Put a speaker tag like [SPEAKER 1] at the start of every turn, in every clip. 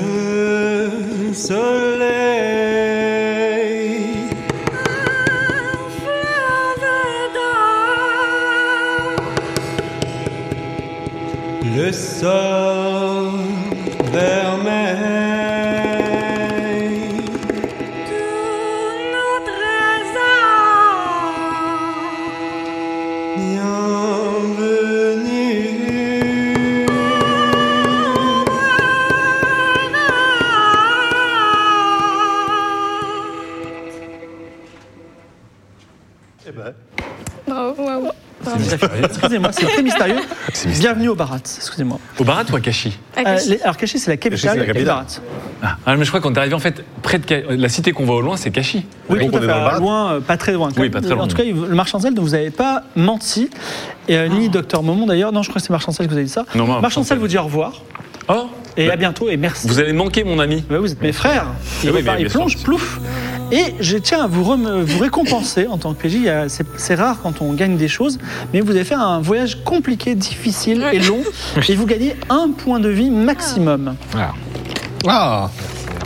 [SPEAKER 1] Le soleil Le sol vermeil Bienvenue
[SPEAKER 2] Excusez-moi, c'est très mystérieux. Bienvenue au Barat, excusez-moi.
[SPEAKER 3] Au Barat ou à Kashi
[SPEAKER 2] Euh, les- alors Cachy, c'est la
[SPEAKER 4] Cachy, c'est la
[SPEAKER 2] capitale du
[SPEAKER 4] capitale.
[SPEAKER 2] Barat.
[SPEAKER 3] ah, mais Je crois qu'on est arrivé en fait près de Ka- la cité qu'on voit au loin, c'est Kashi.
[SPEAKER 2] Oui,
[SPEAKER 4] Donc
[SPEAKER 2] tout
[SPEAKER 4] on
[SPEAKER 2] à
[SPEAKER 4] est dans le
[SPEAKER 2] fait,
[SPEAKER 4] Barat.
[SPEAKER 2] loin, euh, pas très loin.
[SPEAKER 3] Oui, pas très
[SPEAKER 2] En
[SPEAKER 3] loin.
[SPEAKER 2] tout cas, le Marchandzel, dont vous n'avez pas menti, et, euh, ni Docteur Momon d'ailleurs. Non, je crois que c'est Marchandzel que vous avez dit ça.
[SPEAKER 3] Non, moi,
[SPEAKER 2] Marchandzel
[SPEAKER 3] Marchandzel.
[SPEAKER 2] vous dit au revoir
[SPEAKER 3] Oh
[SPEAKER 2] et à bientôt et merci.
[SPEAKER 3] Vous allez manquer mon ami.
[SPEAKER 2] Ouais, vous êtes mes frères. Il,
[SPEAKER 3] Ah oui,
[SPEAKER 2] part-
[SPEAKER 3] mais
[SPEAKER 2] il
[SPEAKER 3] bien
[SPEAKER 2] plonge,
[SPEAKER 3] sûr.
[SPEAKER 2] plouf. Et je tiens à vous, rem- vous récompenser en tant que PJ. Il y a- C'est c'est rare quand on gagne des choses, mais vous avez fait un voyage compliqué, difficile et long. Et vous gagnez un point de vie maximum.
[SPEAKER 4] Ah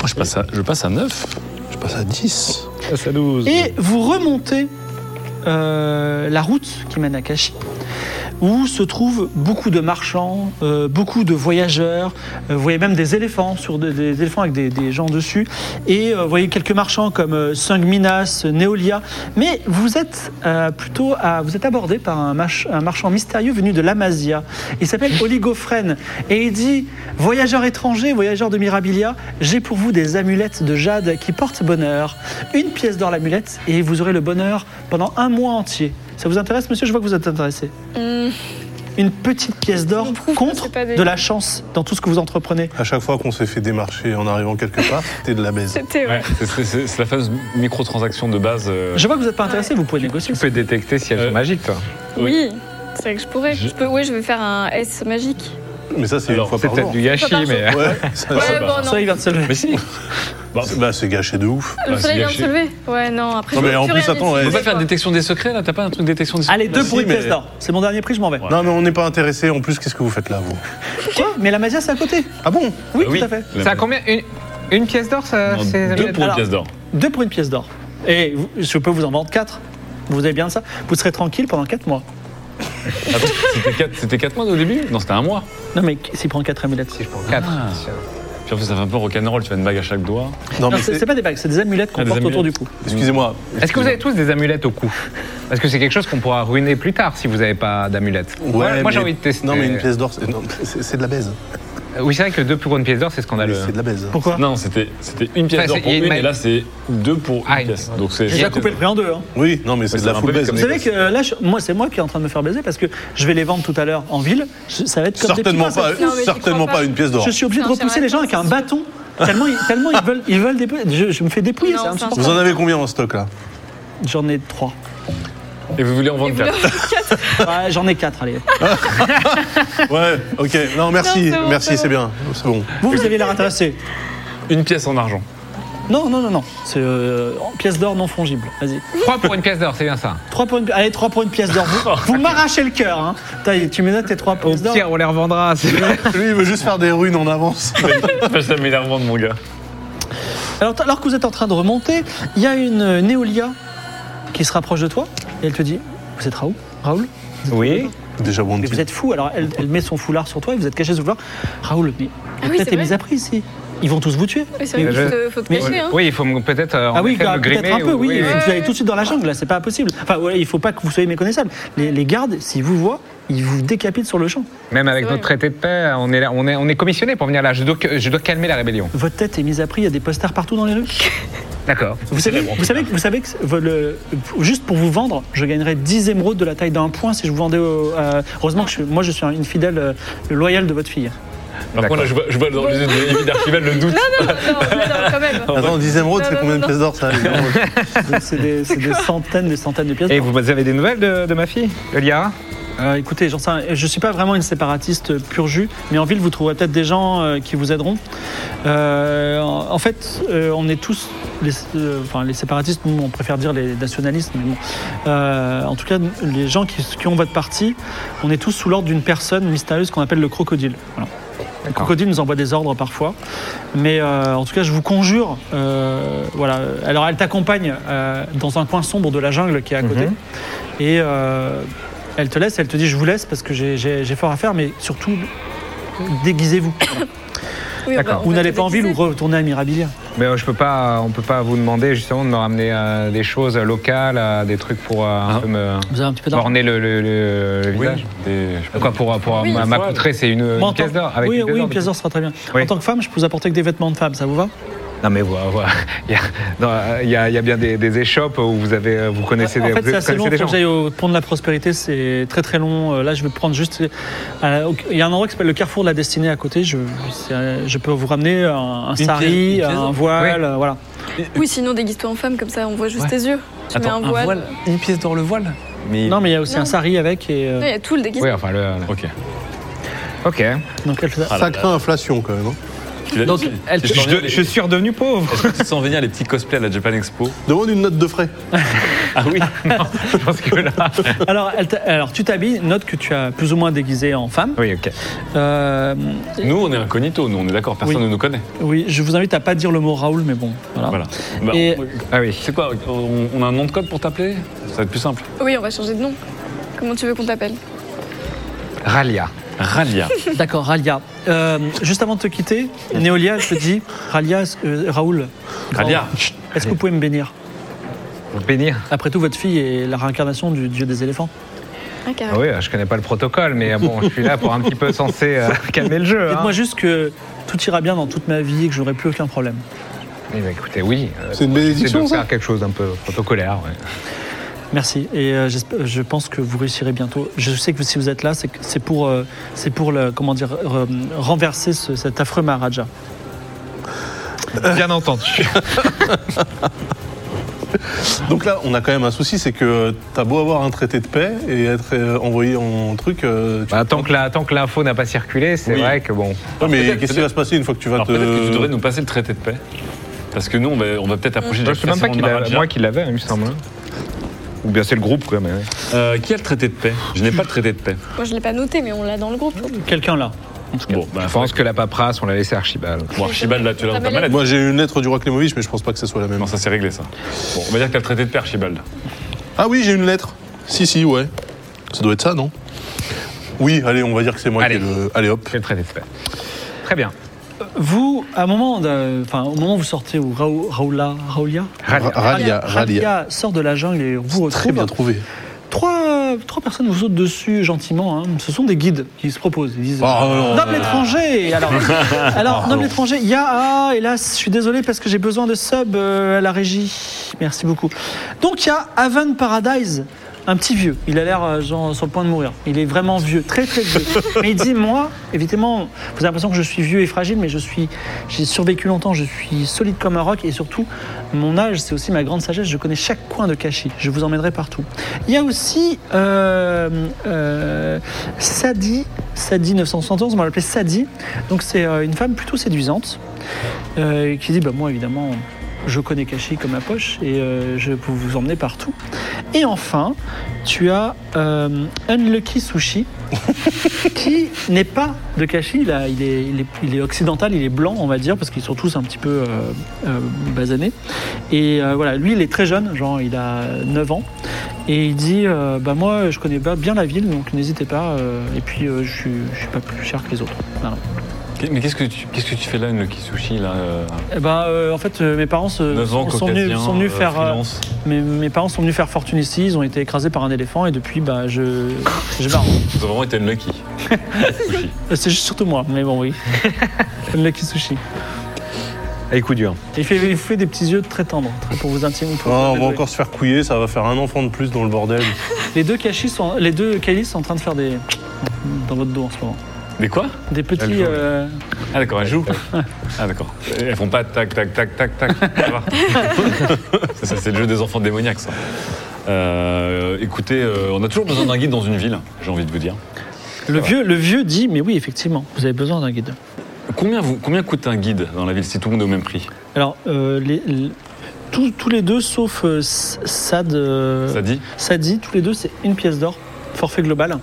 [SPEAKER 3] Oh, je, passe à, je passe à 9.
[SPEAKER 4] Je passe à 10.
[SPEAKER 2] Et vous remontez euh, la route qui mène à Kashi, où se trouvent beaucoup de marchands, euh, beaucoup de voyageurs. Euh, vous voyez même des éléphants, sur des, des éléphants avec des, des gens dessus. Et euh, vous voyez quelques marchands comme euh, Sungminas, euh, Neolia. Mais vous êtes euh, plutôt à- vous êtes abordé par un, mach- un marchand mystérieux venu de l'Amazia. Il s'appelle Oligophrène. Et il dit Voyageurs étrangers, voyageurs de Mirabilia, j'ai pour vous des amulettes de jade qui portent bonheur. Une pièce d'or l'amulette et vous aurez le bonheur pendant un mois entier. Ça vous intéresse, monsieur Je vois que vous êtes intéressé. Une petite pièce d'or
[SPEAKER 5] Je prouve que
[SPEAKER 2] contre
[SPEAKER 5] c'est pas des-
[SPEAKER 2] de la chance dans tout ce que vous entreprenez.
[SPEAKER 4] À chaque fois qu'on s'est fait démarcher en arrivant quelque part, c'était de la baise.
[SPEAKER 5] C'était
[SPEAKER 6] Ouais.
[SPEAKER 5] ouais.
[SPEAKER 3] C'est- C'est c'est- c'est la fameuse microtransaction de base. euh,
[SPEAKER 2] Je vois que vous n'êtes pas intéressé, vous pouvez négocier.
[SPEAKER 6] Tu peux détecter si elles
[SPEAKER 3] Euh,
[SPEAKER 6] sont magiques, toi.
[SPEAKER 3] Oui.
[SPEAKER 5] Oui, c'est vrai que je pourrais.
[SPEAKER 3] Je-
[SPEAKER 5] Je peux, oui, je vais faire un S magique.
[SPEAKER 4] Mais ça, c'est une
[SPEAKER 3] Alors,
[SPEAKER 4] fois
[SPEAKER 6] C'est
[SPEAKER 4] par
[SPEAKER 6] peut-être
[SPEAKER 4] jour.
[SPEAKER 6] du yashi,
[SPEAKER 5] Pas par
[SPEAKER 6] mais.
[SPEAKER 4] Ouais, ça,
[SPEAKER 5] Ouais,
[SPEAKER 4] ça-
[SPEAKER 3] bah,
[SPEAKER 5] bon, non.
[SPEAKER 2] Ça, il vient de se lever.
[SPEAKER 3] Mais si Bah,
[SPEAKER 4] bah, c'est gâché de ouf.
[SPEAKER 5] Le
[SPEAKER 3] Ah,
[SPEAKER 5] soleil
[SPEAKER 3] c'est
[SPEAKER 5] vient de se lever. Ouais, non, après.
[SPEAKER 4] Non,
[SPEAKER 5] je
[SPEAKER 4] mais
[SPEAKER 5] peux
[SPEAKER 4] en
[SPEAKER 5] plus
[SPEAKER 4] plus,
[SPEAKER 5] rien
[SPEAKER 4] attends,
[SPEAKER 3] On
[SPEAKER 5] utiliser,
[SPEAKER 3] peut pas faire
[SPEAKER 5] quoi.
[SPEAKER 3] détection des secrets là T'as pas un truc détection des secrets
[SPEAKER 2] Allez, deux
[SPEAKER 4] si,
[SPEAKER 2] pour une
[SPEAKER 4] mais-
[SPEAKER 2] pièce d'or. C'est mon dernier prix, je m'en vais.
[SPEAKER 4] Non, mais on n'est pas intéressé. En plus, qu'est-ce que vous faites là, vous
[SPEAKER 2] Quoi Mais la Mazia, c'est à côté.
[SPEAKER 4] Ah bon
[SPEAKER 2] Oui,
[SPEAKER 3] Ah oui.
[SPEAKER 2] tout à fait.
[SPEAKER 6] C'est à combien une, une pièce d'or, ça
[SPEAKER 3] Non,
[SPEAKER 6] c'est-
[SPEAKER 3] Deux pour une
[SPEAKER 2] Alors-
[SPEAKER 3] pièce d'or.
[SPEAKER 2] Deux pour une pièce d'or. Et vous- je peux vous en vendre quatre. Vous avez bien de ça. Vous serez tranquille pendant quatre mois.
[SPEAKER 3] Attends, Ah, c'était quatre- C'était 4 mois au début Non, c'était un mois.
[SPEAKER 2] Non, mais s'il prend quatre amulettes.
[SPEAKER 6] Si je prends 4.
[SPEAKER 3] Ah. Puis en fait, ça fait un peu rock'n'roll, tu fais une bague à chaque doigt.
[SPEAKER 4] Non,
[SPEAKER 2] Non,
[SPEAKER 4] mais
[SPEAKER 2] c'est
[SPEAKER 4] c'est-
[SPEAKER 2] c'est pas des bagues, c'est des amulettes qu'on
[SPEAKER 3] Ah, des
[SPEAKER 2] porte autour du
[SPEAKER 3] amulettes.
[SPEAKER 2] cou.
[SPEAKER 4] excusez-moi.
[SPEAKER 6] Est-ce que vous avez tous des amulettes au cou Parce que c'est quelque chose qu'on pourra ruiner plus tard si vous n'avez pas d'amulette.
[SPEAKER 4] Ouais,
[SPEAKER 6] moi, moi, j'ai
[SPEAKER 4] mais-
[SPEAKER 6] envie de tester.
[SPEAKER 4] Non, mais une pièce d'or, c'est non, c'est- c'est de la baise.
[SPEAKER 6] Oui, c'est vrai que deux plus grandes pièces d'or, c'est
[SPEAKER 4] Mais
[SPEAKER 6] scandaleux. hein.
[SPEAKER 4] C'est de la baise.
[SPEAKER 2] Pourquoi
[SPEAKER 3] Non, c'était c'était une
[SPEAKER 6] Enfin,
[SPEAKER 3] pièce d'or
[SPEAKER 6] c'est-
[SPEAKER 3] pour
[SPEAKER 6] il y a
[SPEAKER 3] une,
[SPEAKER 6] une
[SPEAKER 3] et
[SPEAKER 6] ma-
[SPEAKER 3] là c'est deux pour
[SPEAKER 6] Ah,
[SPEAKER 3] une pièce.
[SPEAKER 6] une-
[SPEAKER 3] Donc c'est.
[SPEAKER 2] J'ai déjà coupé le prix en deux. hein.
[SPEAKER 4] Oui, non, mais c'est
[SPEAKER 3] Ouais,
[SPEAKER 4] de la
[SPEAKER 3] c'est un
[SPEAKER 4] full
[SPEAKER 3] peu
[SPEAKER 4] baise.
[SPEAKER 3] comme
[SPEAKER 2] Vous
[SPEAKER 3] ça.
[SPEAKER 2] savez que euh, là, je- moi, c'est moi qui est en train de me faire baiser parce que je vais les vendre tout à l'heure en ville. Je- ça va être comme des
[SPEAKER 4] Certainement
[SPEAKER 2] petits pains,
[SPEAKER 4] pas,
[SPEAKER 2] ça.
[SPEAKER 5] Non, mais j'y
[SPEAKER 4] certainement
[SPEAKER 5] crois
[SPEAKER 4] pas
[SPEAKER 5] pas.
[SPEAKER 4] une pièce d'or.
[SPEAKER 2] Je suis obligé de
[SPEAKER 5] Non, c'est
[SPEAKER 2] repousser
[SPEAKER 5] vrai,
[SPEAKER 2] les gens avec un bâton. Tellement, ils- tellement ils veulent, ils veulent dépouiller. Je, je me fais dépouiller,
[SPEAKER 5] Non,
[SPEAKER 2] c'est
[SPEAKER 5] c'est
[SPEAKER 2] insupportable.
[SPEAKER 4] Vous en avez combien en stock là
[SPEAKER 2] J'en ai trois.
[SPEAKER 3] Et vous voulez en vendre quatre
[SPEAKER 2] Ouais, J'en ai quatre, allez.
[SPEAKER 4] Ouais, ok. Non, merci,
[SPEAKER 5] Non, c'est bon,
[SPEAKER 4] merci,
[SPEAKER 5] c'est
[SPEAKER 4] c'est bien. C'est bon.
[SPEAKER 2] Vous, vous avez l'air intéressé.
[SPEAKER 3] Une pièce en argent.
[SPEAKER 2] Non, non, non, non. C'est euh, en pièce d'or non fongible. Vas-y.
[SPEAKER 6] 3 pour une pièce d'or, c'est bien ça.
[SPEAKER 2] Trois pour une, allez, trois pour une pièce d'or. Vous, vous m'arrachez le cœur. Hein. Putain, Tu me notes tes trois pièces d'or.
[SPEAKER 6] Pierre, on les revendra. c'est-
[SPEAKER 4] Lui, il veut juste faire des runes en avance.
[SPEAKER 3] Pas jamais la revendre, mon gars.
[SPEAKER 2] Alors, t- alors que vous êtes en train de remonter, il y a une euh, Néolia qui se rapproche de toi et elle te dit Vous êtes Raoul Raoul
[SPEAKER 6] Oui.
[SPEAKER 4] Déjà bon
[SPEAKER 2] Mais
[SPEAKER 4] petit.
[SPEAKER 2] vous êtes fou. Alors elle, elle met son foulard sur toi et vous êtes caché sous le foulard. Raoul, mais il y a
[SPEAKER 5] Ah oui,
[SPEAKER 2] peut-être
[SPEAKER 5] c'est
[SPEAKER 2] des
[SPEAKER 5] vrai.
[SPEAKER 2] mises à prix ici. ils vont tous vous tuer.
[SPEAKER 5] Oui, c'est vrai
[SPEAKER 6] Mais
[SPEAKER 5] qu'il
[SPEAKER 6] je-
[SPEAKER 5] faut, faut te
[SPEAKER 2] mais-
[SPEAKER 5] cacher. hein.
[SPEAKER 6] Oui, il faut me- peut-être euh, en
[SPEAKER 2] Ah oui,
[SPEAKER 6] effet,
[SPEAKER 2] bah,
[SPEAKER 6] me grimer.
[SPEAKER 2] peut-être un peu,
[SPEAKER 6] ou-
[SPEAKER 2] oui. il faut-
[SPEAKER 5] oui.
[SPEAKER 2] Vous allez tout de suite dans la jungle, là, c'est pas possible. Enfin, voilà, il faut pas que vous soyez méconnaissable. Les, les gardes, s'ils vous voient, ils vous décapitent sur le champ.
[SPEAKER 6] Même avec
[SPEAKER 5] C'est vrai.
[SPEAKER 6] notre traité de paix, on est, là- on est, on est commissionné pour venir là. Je dois, je dois calmer la rébellion.
[SPEAKER 2] Votre tête est mise à prix, il y a des posters partout dans les rues.
[SPEAKER 6] D'accord.
[SPEAKER 2] Vous savez, vous savez, que- vous savez que vo- le- juste pour vous vendre, je gagnerais 10 émeraudes de la taille d'un point si je vous vendais au. à- heureusement que je suis- moi, je suis une fidèle euh, loyale de votre fille.
[SPEAKER 3] Alors moi, là, je vois, je vois dans les yeux de Émile d'Archibald le doute.
[SPEAKER 5] Ah Non, non, non, quand même.
[SPEAKER 4] Attends, 10 émeraudes,
[SPEAKER 5] Non,
[SPEAKER 4] c'est
[SPEAKER 5] non,
[SPEAKER 4] combien
[SPEAKER 5] non,
[SPEAKER 4] de pièces d'or ça
[SPEAKER 3] Ah
[SPEAKER 4] les émeraudes
[SPEAKER 2] Donc, C'est des, c'est des centaines, des centaines de pièces.
[SPEAKER 6] Et vous avez des nouvelles de, de ma fille, de Liara
[SPEAKER 2] Euh, écoutez, j'en sais rien. je suis pas vraiment une séparatiste pur jus, mais en ville, vous trouverez peut-être des gens euh, qui vous aideront. Euh, en en fait, euh, on est tous, les, euh, enfin les séparatistes, nous, on préfère dire les nationalistes, mais bon. Euh, en tout cas, les gens qui, qui ont votre parti, on est tous sous l'ordre d'une personne mystérieuse qu'on appelle le crocodile. Voilà. Le crocodile nous envoie des ordres parfois, mais euh, en tout cas, je vous conjure. euh, voilà. Alors, elle t'accompagne euh, dans un coin sombre de la jungle qui est à côté, et euh, elle te laisse. Elle te dit Je vous laisse parce que j'ai- j'ai j'ai fort à faire, mais surtout, déguisez-vous.
[SPEAKER 5] Oui, on
[SPEAKER 6] D'accord.
[SPEAKER 5] va- on
[SPEAKER 2] Vous
[SPEAKER 5] va
[SPEAKER 2] n'allez
[SPEAKER 5] te
[SPEAKER 2] pas en ville ou
[SPEAKER 5] déguiser.
[SPEAKER 2] retournez à Mirabilia.
[SPEAKER 6] Mais euh, je peux pas, on peut pas vous demander justement de me ramener euh, des choses locales, euh, des trucs pour euh, un
[SPEAKER 3] Ah.
[SPEAKER 6] peu me
[SPEAKER 2] Vous avez un petit peu d'argent.
[SPEAKER 6] orner le, le- le- le visage.
[SPEAKER 3] des- je sais pas,
[SPEAKER 6] Quoi pour, pour
[SPEAKER 5] Oui.
[SPEAKER 6] ma, ma coutrée, c'est une,
[SPEAKER 2] Moi, en
[SPEAKER 6] une pièce
[SPEAKER 2] tant-
[SPEAKER 6] d'or. avec
[SPEAKER 2] oui, oui,
[SPEAKER 6] d'or,
[SPEAKER 2] une
[SPEAKER 6] du
[SPEAKER 2] pièce
[SPEAKER 6] coup.
[SPEAKER 2] d'or sera très bien.
[SPEAKER 6] Oui.
[SPEAKER 2] En tant que femme, je peux vous apporter que des vêtements de femme, ça vous va
[SPEAKER 6] Non mais voilà, voilà. Il y a- non, euh, il y, a, il y a bien des, des échoppes où vous avez, euh, vous connaissez
[SPEAKER 2] En
[SPEAKER 6] des,
[SPEAKER 2] fait,
[SPEAKER 6] vous
[SPEAKER 2] c'est assez long.
[SPEAKER 6] connaissez
[SPEAKER 2] Faut
[SPEAKER 6] des
[SPEAKER 2] que
[SPEAKER 6] gens.
[SPEAKER 2] j'aille au pont de la prospérité. C'est très très long. Euh, Là, je vais prendre juste. euh, au- Il y a un endroit qui s'appelle le carrefour de la destinée à côté. Je, c'est, euh, je peux vous ramener un, un
[SPEAKER 3] pièce-
[SPEAKER 2] sari,
[SPEAKER 3] une pièce
[SPEAKER 2] un
[SPEAKER 3] d'or.
[SPEAKER 2] voile. euh, Voilà.
[SPEAKER 5] Oui, sinon déguise-toi en femme, comme ça on voit juste
[SPEAKER 3] Ouais.
[SPEAKER 5] tes yeux. Tu mets
[SPEAKER 3] Attends,
[SPEAKER 5] un voile.
[SPEAKER 3] Une pièce d'or le voile Mais.
[SPEAKER 2] Non, mais il y a aussi
[SPEAKER 5] Non.
[SPEAKER 2] un sari avec. Et, euh,
[SPEAKER 5] Non, Il y a tout le
[SPEAKER 6] Oui,
[SPEAKER 5] déguisement.
[SPEAKER 6] enfin le.
[SPEAKER 3] Ok.
[SPEAKER 6] Ok.
[SPEAKER 2] donc, elle
[SPEAKER 6] Ah.
[SPEAKER 2] fait ça.
[SPEAKER 4] Ça craint inflation quand même. hein.
[SPEAKER 3] Donc, elle
[SPEAKER 6] Je, de- je suis redevenu pauvre.
[SPEAKER 3] Tu sens venir les petits cosplays à la Japan Expo
[SPEAKER 4] Demande une note de frais.
[SPEAKER 6] Ah oui. Non, je pense que là.
[SPEAKER 2] Alors, elle t'a- alors, tu t'habilles. Note que tu as plus ou moins déguisé en femme.
[SPEAKER 6] Oui, ok.
[SPEAKER 2] Euh,
[SPEAKER 3] Nous, on est incognito, nous, on est d'accord, personne
[SPEAKER 2] Oui.
[SPEAKER 3] ne nous connaît.
[SPEAKER 2] oui, je vous invite à pas dire le mot Raoul, mais bon. Voilà.
[SPEAKER 3] Voilà. Bah,
[SPEAKER 2] Et-
[SPEAKER 3] on-
[SPEAKER 6] Ah oui.
[SPEAKER 3] C'est quoi on, on a un nom de code pour t'appeler Ça va être plus simple.
[SPEAKER 5] Oui, on va changer de nom. Comment tu veux qu'on t'appelle
[SPEAKER 6] Ralia.
[SPEAKER 3] Ralia.
[SPEAKER 2] D'accord, Ralia. Euh, juste avant de te quitter, Néolia, je te dis, Ralia, est-ce- euh, Raoul.
[SPEAKER 3] Ralia.
[SPEAKER 2] Est-ce que vous pouvez me bénir
[SPEAKER 6] Vous bénir.
[SPEAKER 2] Après tout, votre fille est la réincarnation du dieu des éléphants.
[SPEAKER 5] Ah,
[SPEAKER 6] Ah
[SPEAKER 5] carrément.
[SPEAKER 6] oui, je connais pas le protocole, mais bon, je suis là pour un petit peu censé euh, calmer le jeu. hein.
[SPEAKER 2] Dites-moi juste que tout ira bien dans toute ma vie et que j'aurai plus aucun problème.
[SPEAKER 6] Eh ben, écoutez, oui. euh,
[SPEAKER 4] C'est une
[SPEAKER 6] j'essaie de
[SPEAKER 4] bénédiction ça
[SPEAKER 6] faire quelque chose d'un peu protocolaire. ouais.
[SPEAKER 2] Merci. Et euh, j'espère- je pense que vous réussirez bientôt. Je sais que si vous êtes là, c'est que- c'est pour, euh, c'est pour le, comment dire, euh, renverser ce- cet affreux Maharaja.
[SPEAKER 6] Bien entendu.
[SPEAKER 4] Donc là, on a quand même un souci, c'est que euh, t'as beau avoir un traité de paix et être euh, envoyé en truc. euh, tu-
[SPEAKER 6] Bah, tant que la- tant que l'info n'a pas circulé, c'est
[SPEAKER 4] Oui.
[SPEAKER 6] vrai que bon.
[SPEAKER 4] Ouais, mais
[SPEAKER 3] peut-être,
[SPEAKER 4] qu'est-ce qui
[SPEAKER 3] peut-être.
[SPEAKER 4] va se passer une fois que tu vas
[SPEAKER 3] Alors
[SPEAKER 4] te.
[SPEAKER 3] peut-être que tu devrais nous passer le traité de paix. Parce que nous, on va, on va peut-être approcher
[SPEAKER 6] Je sais même pas
[SPEAKER 3] facilement
[SPEAKER 6] qu'il
[SPEAKER 3] de
[SPEAKER 6] a-
[SPEAKER 3] Maharaja.
[SPEAKER 6] moi qui l'avais, il me semble. hein. Ou bien c'est le groupe, quoi. Mais... ouais.
[SPEAKER 3] Euh, qui a le traité de paix Je n'ai pas le traité de paix.
[SPEAKER 5] Moi, je l'ai pas noté, mais on l'a dans le groupe.
[SPEAKER 2] Quelqu'un là.
[SPEAKER 3] Bon, bah,
[SPEAKER 6] je pense que la paperasse, on l'a laissé à Archibald.
[SPEAKER 3] Bon, Archibald, là, tu l'as dans ta
[SPEAKER 5] T'as
[SPEAKER 3] mallette.
[SPEAKER 4] Moi, j'ai une lettre du roi Klemovic, mais je pense pas que ça soit la même.
[SPEAKER 3] Non, ça s'est réglé, ça. Bon, on va dire que t'as le traité de paix, Archibald.
[SPEAKER 4] Ah oui, j'ai une lettre. Si, si, ouais. Ça doit être ça, non Oui, allez, on va dire que c'est moi
[SPEAKER 6] Allez.
[SPEAKER 4] qui ai le. Allez, hop.
[SPEAKER 6] C'est le traité de paix. Très bien.
[SPEAKER 2] Vous, à un moment, de- enfin, au moment où vous sortez, où Raou- Raoula, Raoulia,
[SPEAKER 6] Ralia.
[SPEAKER 4] Ralia, Ralia.
[SPEAKER 2] Ralia sort de la jungle et vous retrouve.
[SPEAKER 4] Très bien trouvé.
[SPEAKER 2] Trois, trois personnes vous sautent dessus gentiment. hein. Ce sont des guides qui se proposent. Ils disent
[SPEAKER 4] Oh, non.
[SPEAKER 2] Noble étranger Alors, alors noble étranger, il y a. Ah, hélas, je suis désolé parce que j'ai besoin de sub euh, à la régie. Merci beaucoup. Donc, il y a Haven Paradise. Un petit vieux, il a l'air euh, genre, sur le point de mourir. Il est vraiment vieux, très très vieux. Mais il dit moi, évidemment, vous avez l'impression que je suis vieux et fragile, mais je suis, j'ai survécu longtemps, je suis solide comme un roc et surtout, mon âge, c'est aussi ma grande sagesse. Je connais chaque coin de Kashi. Je vous emmènerai partout. Il y a aussi euh, euh, Sadi, Sadi 971, on va l'appeler Sadi. Donc c'est euh, une femme plutôt séduisante euh, qui dit bah moi évidemment je connais Kashi comme ma poche et euh, je peux vous emmener partout. Et enfin, tu as euh, Unlucky Sushi qui n'est pas de Kashi, là, il, est, il, est, il est occidental, il est blanc on va dire parce qu'ils sont tous un petit peu euh, euh, basanés. Et euh, voilà, lui il est très jeune, genre il a 9 ans. Et il dit euh, bah moi je connais pas bien la ville donc n'hésitez pas euh, et puis euh, je, suis, je suis pas plus cher que les autres. Voilà.
[SPEAKER 3] Mais qu'est-ce que tu, qu'est-ce que tu fais là, le kisushi là euh,
[SPEAKER 2] Eh ben, euh, en fait, euh, mes parents se-
[SPEAKER 3] 9 ans,
[SPEAKER 2] sont, sont venus,
[SPEAKER 3] caucasien,
[SPEAKER 2] sont venus
[SPEAKER 3] euh,
[SPEAKER 2] faire. euh,
[SPEAKER 3] freelance.
[SPEAKER 2] mes, mes parents sont venus faire fortune ici. Ils ont été écrasés par un éléphant et depuis, bah, je, je barre. Euh,
[SPEAKER 3] Ils ont vraiment été unlucky. Sushi.
[SPEAKER 2] C'est juste surtout moi, mais bon, oui. Lucky sushi.
[SPEAKER 6] Avec coup dur.
[SPEAKER 2] Il fait, il fait des petits yeux très tendres très- pour vous intimider. pour
[SPEAKER 4] Ah,
[SPEAKER 2] vous
[SPEAKER 4] on va
[SPEAKER 2] déjouer.
[SPEAKER 4] encore se faire couiller, ça va faire un enfant de plus dans le bordel.
[SPEAKER 2] Les deux cachis sont, les deux Kailis sont en train de faire des dans votre dos en ce moment.
[SPEAKER 3] Des quoi
[SPEAKER 2] Des
[SPEAKER 6] Elle
[SPEAKER 2] petits.
[SPEAKER 6] joue.
[SPEAKER 2] euh,
[SPEAKER 3] Ah d'accord, elles jouent. Ah d'accord. Elles font pas tac tac tac tac tac. Ça va. Ça, ça, c'est le jeu des enfants démoniaques ça. Euh, écoutez, euh, on a toujours besoin d'un guide dans une ville, j'ai envie de vous dire.
[SPEAKER 2] le vieux, le vieux dit, mais oui, effectivement, vous avez besoin d'un guide.
[SPEAKER 3] Combien, vous, combien coûte un guide dans la ville si tout le monde est au même prix
[SPEAKER 2] Alors, euh, les- les- tous, tous les deux, sauf euh, S- Sad, euh,
[SPEAKER 3] Ça dit
[SPEAKER 2] Sadi, tous les deux, c'est une pièce d'or, forfait global.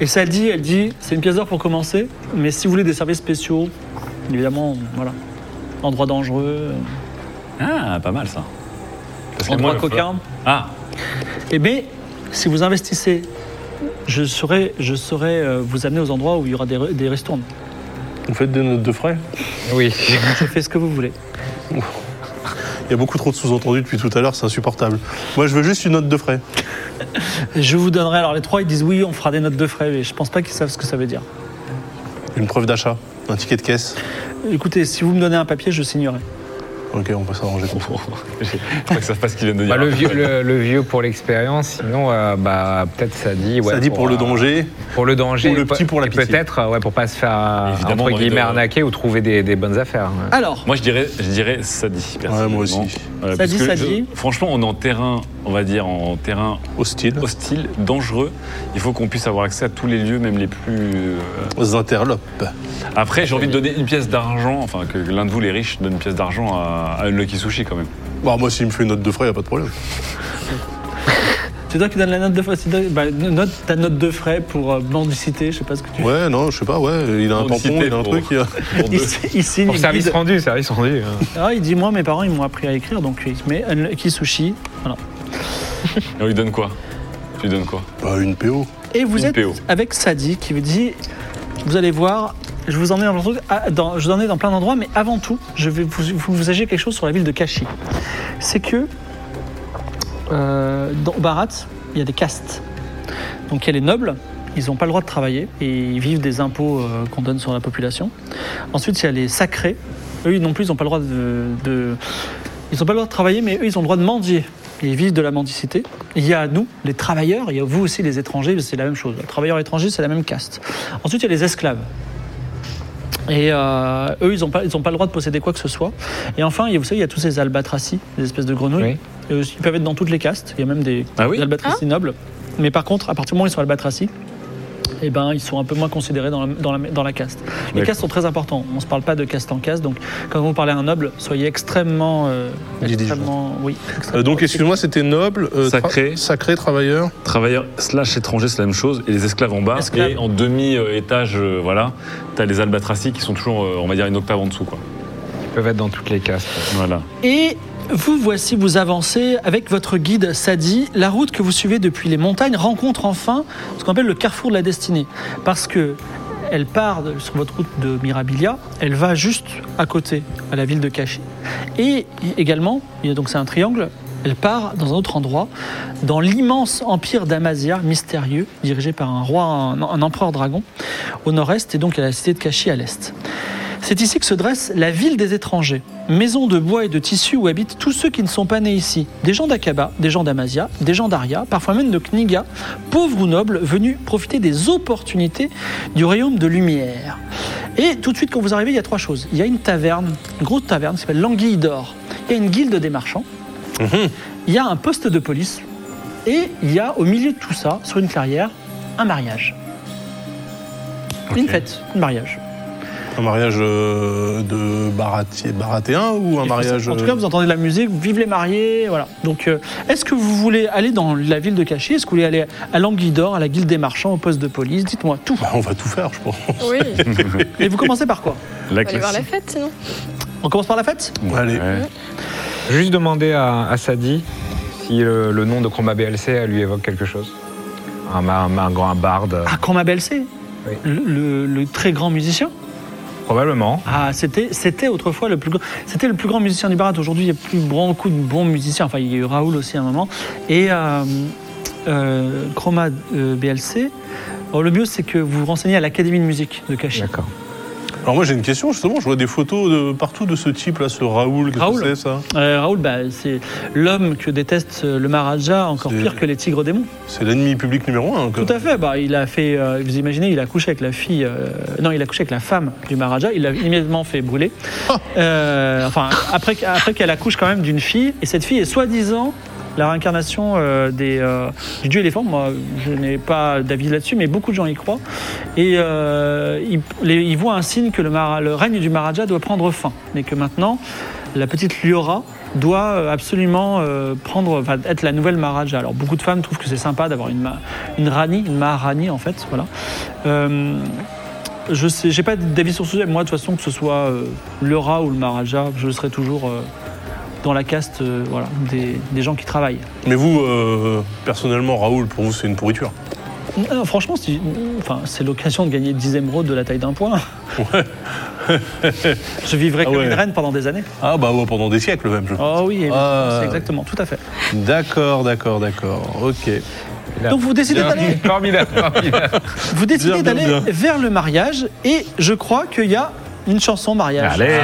[SPEAKER 2] Et Sadi, elle dit, c'est une pièce d'or pour commencer, mais si vous voulez des services spéciaux, évidemment, voilà, endroit dangereux,
[SPEAKER 3] Ah, pas mal ça. Parce que
[SPEAKER 2] endroit
[SPEAKER 3] moi, le-
[SPEAKER 2] coquin.
[SPEAKER 3] Ah,
[SPEAKER 2] Eh bien, si vous investissez, je saurais, je saurais euh, vous amener aux endroits où il y aura des, re- des ristournes.
[SPEAKER 4] Vous faites des notes de frais
[SPEAKER 6] Oui.
[SPEAKER 2] Je fais ce que vous voulez.
[SPEAKER 4] Il y a beaucoup trop de sous-entendus depuis tout à l'heure, c'est insupportable. Moi, je veux juste une note de frais.
[SPEAKER 2] Je vous donnerai. Alors, les trois, ils disent oui, on fera des notes de frais, mais je pense pas qu'ils savent ce que ça veut dire.
[SPEAKER 4] Une preuve d'achat, un ticket de caisse.
[SPEAKER 2] Écoutez, si vous me donnez un papier, je signerai.
[SPEAKER 4] Ok, on va s'arranger pour ça.
[SPEAKER 3] je crois qu'ils savent pas ce qu'ils viennent de dire.
[SPEAKER 6] Bah, le, vieux, le, le vieux pour l'expérience, sinon euh, bah, peut-être ça dit. ouais,
[SPEAKER 4] ça dit pour, le
[SPEAKER 6] euh,
[SPEAKER 4] danger.
[SPEAKER 6] Pour le danger.
[SPEAKER 4] Ou le
[SPEAKER 6] et pe-
[SPEAKER 4] petit pour la
[SPEAKER 6] et
[SPEAKER 4] pitié.
[SPEAKER 6] Peut-être, euh, ouais, pour pas se faire euh,
[SPEAKER 3] Évidemment,
[SPEAKER 6] entre
[SPEAKER 3] dans les
[SPEAKER 6] guillemets
[SPEAKER 3] deux.
[SPEAKER 6] arnaquer ou trouver des, des bonnes affaires. hein. ouais.
[SPEAKER 2] Alors,
[SPEAKER 3] Moi, je dirais, je dirais Sadi. personnellement.
[SPEAKER 4] moi aussi.
[SPEAKER 3] Voilà,
[SPEAKER 2] Sadi,
[SPEAKER 3] parce que
[SPEAKER 2] Sadi.
[SPEAKER 3] je- franchement, on est en terrain, on va dire, en terrain
[SPEAKER 4] Hostile.
[SPEAKER 3] hostile, dangereux. Il faut qu'on puisse avoir accès à tous les lieux, même les plus. euh,
[SPEAKER 4] Aux interlopes.
[SPEAKER 3] Après, j'ai envie de donner une pièce d'argent, enfin, que l'un de vous, les riches, donne une pièce d'argent à, à Lucky Sushi quand même.
[SPEAKER 4] Bah, moi, s'il me fait une note de frais, y a pas de problème.
[SPEAKER 2] c'est toi qui donne la note de frais. c'est toi- bah, note, ta note de frais pour euh, mendicité, je sais pas ce que tu
[SPEAKER 4] Ouais, non, je sais pas, ouais, il a un
[SPEAKER 3] Pour
[SPEAKER 4] tampon,
[SPEAKER 3] citer,
[SPEAKER 4] il a un
[SPEAKER 3] pour-
[SPEAKER 4] truc. il a-
[SPEAKER 3] Pour
[SPEAKER 2] Il,
[SPEAKER 3] deux.
[SPEAKER 2] il signe.
[SPEAKER 6] Pour
[SPEAKER 2] il
[SPEAKER 6] service
[SPEAKER 2] guide.
[SPEAKER 6] rendu, service rendu. hein.
[SPEAKER 2] Ah, il dit Moi, mes parents, ils m'ont appris à écrire, donc il met Unlucky Sushi. Voilà.
[SPEAKER 3] Et on lui donne quoi Tu lui donnes quoi
[SPEAKER 4] Bah, une PO.
[SPEAKER 2] Et vous
[SPEAKER 3] Une
[SPEAKER 2] êtes
[SPEAKER 3] PO.
[SPEAKER 2] avec Sadi qui vous dit Vous allez voir, je vous emmène dans, ah, dans- je vous emmène dans plein d'endroits, mais avant tout, je vais vous, vous, vous agir quelque chose sur la ville de Kashi. C'est que euh, dans au Bharat, il y a des castes. Donc il y a les nobles, ils n'ont pas le droit de travailler et ils vivent des impôts euh, qu'on donne sur la population. Ensuite, il y a les sacrés. Eux non plus, ils n'ont pas le droit de, de- ils ont pas le droit de travailler, mais eux, ils ont le droit de mendier. Et ils vivent de la mendicité. Il y a nous, les travailleurs, il y a vous aussi, les étrangers, c'est la même chose. Les travailleurs étrangers, c'est la même caste. Ensuite, il y a les esclaves. Et euh, eux, ils n'ont pas, ils ont pas le droit de posséder quoi que ce soit. Et enfin, il y a- vous savez, il y a tous ces albatracis, des espèces de grenouilles. Euh, Ils peuvent être dans toutes les castes. Il y a même des,
[SPEAKER 3] Ah oui
[SPEAKER 2] des albatracis nobles. Mais par contre, à partir du moment où ils sont albatracis, eh ben, ils sont un peu moins considérés dans la, dans la- dans la caste. Les
[SPEAKER 3] D'accord.
[SPEAKER 2] castes sont très importants. On ne se parle pas de caste en caste. Donc, quand vous parlez à un noble, soyez extrêmement. euh,
[SPEAKER 4] Diligent.
[SPEAKER 2] extrêmement oui, extrêmement-
[SPEAKER 4] Euh, donc, excuse-moi, c'était noble, euh, tra-
[SPEAKER 3] Sacré.
[SPEAKER 4] sacré travailleur.
[SPEAKER 3] Travailleurs slash étrangers, c'est la même chose. Et les esclaves en bas.
[SPEAKER 2] Esclaves.
[SPEAKER 3] Et en demi-étage, euh, voilà, t'as les albatracis qui sont toujours, euh, on va dire, une octave en dessous, quoi.
[SPEAKER 6] Ils peuvent être dans toutes les castes.
[SPEAKER 3] Voilà.
[SPEAKER 2] Et vous voici, vous avancez avec votre guide Sadi. La route que vous suivez depuis les montagnes rencontre enfin ce qu'on appelle le carrefour de la destinée. Parce que elle part de- sur votre route de Mirabilia, elle va juste à côté, à la ville de Cachi. Et également, il y a donc c'est un triangle, elle part dans un autre endroit, dans l'immense empire d'Amazia, mystérieux, dirigé par un roi, un, un empereur dragon, au nord-est, et donc à la cité de Cachi à l'est. C'est ici que se dresse la ville des étrangers, maison de bois et de tissu où habitent tous ceux qui ne sont pas nés ici. Des gens d'Akaba, des gens d'Amazia, des gens d'Aria, parfois même de Kniga, pauvres ou nobles, venus profiter des opportunités du royaume de lumière. Et tout de suite, quand vous arrivez, il y a trois choses. Il y a une taverne, une grosse taverne qui s'appelle l'Anguille d'Or. Il y a une guilde des marchands. Il y a un poste de police. Et il y a au milieu de tout ça, sur une clairière, un mariage. Une fête, un mariage.
[SPEAKER 4] Un mariage euh, de baratier, baratéen ou un
[SPEAKER 2] Il faut ça.
[SPEAKER 4] mariage. euh,
[SPEAKER 2] En tout cas, vous entendez de la musique, vive les mariés, voilà. Donc, euh, est-ce que vous voulez aller dans la ville de Cachy Est-ce que vous voulez aller à l'Anguille d'Or, à la Guilde des Marchands, au poste de police Dites-moi tout.
[SPEAKER 4] Bah, on va tout faire, je pense.
[SPEAKER 5] Oui, on
[SPEAKER 2] Et vous commencez par quoi
[SPEAKER 3] La
[SPEAKER 5] va aller voir la
[SPEAKER 3] classique.
[SPEAKER 5] fête sinon.
[SPEAKER 2] On commence par la fête
[SPEAKER 4] Allez.
[SPEAKER 3] Ouais.
[SPEAKER 6] Juste demander à, à Sadi si le, le nom de Chroma BLC lui évoque quelque chose. Un, ma- un, ma- un grand barde.
[SPEAKER 2] Ah, quand ma Ah, belle c'est
[SPEAKER 6] Oui.
[SPEAKER 2] le, le- le très grand musicien
[SPEAKER 6] Probablement.
[SPEAKER 2] Ah, c'était, c'était autrefois le plus grand, c'était le plus grand musicien du barat. Aujourd'hui, il n'y a plus beaucoup de bons musiciens. Enfin, il y a eu Raoul aussi à un moment. Et euh, euh, Chroma euh, BLC. Alors, le mieux, c'est que vous vous renseignez à l'Académie de musique de Cachy.
[SPEAKER 6] D'accord.
[SPEAKER 4] Alors moi j'ai une question justement, je vois des photos de partout de ce type là, ce Raoul, qu'est-ce
[SPEAKER 2] Raoul
[SPEAKER 4] que c'est ça
[SPEAKER 2] Euh, Raoul, bah, c'est l'homme que déteste euh, le Maharaja, encore
[SPEAKER 4] C'est-
[SPEAKER 2] pire que les tigres démons.
[SPEAKER 4] C'est l'ennemi public numéro un. quoi.
[SPEAKER 2] Tout à fait. Bah, il a fait, euh, vous imaginez, il a couché avec la fille. euh, non, il a couché avec la femme du Maharaja. Il l'a immédiatement fait brûler. Euh, enfin, après, qu'- après qu'elle accouche quand même d'une fille. Et cette fille est soi-disant la réincarnation euh, des, euh, du dieu éléphant. Moi, je n'ai pas d'avis là-dessus, mais beaucoup de gens y croient. Et euh, ils, les- ils voient un signe que le, Mahara- le règne du Maharaja doit prendre fin, mais que maintenant, la petite Liora doit euh, absolument euh, prendre, enfin, être la nouvelle Maharaja. Alors beaucoup de femmes trouvent que c'est sympa d'avoir une, ma- une Rani, une Maharani en fait, voilà. Euh, je sais, j'ai pas d'avis sur ce sujet. Moi, de toute façon, que ce soit euh, Liora ou le Maharaja, je serai toujours euh, dans la caste, euh, voilà, des, des gens qui travaillent.
[SPEAKER 4] Mais vous, euh, personnellement Raoul, pour vous c'est une pourriture.
[SPEAKER 2] Euh, franchement, si- enfin, c'est l'occasion de gagner 10 émeraudes de la taille d'un point. je vivrai
[SPEAKER 4] Ah
[SPEAKER 2] comme
[SPEAKER 4] ouais.
[SPEAKER 2] une reine pendant des années.
[SPEAKER 4] Ah bah ouais, pendant des siècles même je
[SPEAKER 2] Oh oui, évidemment,
[SPEAKER 4] Ah.
[SPEAKER 2] c'est exactement, tout à fait.
[SPEAKER 4] D'accord, d'accord, d'accord, ok.
[SPEAKER 2] Donc vous décidez d'aller
[SPEAKER 6] Formidable, formidable.
[SPEAKER 2] Vous décidez
[SPEAKER 4] Bien, bien,
[SPEAKER 2] d'aller
[SPEAKER 4] bien.
[SPEAKER 2] vers le mariage et je crois qu'il y a une chanson mariage.
[SPEAKER 3] Allez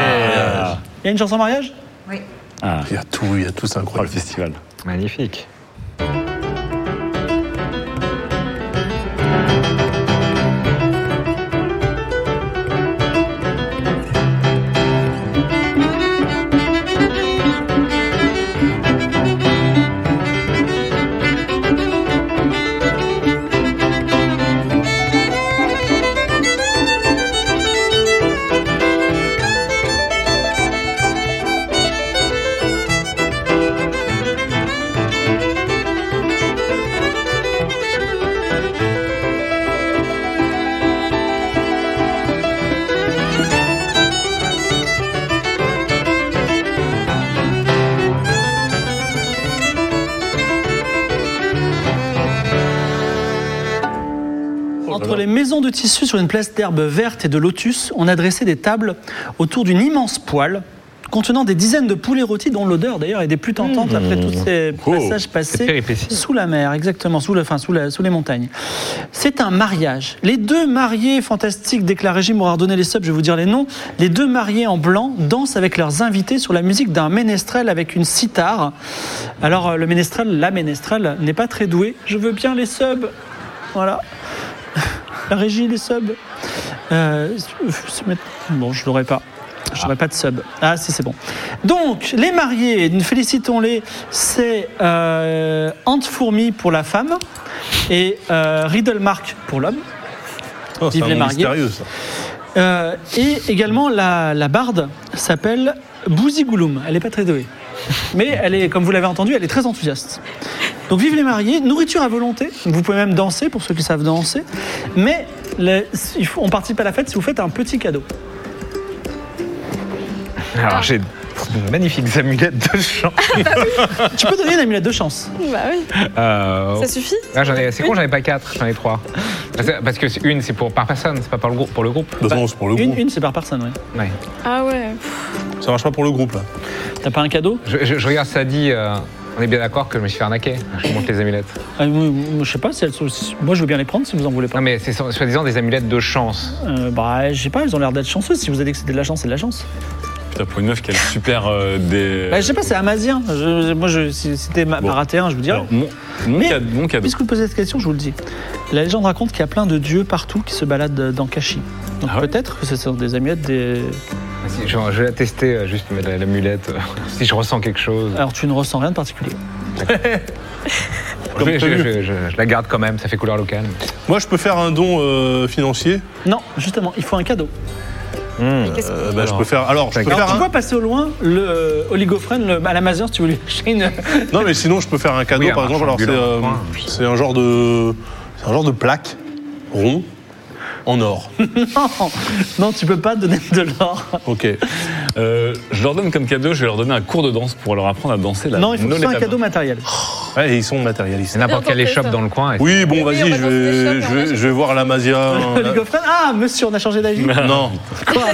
[SPEAKER 2] Il y a une chanson mariage
[SPEAKER 7] Oui.
[SPEAKER 3] Ah,
[SPEAKER 4] Il y a tout, il y a tout, c'est
[SPEAKER 3] oh, le
[SPEAKER 4] incroyable.
[SPEAKER 3] festival.
[SPEAKER 6] Magnifique.
[SPEAKER 2] Entre les maisons de tissu sur une place d'herbe verte et de lotus, on a dressé des tables autour d'une immense poêle contenant des dizaines de poulets rôtis dont l'odeur d'ailleurs est des plus tentantes après tous ces passages
[SPEAKER 6] Ces
[SPEAKER 2] passés
[SPEAKER 6] péripéties.
[SPEAKER 2] sous la mer, exactement, sous, le, enfin, sous, la- sous les montagnes. C'est un mariage. Les deux mariés fantastiques déclarés, Jim m'aura donné les subs, je vais vous dire les noms, les deux mariés en blanc dansent avec leurs invités sur la musique d'un ménestrel avec une cithare. Alors euh, le ménestrel, la ménestrelle n'est pas très douée, je veux bien les subs. Voilà. La régie, les subs. Euh, se mettre- bon, je l'aurai pas. Je n'aurai pas de sub. Ah, si, c'est bon. Donc, les mariés, nous félicitons-les. C'est euh, Ante Fourmi pour la femme et euh, Riddle Mark pour l'homme.
[SPEAKER 4] Oh, c'est
[SPEAKER 2] Vive
[SPEAKER 4] un
[SPEAKER 2] les
[SPEAKER 4] nom
[SPEAKER 2] mariés.
[SPEAKER 4] mystérieux ça.
[SPEAKER 2] Euh, et également, la, la barde s'appelle Bouzigouloum. Elle n'est pas très douée. Mais elle est, comme vous l'avez entendu, elle est très enthousiaste. Donc vive les mariés, nourriture à volonté. Vous pouvez même danser pour ceux qui savent danser. Mais le- il faut- on participe à la fête si vous faites un petit cadeau.
[SPEAKER 6] Alors j'ai de magnifiques amulettes de chant.
[SPEAKER 2] Tu peux donner une amulette de chance.
[SPEAKER 5] Bah oui,
[SPEAKER 6] Euh,
[SPEAKER 5] ça suffit.
[SPEAKER 6] ah, j'en ai- c'est con, j'en ai pas quatre, j'en ai trois. Parce que- Parce que c'est- une, c'est pour par personne, c'est pas par le groupe, pour le groupe.
[SPEAKER 4] De toute façon, c'est pour le
[SPEAKER 2] Bah, Une,
[SPEAKER 4] groupe.
[SPEAKER 2] une c'est par personne, oui.
[SPEAKER 6] Ouais.
[SPEAKER 5] Ah ouais.
[SPEAKER 4] Ça marche pas pour le groupe là.
[SPEAKER 2] T'as pas un cadeau
[SPEAKER 6] Je, je- je regarde ça dit. euh, on est bien d'accord que je me suis fait arnaquer. Je vous montre les amulettes.
[SPEAKER 2] Ah, moi, moi, Je sais pas si elles sont. si- Moi, je veux bien les prendre si vous en voulez pas.
[SPEAKER 6] Non mais c'est so- soi-disant des amulettes de chance.
[SPEAKER 2] Euh, bah, je sais pas, elles ont l'air d'être chanceuses. Si vous avez dit que c'était de la chance, c'est de la chance.
[SPEAKER 3] Putain, pour une meuf qui a le super euh, des.
[SPEAKER 2] Bah, je sais pas, c'est amazien. Je- moi, je, si c'était ma
[SPEAKER 3] Bon.
[SPEAKER 2] maratéen, je vous dirais.
[SPEAKER 3] Alors, mon, mon
[SPEAKER 2] Mais-
[SPEAKER 3] cadeau. Mon cadeau.
[SPEAKER 2] Ah, Puisque vous posez cette question, je vous le dis. La légende raconte qu'il y a plein de dieux partout qui se baladent dans Kashi. Donc
[SPEAKER 3] Ah ouais
[SPEAKER 2] peut-être que ce sont des amulettes, des...
[SPEAKER 6] Si, je, je vais la tester, euh, juste mettre la- l'amulette, euh, si je ressens quelque chose.
[SPEAKER 2] Alors tu ne ressens rien de particulier.
[SPEAKER 6] Je, vais- je-
[SPEAKER 4] prévu.
[SPEAKER 6] je- je- je la garde quand même, ça fait couleur locale.
[SPEAKER 4] Moi je peux faire un don euh, financier.
[SPEAKER 2] Non, justement, il faut un cadeau.
[SPEAKER 4] Euh, bah, je peux faire. Alors je peux
[SPEAKER 6] Alors,
[SPEAKER 4] faire
[SPEAKER 2] Alors tu
[SPEAKER 4] un...
[SPEAKER 2] vois passer au loin le euh, oligophrène, le, à l'Amazon, si tu voulais acheter une...
[SPEAKER 4] Non mais sinon je peux faire un cadeau
[SPEAKER 6] Oui, un
[SPEAKER 4] par exemple. Alors c'est
[SPEAKER 6] marchand
[SPEAKER 4] euh,
[SPEAKER 6] ambulant.
[SPEAKER 4] c'est un genre de c'est un genre de plaque rond en or.
[SPEAKER 2] Non, non, tu peux pas donner de l'or.
[SPEAKER 4] Ok.
[SPEAKER 3] Euh, je leur donne comme cadeau, je vais leur donner un cours de danse pour leur apprendre à danser la
[SPEAKER 2] Non, il faut que ce soit un
[SPEAKER 3] nonetable.
[SPEAKER 2] cadeau matériel.
[SPEAKER 4] Ouais, et ils sont matérialistes.
[SPEAKER 6] N'importe quelle
[SPEAKER 5] N'importe
[SPEAKER 6] échoppe
[SPEAKER 5] ça.
[SPEAKER 6] dans le coin. et-
[SPEAKER 4] Oui, bon,
[SPEAKER 5] Oui, on
[SPEAKER 4] vas-y,
[SPEAKER 5] va
[SPEAKER 4] je
[SPEAKER 5] dans une
[SPEAKER 4] vais,
[SPEAKER 5] échoppe,
[SPEAKER 4] je,
[SPEAKER 5] on va
[SPEAKER 4] vais, je vais voir la Masia. hein,
[SPEAKER 2] Le
[SPEAKER 4] là.
[SPEAKER 2] gaufret- Ah, monsieur, on a changé d'avis.
[SPEAKER 4] non,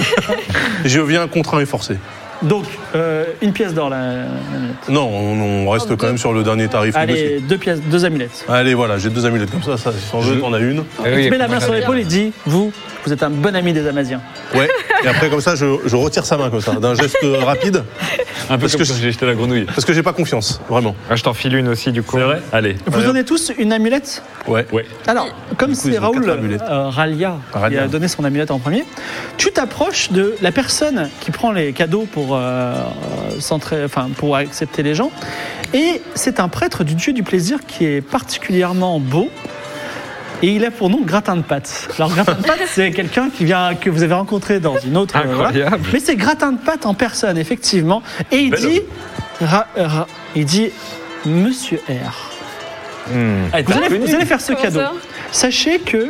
[SPEAKER 4] je viens contraint et forcé.
[SPEAKER 2] Donc, euh, une pièce d'or, la, la amulette.
[SPEAKER 4] Non, on, on
[SPEAKER 5] Oh,
[SPEAKER 4] reste quand même sur le dernier tarif négocié.
[SPEAKER 2] Allez, deux pièces, deux amulettes.
[SPEAKER 4] Allez, voilà, j'ai deux amulettes comme ça, ça si t'en veux, t'en as une.
[SPEAKER 2] il
[SPEAKER 6] Eh oui, et
[SPEAKER 2] te met la
[SPEAKER 6] puis moi,
[SPEAKER 2] main sur
[SPEAKER 6] j'avais-
[SPEAKER 2] l'épaule et dit Vous, vous êtes un bon ami des Amaziens.
[SPEAKER 4] Ouais, et après, comme ça, je, je retire sa main, comme ça, d'un geste euh, rapide,
[SPEAKER 3] Un peu
[SPEAKER 4] Parce
[SPEAKER 3] comme
[SPEAKER 4] que
[SPEAKER 3] quand
[SPEAKER 4] je-
[SPEAKER 3] j'ai jeté la grenouille.
[SPEAKER 4] parce que j'ai pas confiance, vraiment.
[SPEAKER 6] Ah, Je t'en file une aussi, du coup.
[SPEAKER 3] C'est vrai Allez.
[SPEAKER 2] Vous donnez tous une amulette
[SPEAKER 4] Ouais.
[SPEAKER 3] Ouais.
[SPEAKER 2] Alors, comme
[SPEAKER 4] ils
[SPEAKER 2] c'est
[SPEAKER 4] ont
[SPEAKER 2] Raoul
[SPEAKER 4] quatre amulettes.
[SPEAKER 2] euh, Ralia qui
[SPEAKER 4] Ralia.
[SPEAKER 2] a donné son amulette en premier, tu t'approches de la personne qui prend les cadeaux pour, euh, s'entrer- enfin, pour accepter les gens. Et c'est un prêtre du dieu du plaisir qui est particulièrement beau. Et il a pour nom Gratin de Pâte. Alors, Gratin de Pâte, c'est quelqu'un qui vient, que vous avez rencontré dans une autre. euh, voilà.
[SPEAKER 6] Incroyable.
[SPEAKER 2] Mais c'est Gratin de Pâte en personne, effectivement. Et il
[SPEAKER 3] Bel
[SPEAKER 2] dit. Ra- euh, ra- il dit Monsieur R.
[SPEAKER 6] Hmm,
[SPEAKER 3] Ah,
[SPEAKER 4] Ah,
[SPEAKER 2] Vous allez, vous allez faire ce
[SPEAKER 5] Comment
[SPEAKER 2] cadeau.
[SPEAKER 5] ça
[SPEAKER 2] Sachez que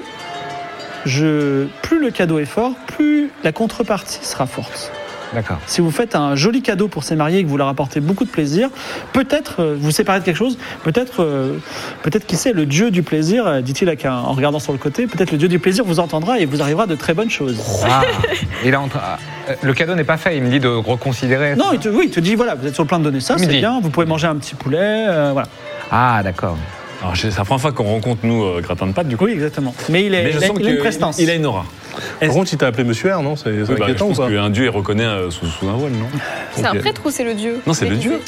[SPEAKER 2] je, plus le cadeau est fort, plus la contrepartie sera forte.
[SPEAKER 6] D'accord.
[SPEAKER 2] Si vous faites un joli cadeau pour ces mariés et que vous leur apportez beaucoup de plaisir, peut-être euh, vous séparez de quelque chose, peut-être, euh, peut-être qui sait, le dieu du plaisir, euh, dit-il avec un- en regardant sur le côté, peut-être le dieu du plaisir vous entendra et vous arrivera de très bonnes choses.
[SPEAKER 6] Ah, il a entre- ah, euh, Le cadeau n'est pas fait, il me dit de reconsidérer.
[SPEAKER 2] Non, il te, oui, il te dit voilà, vous êtes sur le plan de donner ça,
[SPEAKER 6] Il me
[SPEAKER 2] c'est
[SPEAKER 6] dit.
[SPEAKER 2] bien, vous pouvez manger un petit poulet, euh, voilà.
[SPEAKER 6] Ah, d'accord.
[SPEAKER 3] Alors, j'ai- c'est la première fois qu'on rencontre, nous, euh, gratin de pâte, du coup.
[SPEAKER 2] Oui, exactement. Mais il, est,
[SPEAKER 3] Mais je
[SPEAKER 2] il a-
[SPEAKER 3] sens
[SPEAKER 2] il a une
[SPEAKER 3] que
[SPEAKER 2] prestance.
[SPEAKER 3] il- il a une aura.
[SPEAKER 4] Par contre, il t'a appelé Monsieur R, non C'est c'est
[SPEAKER 3] Oui, bah, je
[SPEAKER 4] inquiétant ou
[SPEAKER 3] pense
[SPEAKER 4] pas
[SPEAKER 3] qu'un dieu, il reconnaît euh, sous, sous un voile, non
[SPEAKER 5] C'est un
[SPEAKER 3] Donc,
[SPEAKER 5] prêtre ou c'est le dieu
[SPEAKER 3] Non, c'est le dieu.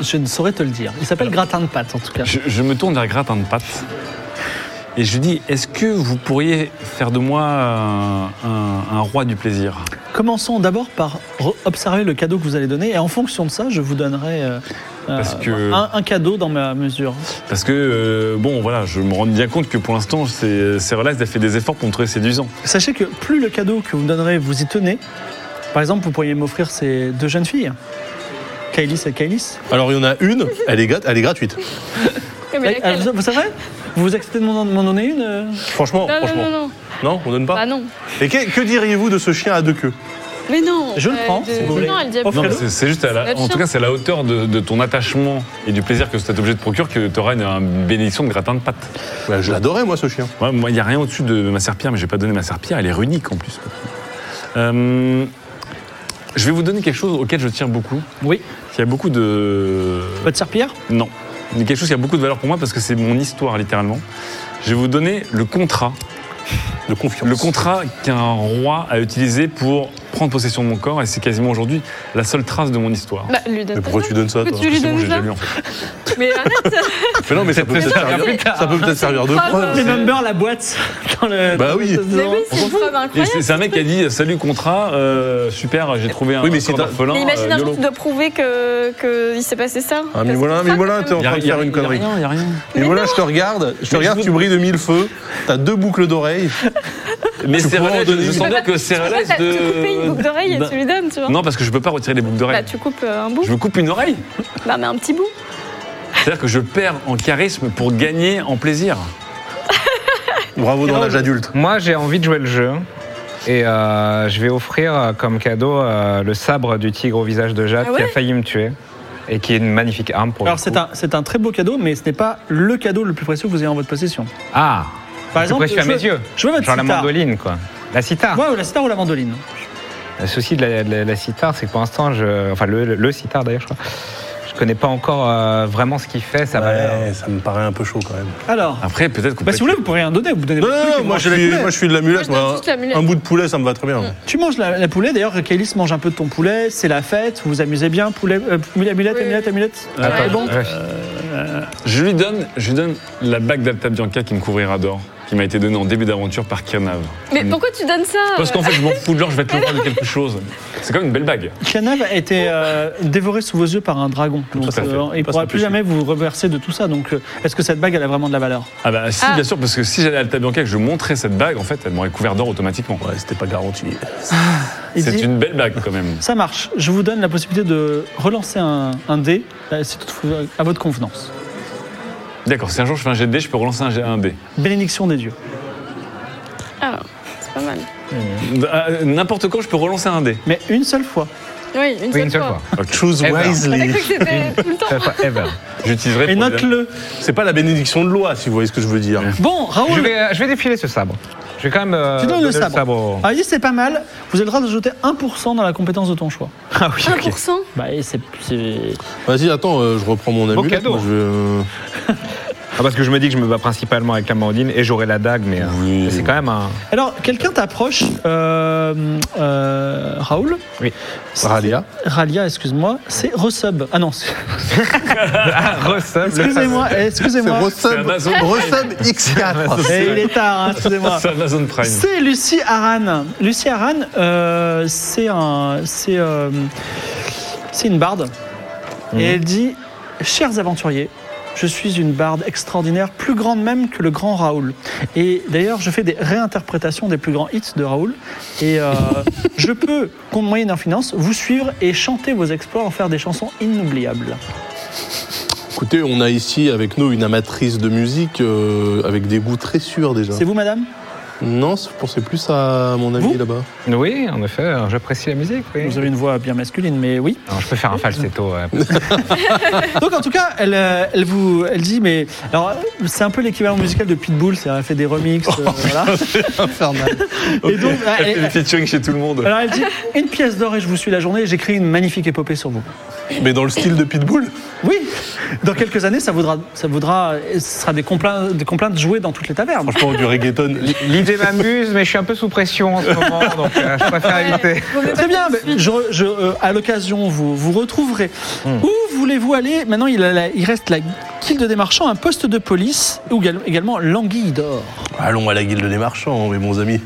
[SPEAKER 2] je, je ne saurais te le dire. Il s'appelle gratin de pâte en tout cas.
[SPEAKER 3] Je, je me tourne vers gratin de pâte et je lui dis Est-ce que vous pourriez faire de moi euh, un, un roi du plaisir
[SPEAKER 2] Commençons d'abord par re- observer le cadeau que vous allez donner et en fonction de ça, je vous donnerai euh,
[SPEAKER 3] Parce
[SPEAKER 2] euh,
[SPEAKER 3] que-
[SPEAKER 2] un, un cadeau dans ma mesure.
[SPEAKER 3] Parce que, euh, bon, voilà, je me rends bien compte que pour l'instant, c'est- Cérolaise a fait des efforts pour me trouver séduisant.
[SPEAKER 2] Sachez que plus le cadeau que vous me donnerez, vous y tenez. Par exemple, vous pourriez m'offrir ces deux jeunes filles, Kailis et Kailis.
[SPEAKER 4] Alors, il y en a une, elle est, grat- elle est gratuite.
[SPEAKER 5] Oui, mais
[SPEAKER 2] Ah,
[SPEAKER 5] laquelle
[SPEAKER 2] vous, vous savez Vous vous acceptez de m'en m'en donner une euh
[SPEAKER 4] Franchement,
[SPEAKER 5] Ah, non, non,
[SPEAKER 4] franchement.
[SPEAKER 5] non, non.
[SPEAKER 4] Non, on donne
[SPEAKER 5] Bah
[SPEAKER 4] pas
[SPEAKER 5] non.
[SPEAKER 4] Et que, que diriez-vous de ce chien à deux queues
[SPEAKER 5] Mais non.
[SPEAKER 2] Je le
[SPEAKER 5] euh,
[SPEAKER 2] prends,
[SPEAKER 5] de-
[SPEAKER 2] si vous voulez.
[SPEAKER 5] Non, elle dit à-
[SPEAKER 3] Non, mais
[SPEAKER 2] Offrez-le.
[SPEAKER 3] c'est c'est juste, à la-
[SPEAKER 5] Notre
[SPEAKER 3] en tout
[SPEAKER 5] chien.
[SPEAKER 3] cas, c'est à la hauteur de, de ton attachement et du plaisir que cet objet te procure que tu auras une, une bénédiction de gratin de pâte.
[SPEAKER 4] Bah, Je l'adorais, moi, ce chien.
[SPEAKER 3] Ouais, moi, il n'y a rien au-dessus de ma serpillère, mais j'ai pas donné ma serpillère, elle est runique en plus. Euh, je vais vous donner quelque chose auquel je tiens beaucoup.
[SPEAKER 2] Oui.
[SPEAKER 3] Il y a beaucoup de.
[SPEAKER 2] Votre serpillère
[SPEAKER 3] Non. Mais quelque chose qui a beaucoup de valeur pour moi parce que c'est mon histoire, littéralement. Je vais vous donner le contrat.
[SPEAKER 4] De confiance.
[SPEAKER 3] Le contrat qu'un roi a utilisé pour prendre possession de mon corps, et c'est quasiment aujourd'hui la seule trace de mon histoire.
[SPEAKER 5] Bah, lui donne
[SPEAKER 4] Mais pourquoi
[SPEAKER 5] ça.
[SPEAKER 4] tu donnes ça, toi
[SPEAKER 5] Pourquoi tu lui
[SPEAKER 3] C'est bon,
[SPEAKER 5] donnes
[SPEAKER 3] j'ai déjà
[SPEAKER 5] ça
[SPEAKER 3] lu en fait.
[SPEAKER 5] Mais arrête,
[SPEAKER 4] Mais non, mais ça peut peut-être servir, ça peut peut-être servir de
[SPEAKER 5] Ah,
[SPEAKER 4] preuve.
[SPEAKER 2] Remember la boîte dans le.
[SPEAKER 4] Bah
[SPEAKER 2] dans
[SPEAKER 4] oui.
[SPEAKER 2] le-
[SPEAKER 5] mais oui, c'est une preuve
[SPEAKER 3] Et
[SPEAKER 5] incroyable.
[SPEAKER 3] C'est c'est un mec qui a dit Salut contrat, euh, super, j'ai trouvé un
[SPEAKER 4] Oui, mais c'est
[SPEAKER 3] corps
[SPEAKER 4] un-
[SPEAKER 3] d'orphelin.
[SPEAKER 5] Mais imagine
[SPEAKER 3] euh,
[SPEAKER 5] un jour,
[SPEAKER 3] YOLO.
[SPEAKER 5] tu dois prouver que, que il s'est passé ça.
[SPEAKER 4] Ah,
[SPEAKER 5] Parce
[SPEAKER 4] mais
[SPEAKER 5] que
[SPEAKER 4] voilà,
[SPEAKER 5] c'est
[SPEAKER 4] mais
[SPEAKER 5] ça,
[SPEAKER 4] voilà,
[SPEAKER 5] quand
[SPEAKER 4] t'es en
[SPEAKER 3] Y a-
[SPEAKER 4] train de
[SPEAKER 3] y a-
[SPEAKER 4] faire
[SPEAKER 3] y
[SPEAKER 4] une
[SPEAKER 3] a
[SPEAKER 4] connerie.
[SPEAKER 3] rien, y a rien.
[SPEAKER 4] Mais voilà, je te regarde, je te regarde, tu brilles de mille feux, t'as deux boucles d'oreilles.
[SPEAKER 3] Mais
[SPEAKER 4] Tu
[SPEAKER 3] c'est
[SPEAKER 4] pourras en
[SPEAKER 3] relais,
[SPEAKER 4] donner
[SPEAKER 3] je
[SPEAKER 4] une.
[SPEAKER 3] sens bien que c'est
[SPEAKER 5] Tu
[SPEAKER 3] relais
[SPEAKER 5] vois, t'as- tu coupes une boucle
[SPEAKER 3] de. Bah,
[SPEAKER 5] d'oreille et tu lui donnes, tu vois.
[SPEAKER 3] Non, parce que je peux pas retirer les boucles
[SPEAKER 5] Bah,
[SPEAKER 3] d'oreilles.
[SPEAKER 5] tu coupes euh, un bout.
[SPEAKER 3] Je me coupe une oreille.
[SPEAKER 5] Bah, mais un petit bout.
[SPEAKER 3] C'est-à-dire que je perds en charisme pour gagner en plaisir.
[SPEAKER 4] Bravo dans l'âge adulte.
[SPEAKER 6] Moi, j'ai envie de jouer le jeu. Et euh, je vais offrir euh, comme cadeau euh, le sabre du tigre au visage de Jade
[SPEAKER 5] Ah ouais
[SPEAKER 6] qui a failli me tuer. Et qui est une magnifique arme pour le
[SPEAKER 2] Alors c'est
[SPEAKER 6] coup.
[SPEAKER 2] un, c'est un très beau cadeau, mais ce n'est pas le cadeau le plus précieux que vous ayez en votre possession.
[SPEAKER 6] Ah
[SPEAKER 2] Par
[SPEAKER 6] Par exemple, précieux à
[SPEAKER 2] je veux-
[SPEAKER 6] mes yeux.
[SPEAKER 2] je veux votre
[SPEAKER 6] Genre la
[SPEAKER 2] sitar.
[SPEAKER 6] mandoline, quoi. La sitar.
[SPEAKER 2] Ouais, ou la star ou la mandoline
[SPEAKER 6] Le souci de la, de la- la sitar, c'est que pour l'instant, je... enfin le, le- le sitar d'ailleurs, je crois. Je connais pas encore euh, vraiment ce qu'il fait. Ça va.
[SPEAKER 4] Ouais, ça me paraît un peu chaud quand même.
[SPEAKER 2] Alors,
[SPEAKER 3] Après, peut-être qu'on
[SPEAKER 2] bah,
[SPEAKER 3] peut-
[SPEAKER 2] si vous voulez, vous pourriez rien donner. Vous donnez
[SPEAKER 4] Non,
[SPEAKER 2] votre
[SPEAKER 4] non,
[SPEAKER 2] truc
[SPEAKER 4] non,
[SPEAKER 2] et
[SPEAKER 4] moi
[SPEAKER 2] vous
[SPEAKER 4] je,
[SPEAKER 2] mangez
[SPEAKER 4] suis,
[SPEAKER 2] le poulet.
[SPEAKER 4] moi je suis de l'amulette.
[SPEAKER 5] Moi, je donne
[SPEAKER 4] moi, hein.
[SPEAKER 5] juste l'amulette.
[SPEAKER 4] Un bout de poulet, ça me va très bien.
[SPEAKER 2] Tu manges la, la poulet, d'ailleurs, Kailis mange un peu de ton poulet, c'est la fête, vous vous amusez bien, poulet, euh, poulet, amulette,
[SPEAKER 5] Oui. Ah,
[SPEAKER 2] amulette, amulette.
[SPEAKER 6] euh,
[SPEAKER 2] Ah,
[SPEAKER 5] Attends,
[SPEAKER 2] Ouais, bon.
[SPEAKER 6] Ouais.
[SPEAKER 3] Je lui donne, je lui donne la bague d'Alta Bianca qui me couvrira d'or, qui m'a été donnée en début d'aventure par Kirnav.
[SPEAKER 2] Ah
[SPEAKER 5] Mais pourquoi tu donnes ça euh,
[SPEAKER 3] Parce qu'en fait, je m'en fous de l'or, je vais être le roi de quelque chose. C'est quand même une belle bague.
[SPEAKER 2] Kianav a été euh, dévoré sous vos yeux par un dragon. Donc,
[SPEAKER 3] Tout à fait.
[SPEAKER 2] euh, il ne
[SPEAKER 4] Pas
[SPEAKER 2] pourra
[SPEAKER 4] ça,
[SPEAKER 2] plus
[SPEAKER 4] plus.
[SPEAKER 2] jamais vous reverser de tout ça. Donc, euh, est-ce que cette bague, elle a vraiment de la valeur
[SPEAKER 3] Ah bah si,
[SPEAKER 5] Ah.
[SPEAKER 3] bien sûr, parce que si j'allais à Alta Bianca et que je montrais cette bague, en fait, elle m'aurait couvert d'or automatiquement.
[SPEAKER 4] Ouais, c'était pas garanti.
[SPEAKER 2] Il
[SPEAKER 3] C'est
[SPEAKER 2] dit-
[SPEAKER 3] une belle bague quand même.
[SPEAKER 2] Ça marche. Je vous donne la possibilité de relancer un, un dé, euh, si toutefois, à votre convenance.
[SPEAKER 3] D'accord, si un jour je fais un jet de dés, je peux relancer un, jet- un dé.
[SPEAKER 2] Bénédiction des dieux.
[SPEAKER 5] Ah, c'est pas mal.
[SPEAKER 3] Euh, Ah, N'importe quand, je peux relancer un dé.
[SPEAKER 2] Mais une seule fois.
[SPEAKER 5] Oui, une,
[SPEAKER 6] Oui,
[SPEAKER 5] seule,
[SPEAKER 6] une seule
[SPEAKER 5] fois.
[SPEAKER 6] fois.
[SPEAKER 4] Choose
[SPEAKER 6] Eh ben.
[SPEAKER 5] T'as
[SPEAKER 4] wisely.
[SPEAKER 5] cru que c'était tout le temps.
[SPEAKER 6] Une seule fois ever.
[SPEAKER 3] J'utiliserai
[SPEAKER 2] Et
[SPEAKER 3] pour bien-
[SPEAKER 2] note-le.
[SPEAKER 4] C'est pas la bénédiction de loi, si vous voyez ce que je veux dire.
[SPEAKER 2] Bon,
[SPEAKER 6] Je
[SPEAKER 2] Raoul,
[SPEAKER 6] vais, euh, je vais défiler ce sabre. Je vais quand même. euh,
[SPEAKER 2] tu donnes le
[SPEAKER 6] donner
[SPEAKER 2] sabre.
[SPEAKER 6] au-
[SPEAKER 2] Ah, oui, c'est pas mal. Vous avez le droit de jeter 1% dans la compétence de ton choix.
[SPEAKER 6] Ah oui, ok.
[SPEAKER 5] 1%.
[SPEAKER 2] Bah, et c'est. c'est-
[SPEAKER 4] Vas-y, attends, euh, je reprends mon amulette.
[SPEAKER 6] cadeau.
[SPEAKER 4] moi, je vais, euh,
[SPEAKER 6] Ah, parce que je me dis que je me bats principalement avec la mandine et j'aurai la dague, mais euh, mais c'est quand même un.
[SPEAKER 2] Alors, quelqu'un t'approche, euh, euh, Raoul
[SPEAKER 6] Oui.
[SPEAKER 2] C'est-
[SPEAKER 4] Ralia.
[SPEAKER 2] Ralia, excuse-moi, c'est Resub. Ah non, c'est-
[SPEAKER 6] Ah, ressemble.
[SPEAKER 2] excusez-moi,
[SPEAKER 4] C'est
[SPEAKER 2] excusez-moi.
[SPEAKER 4] Rossum
[SPEAKER 3] Amazon.
[SPEAKER 4] Rossum X4.
[SPEAKER 2] Eh, Il est tard, hein, excusez-moi.
[SPEAKER 3] C'est Amazon Prime.
[SPEAKER 2] C'est Lucie Aran. Lucie Aran, euh, c'est un, c'est, euh, c'est une barde. Et elle dit, chers aventuriers, je suis une barde extraordinaire, plus grande même que le grand Raoul. Et d'ailleurs, je fais des réinterprétations des plus grands hits de Raoul. Et euh, je peux, compte moyenne en finance, vous suivre et chanter vos exploits, en faire des chansons inoubliables.
[SPEAKER 4] Écoutez, on a ici avec nous une amatrice de musique euh, avec des goûts très sûrs déjà.
[SPEAKER 2] C'est vous, madame
[SPEAKER 4] Non, je pensais plus à mon ami
[SPEAKER 2] Vous
[SPEAKER 4] là-bas.
[SPEAKER 6] Oui, en effet, euh, j'apprécie la musique. oui.
[SPEAKER 2] Vous avez une voix bien masculine, mais oui.
[SPEAKER 6] Non, je peux faire un falsetto. ouais.
[SPEAKER 2] Donc en tout cas, elle, euh, elle vous, elle dit mais alors euh, c'est un peu l'équivalent musical de Pitbull, c'est-à-dire elle fait des remixes,
[SPEAKER 3] Oh,
[SPEAKER 2] euh, voilà. Et donc euh,
[SPEAKER 3] Elle fait
[SPEAKER 2] elle-
[SPEAKER 3] du featuring chez tout le monde.
[SPEAKER 2] alors elle dit une pièce d'or et je vous suis la journée. J'écris une magnifique épopée sur vous.
[SPEAKER 4] Mais dans le style de Pitbull
[SPEAKER 2] Oui, dans quelques années, ça vaudra, ça vaudra, ce sera des complaintes, des complaintes jouées dans toutes les tavernes.
[SPEAKER 4] Franchement, du reggaeton.
[SPEAKER 6] L'idée m'amuse, mais je suis un peu sous pression en ce moment, donc euh, je préfère éviter.
[SPEAKER 2] Très bien, mais je, je, euh, à l'occasion, vous, vous retrouverez.
[SPEAKER 3] Hmm.
[SPEAKER 2] Où voulez-vous aller Maintenant, il, a la- il reste la guilde des marchands, un poste de police, ou égal- également l'anguille d'or.
[SPEAKER 4] Allons à la guilde des marchands, mes bons amis.